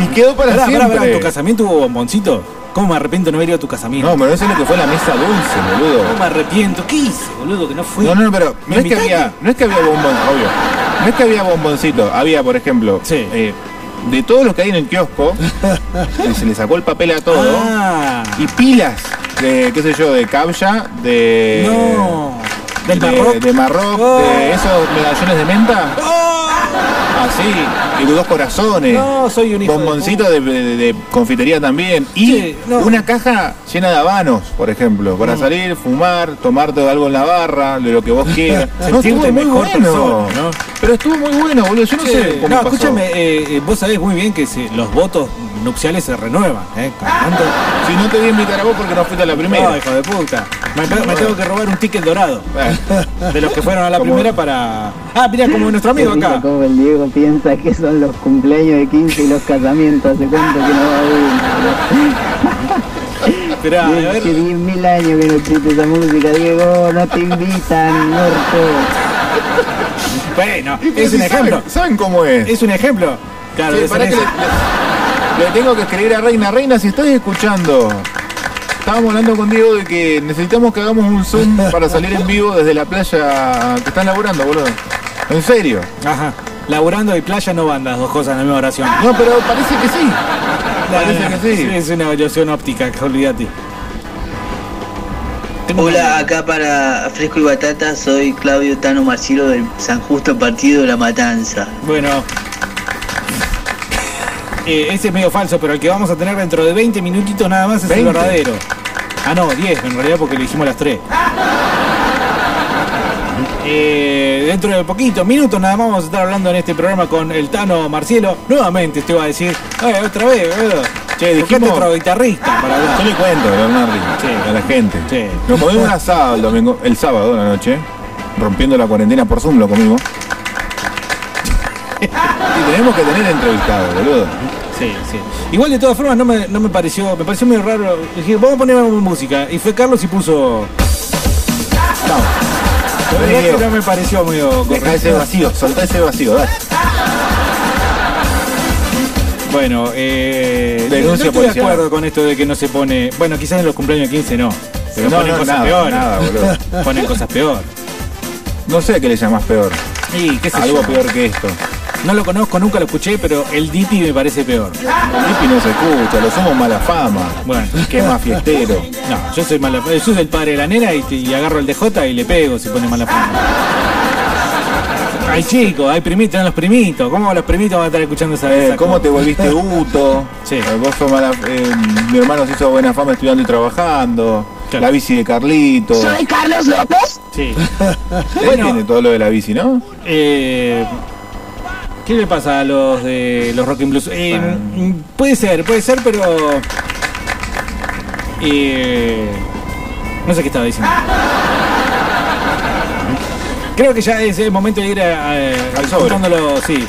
[SPEAKER 6] y quedó para
[SPEAKER 2] Pará, pará,
[SPEAKER 6] siempre.
[SPEAKER 2] pará, ¿Tu casamiento hubo bomboncito? ¿Cómo me arrepiento no haber ido a tu casamiento?
[SPEAKER 6] No, pero eso es lo que fue la mesa dulce, boludo.
[SPEAKER 2] ¿Cómo me arrepiento? ¿Qué hice, boludo? Que no fui.
[SPEAKER 6] No, no, pero no
[SPEAKER 2] ¿Me Ah.
[SPEAKER 6] es, que
[SPEAKER 2] invitaste?
[SPEAKER 6] había, no es que había bombón, obvio. No es que había bomboncito. Había, por ejemplo, eh, de todos los que hay en el kiosco, que se le sacó el papel a todo.
[SPEAKER 2] Ah.
[SPEAKER 6] Y pilas de, qué sé yo, de cabya, de...
[SPEAKER 2] No. ¿Del
[SPEAKER 6] de,
[SPEAKER 2] Marroc? Oh.
[SPEAKER 6] de Marroc, de esos medallones de menta. Así, y dos corazones.
[SPEAKER 2] No, soy un hijo de
[SPEAKER 6] Bomboncito de, de- de confitería también. Y una caja llena de habanos, por ejemplo, para
[SPEAKER 2] Mm.
[SPEAKER 6] salir, fumar, tomarte algo en la barra, de lo que vos quieras. no,
[SPEAKER 2] Sentirte
[SPEAKER 6] estuvo muy
[SPEAKER 2] mejor
[SPEAKER 6] bueno.
[SPEAKER 2] persona, ¿no?
[SPEAKER 6] Pero estuvo muy bueno, boludo. Yo no
[SPEAKER 2] Che,
[SPEAKER 6] sé cómo
[SPEAKER 2] no,
[SPEAKER 6] pasó.
[SPEAKER 2] escúchame, eh, eh, vos sabés muy bien que se- los votos nupciales se renuevan, ¿eh? Cada tanto-
[SPEAKER 6] Si no te voy a invitar a vos porque no fuiste a la primera.
[SPEAKER 2] No, hijo de puta. Me, me tengo que robar un ticket dorado. De los que fueron a la primera para. Ah, mirá, como nuestro amigo acá.
[SPEAKER 22] Como el Diego piensa que son los cumpleaños de 15 y los casamientos, hace cuánto que no va a uno.
[SPEAKER 2] Esperá, a ver.
[SPEAKER 22] Hace 10.000 años que no existe esa música, Diego, no te invitan, muerto.
[SPEAKER 2] Bueno,
[SPEAKER 6] Y
[SPEAKER 2] es
[SPEAKER 6] si
[SPEAKER 2] un
[SPEAKER 6] saben-
[SPEAKER 2] ejemplo.
[SPEAKER 6] ¿Saben cómo es?
[SPEAKER 2] Es un ejemplo. Claro,
[SPEAKER 6] Che,
[SPEAKER 2] de
[SPEAKER 6] pará que le,
[SPEAKER 2] cereza.
[SPEAKER 6] le- le tengo que escribir a Reina. Reina, si estás escuchando, estábamos hablando con Diego de que necesitamos que hagamos un Zoom para salir en vivo desde la playa que están laburando, boludo. En serio.
[SPEAKER 2] Ajá. Laburando y playa no van las dos cosas en la misma oración.
[SPEAKER 6] No, pero parece que sí.
[SPEAKER 2] Ah, Parece que sí. Es una evaluación óptica, olvídate.
[SPEAKER 23] Hola, acá para Fresco y Batata, soy Claudio Tano Marcilo del San Justo Partido de la Matanza.
[SPEAKER 2] Bueno. Eh, ese es medio falso, pero el que vamos a tener dentro de 20 minutitos nada más es el
[SPEAKER 6] 20.
[SPEAKER 2] verdadero. Ah, no, 10 en realidad porque lo dijimos a las 3. Eh, dentro de poquitos minutos nada más vamos a estar hablando en este programa con el Tano Marcielo. Nuevamente te va a decir, "Eh, otra vez, boludo. Che, dijimos otro guitarrista para hablar.
[SPEAKER 6] Yo le cuento, Bernardi, a la gente. Nos comimos un asado el domingo, el sábado de la noche, rompiendo la cuarentena por Zoom lo comimos. y tenemos que tener entrevistado, boludo.
[SPEAKER 2] Sí, sí. Igual de todas formas no me, no me pareció, me pareció muy raro. Dije, vamos a poner algo de música. Y fue Carlos y puso. "Eh, No. La verdad es que no me pareció muy
[SPEAKER 6] Deja ese vacío, soltá ese vacío, dale.
[SPEAKER 2] Bueno, eh, no
[SPEAKER 6] Denuncia
[SPEAKER 2] estoy de
[SPEAKER 6] policial.
[SPEAKER 2] acuerdo con esto de que no se pone. Bueno, quizás en los cumpleaños 15 no. Pero
[SPEAKER 6] No,
[SPEAKER 2] ponen
[SPEAKER 6] no,
[SPEAKER 2] cosas
[SPEAKER 6] nada,
[SPEAKER 2] peores.
[SPEAKER 6] nada, boludo.
[SPEAKER 2] Ponen cosas peor.
[SPEAKER 6] No sé qué le llamás peor.
[SPEAKER 2] Sí, qué sé
[SPEAKER 6] Algo
[SPEAKER 2] yo.
[SPEAKER 6] peor que esto.
[SPEAKER 2] No lo conozco, nunca lo escuché, pero el Dipi me parece peor.
[SPEAKER 6] Lipi no se escucha, lo somos mala fama.
[SPEAKER 2] Bueno,
[SPEAKER 6] Qué más fiestero.
[SPEAKER 2] No, yo soy mala Yo soy el padre de la nena y, y agarro el DJ y le pego si pone mala fama. Hay chicos, hay primitos, están los primitos. ¿Cómo los primitos van a estar escuchando esa
[SPEAKER 6] Eh,
[SPEAKER 2] esa
[SPEAKER 6] ¿Cómo
[SPEAKER 2] cosa?
[SPEAKER 6] te volviste Uto? Eh, vos sos mala- eh, mi hermano se hizo buena fama estudiando y trabajando. La bici de Carlito.
[SPEAKER 19] ¿Soy Carlos López?
[SPEAKER 2] Sí.
[SPEAKER 6] Él tiene todo lo de la bici, ¿no?
[SPEAKER 2] Eh, ¿Qué le pasa a los de los Rock and Blues? Eh, mm, puede ser, puede ser, pero. eh, no sé qué estaba diciendo. Creo que ya es el momento de ir a, a-
[SPEAKER 6] sobre.
[SPEAKER 2] juntándolo, sí.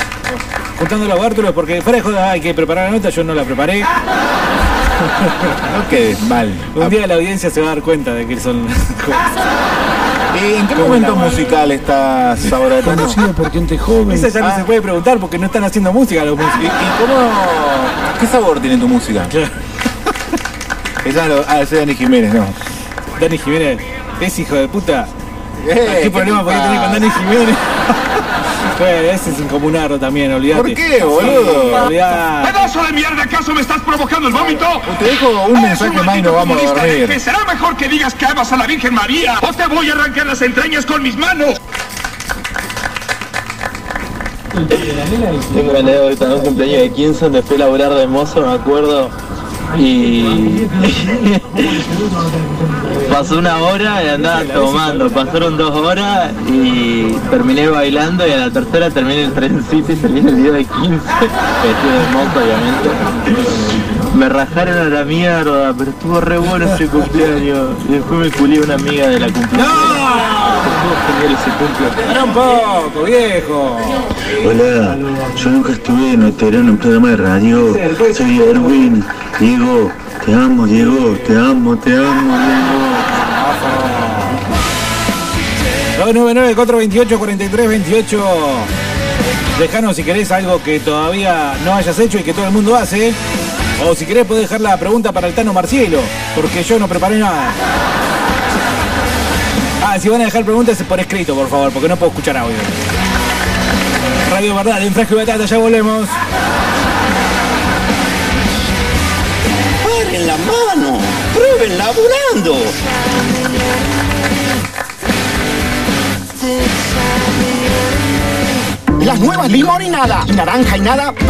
[SPEAKER 2] Juntándolo a Bártulos, porque fuera de joda hay que preparar la nota, yo no la preparé.
[SPEAKER 6] No quedes mal.
[SPEAKER 2] Un día la audiencia se va a dar cuenta de que son.
[SPEAKER 6] ¿Y Ah, en qué momento musical estás ahora de tanto?
[SPEAKER 2] por gente joven. Esa ya no
[SPEAKER 6] Ah.
[SPEAKER 2] se puede preguntar porque no están haciendo música los músicos.
[SPEAKER 6] ¿Y, y cómo, qué sabor tiene tu música? Esa lo, ah, ese es Dani Jiménez, no.
[SPEAKER 2] Dani Jiménez es hijo de puta.
[SPEAKER 6] Eh,
[SPEAKER 2] ¿Qué
[SPEAKER 6] ¿qué
[SPEAKER 2] problema
[SPEAKER 6] te
[SPEAKER 2] podés tener con
[SPEAKER 6] pasa?
[SPEAKER 2] Dani Jiménez? bueno, Pues, ese es incomunardo también, olvidate.
[SPEAKER 6] ¿Por qué, boludo?
[SPEAKER 3] ¡Pedazo de mierda! ¿Acaso me estás provocando el vómito?
[SPEAKER 6] Te dejo un mensaje más y nos vamos a
[SPEAKER 3] Comunista, que
[SPEAKER 6] dormir.
[SPEAKER 3] será mejor que digas que amas a la Virgen María o te voy a arrancar las entrañas con mis manos.
[SPEAKER 9] Tengo una anécdota de un cumpleaños de 15 donde fui a laburar de mozo, me acuerdo. Y. Pasó una hora y andaba tomando, pasaron dos horas y terminé bailando y a la tercera terminé el trencito y salí en el día de 15, vestido de mozo obviamente. Me rajaron a la mierda, pero estuvo re bueno ese cumpleaños. Y después me culé a una amiga de la cumpleaños.
[SPEAKER 2] Pará un poco, viejo.
[SPEAKER 5] Hola, yo nunca estuve en Oterón en un programa de radio. Soy Erwin. Diego, te amo, Diego, te amo, te amo, Diego.
[SPEAKER 2] 299-428-4328. Dejanos si querés algo que todavía no hayas hecho y que todo el mundo hace. O si querés podés dejar la pregunta para el Tano Marcielo, porque yo no preparé nada. Ah, si van a dejar preguntas es por escrito, por favor, porque no puedo escuchar audio. Radio Verdad, en frasco y batata, ya volvemos.
[SPEAKER 4] ¡Paren la mano! ¡Prueben laburando!
[SPEAKER 19] Las nuevas limonada, naranja y nada